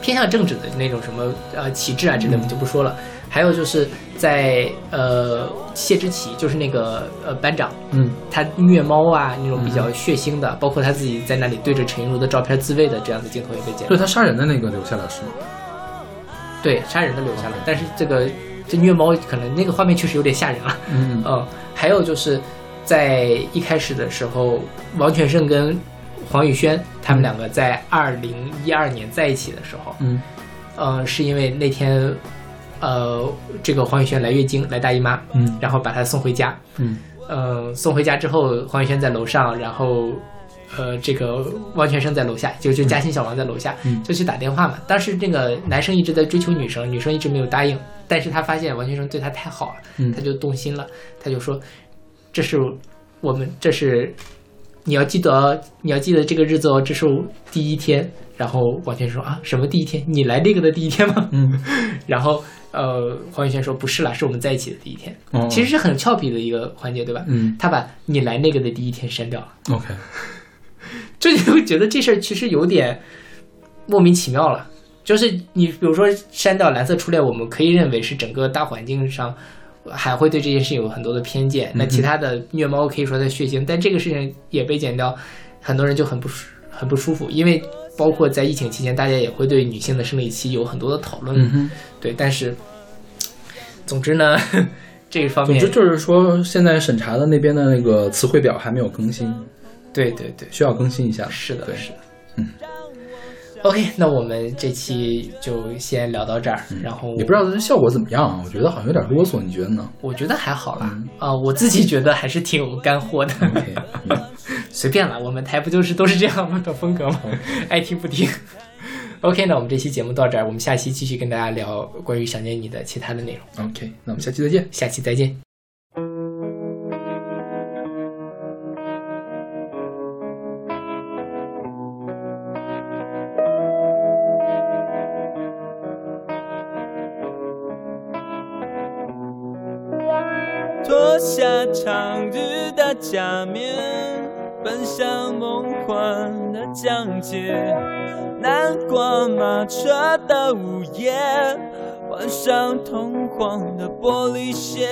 S2: 偏向政治的那种什么呃旗帜啊之类，
S3: 嗯
S2: 我们就不说了。还有就是在呃谢之奇，就是那个呃班长，
S3: 嗯
S2: 他虐猫啊那种比较血腥的，包括他自己在那里对着陈韵如的照片自慰的这样的镜头也被剪
S3: 就
S2: 了。
S3: 他杀人的那个留下来是吗？
S2: 对，杀人的留下了，但是这个这虐猫可能那个画面确实有点吓人啊。
S3: 嗯
S2: 嗯，还有就是在一开始的时候，王全胜跟黄宇轩他们两个在二零一二年在一起的时候，
S3: 嗯
S2: 呃，是因为那天呃这个黄宇轩来月经来大姨妈，
S3: 嗯
S2: 然后把她送回家，
S3: 嗯
S2: 呃，送回家之后，黄宇轩在楼上，然后，呃，这个王全胜在楼下，就就嘉兴小王在楼下，
S3: 嗯
S2: 就去打电话嘛。当时那个男生一直在追求女生，女生一直没有答应，但是他发现王全胜对他太好了，
S3: 嗯
S2: 他就动心了，他就说，这是我们，这是你要记得哦，你要记得这个日子哦，这是我第一天。然后王全胜说啊，什么第一天？你来这个的第一天吗？
S3: 嗯，
S2: [LAUGHS] 然后呃，黄宇轩说不是啦，是我们在一起的第一天。
S3: 哦
S2: 其实是很俏皮的一个环节，对吧？
S3: 嗯
S2: 他把你来那个的第一天删掉了，
S3: OK，
S2: 这就会觉得这事儿其实有点莫名其妙了。就是你比如说删掉蓝色初恋，我们可以认为是整个大环境上还会对这件事情有很多的偏
S3: 嗯
S2: 见。那其他的虐猫可以说它血腥，但这个事情也被剪掉，很多人就很不舒很不舒服，因为包括在疫情期间，大家也会对女性的生理期有很多的讨论。
S3: 嗯哼。
S2: 对，但是总之呢， [LAUGHS] 这一方
S3: 总
S2: 面
S3: 之就是说，现在审查的那边的那个词汇表还没有更新，
S2: 对对对，
S3: 需要更新一下。
S2: 是的，
S3: 对
S2: 是的。嗯，OK，那我们这期就先聊到这儿。然后
S3: 嗯也不知道这效果怎么样啊？我觉得好像有点啰嗦，你觉得呢
S2: 我觉得还好啦，啊、我自己觉得还是挺有干货的。啊
S3: ？OK，嗯
S2: 随便啦，我们台不就是都是这样吗的风格吗？
S3: 嗯
S2: [LAUGHS] 爱听不听。OK，那我们这期节目到这儿，我们下期继续跟大家聊关于想念你的其他的内容，
S3: OK，那我们下期再见。
S2: 下期再见。
S6: 脱下长日的假面，奔向梦幻的疆界，南瓜马车的午夜，换上同框的玻璃鞋，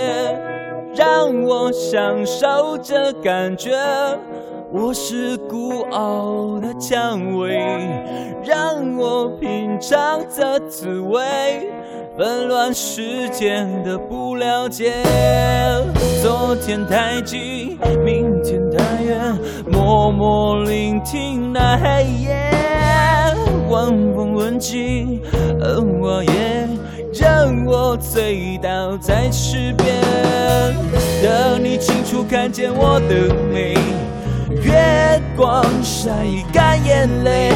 S6: 让我享受这感觉。我是孤傲的蔷薇，让我品尝这滋味，纷乱世间的不了解。昨天太近，明天太远，默默聆听那黑夜，晚风吻尽，而我也让我醉倒在池边，等你清楚看见我的美。月光晒干眼泪，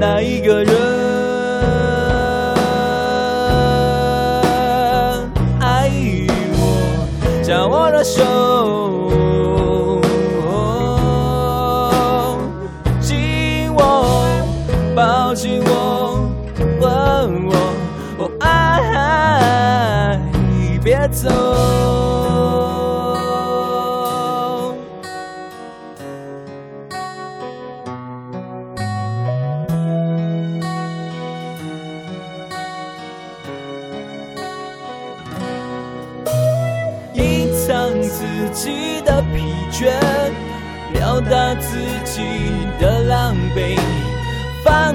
S6: 那一个人爱我，将我的手紧握，抱紧我，吻我，我爱，别走。隐藏自己的疲倦，表达自己的狼狈，放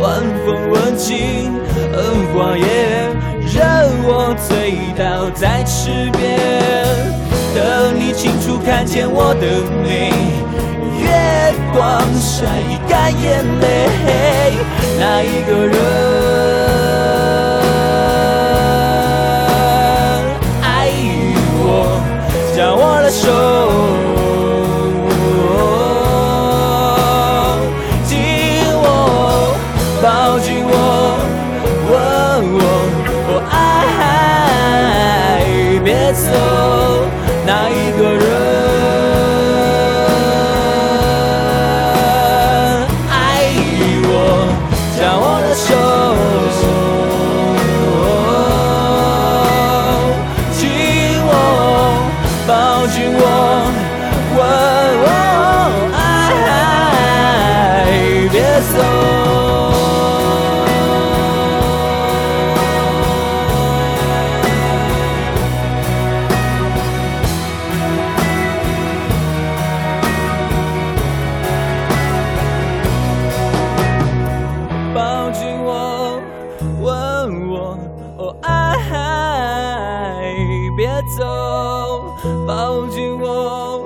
S6: 晚风吻尽荷花叶，任我醉倒在池边，等你清楚看见我的美。月光晒干眼泪，那一个人爱我，将我的手紧我，抱紧我，吻我，我爱，别走，那一个人。爱我，将我的手紧我，抱紧我，吻我，爱，别走。抱紧我，吻我，哦爱，别走。抱紧我，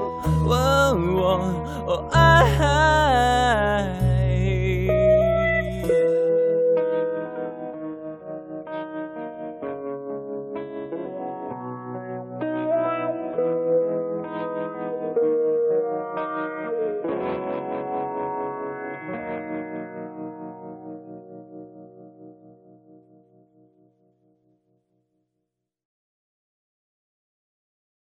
S6: 吻我，哦爱。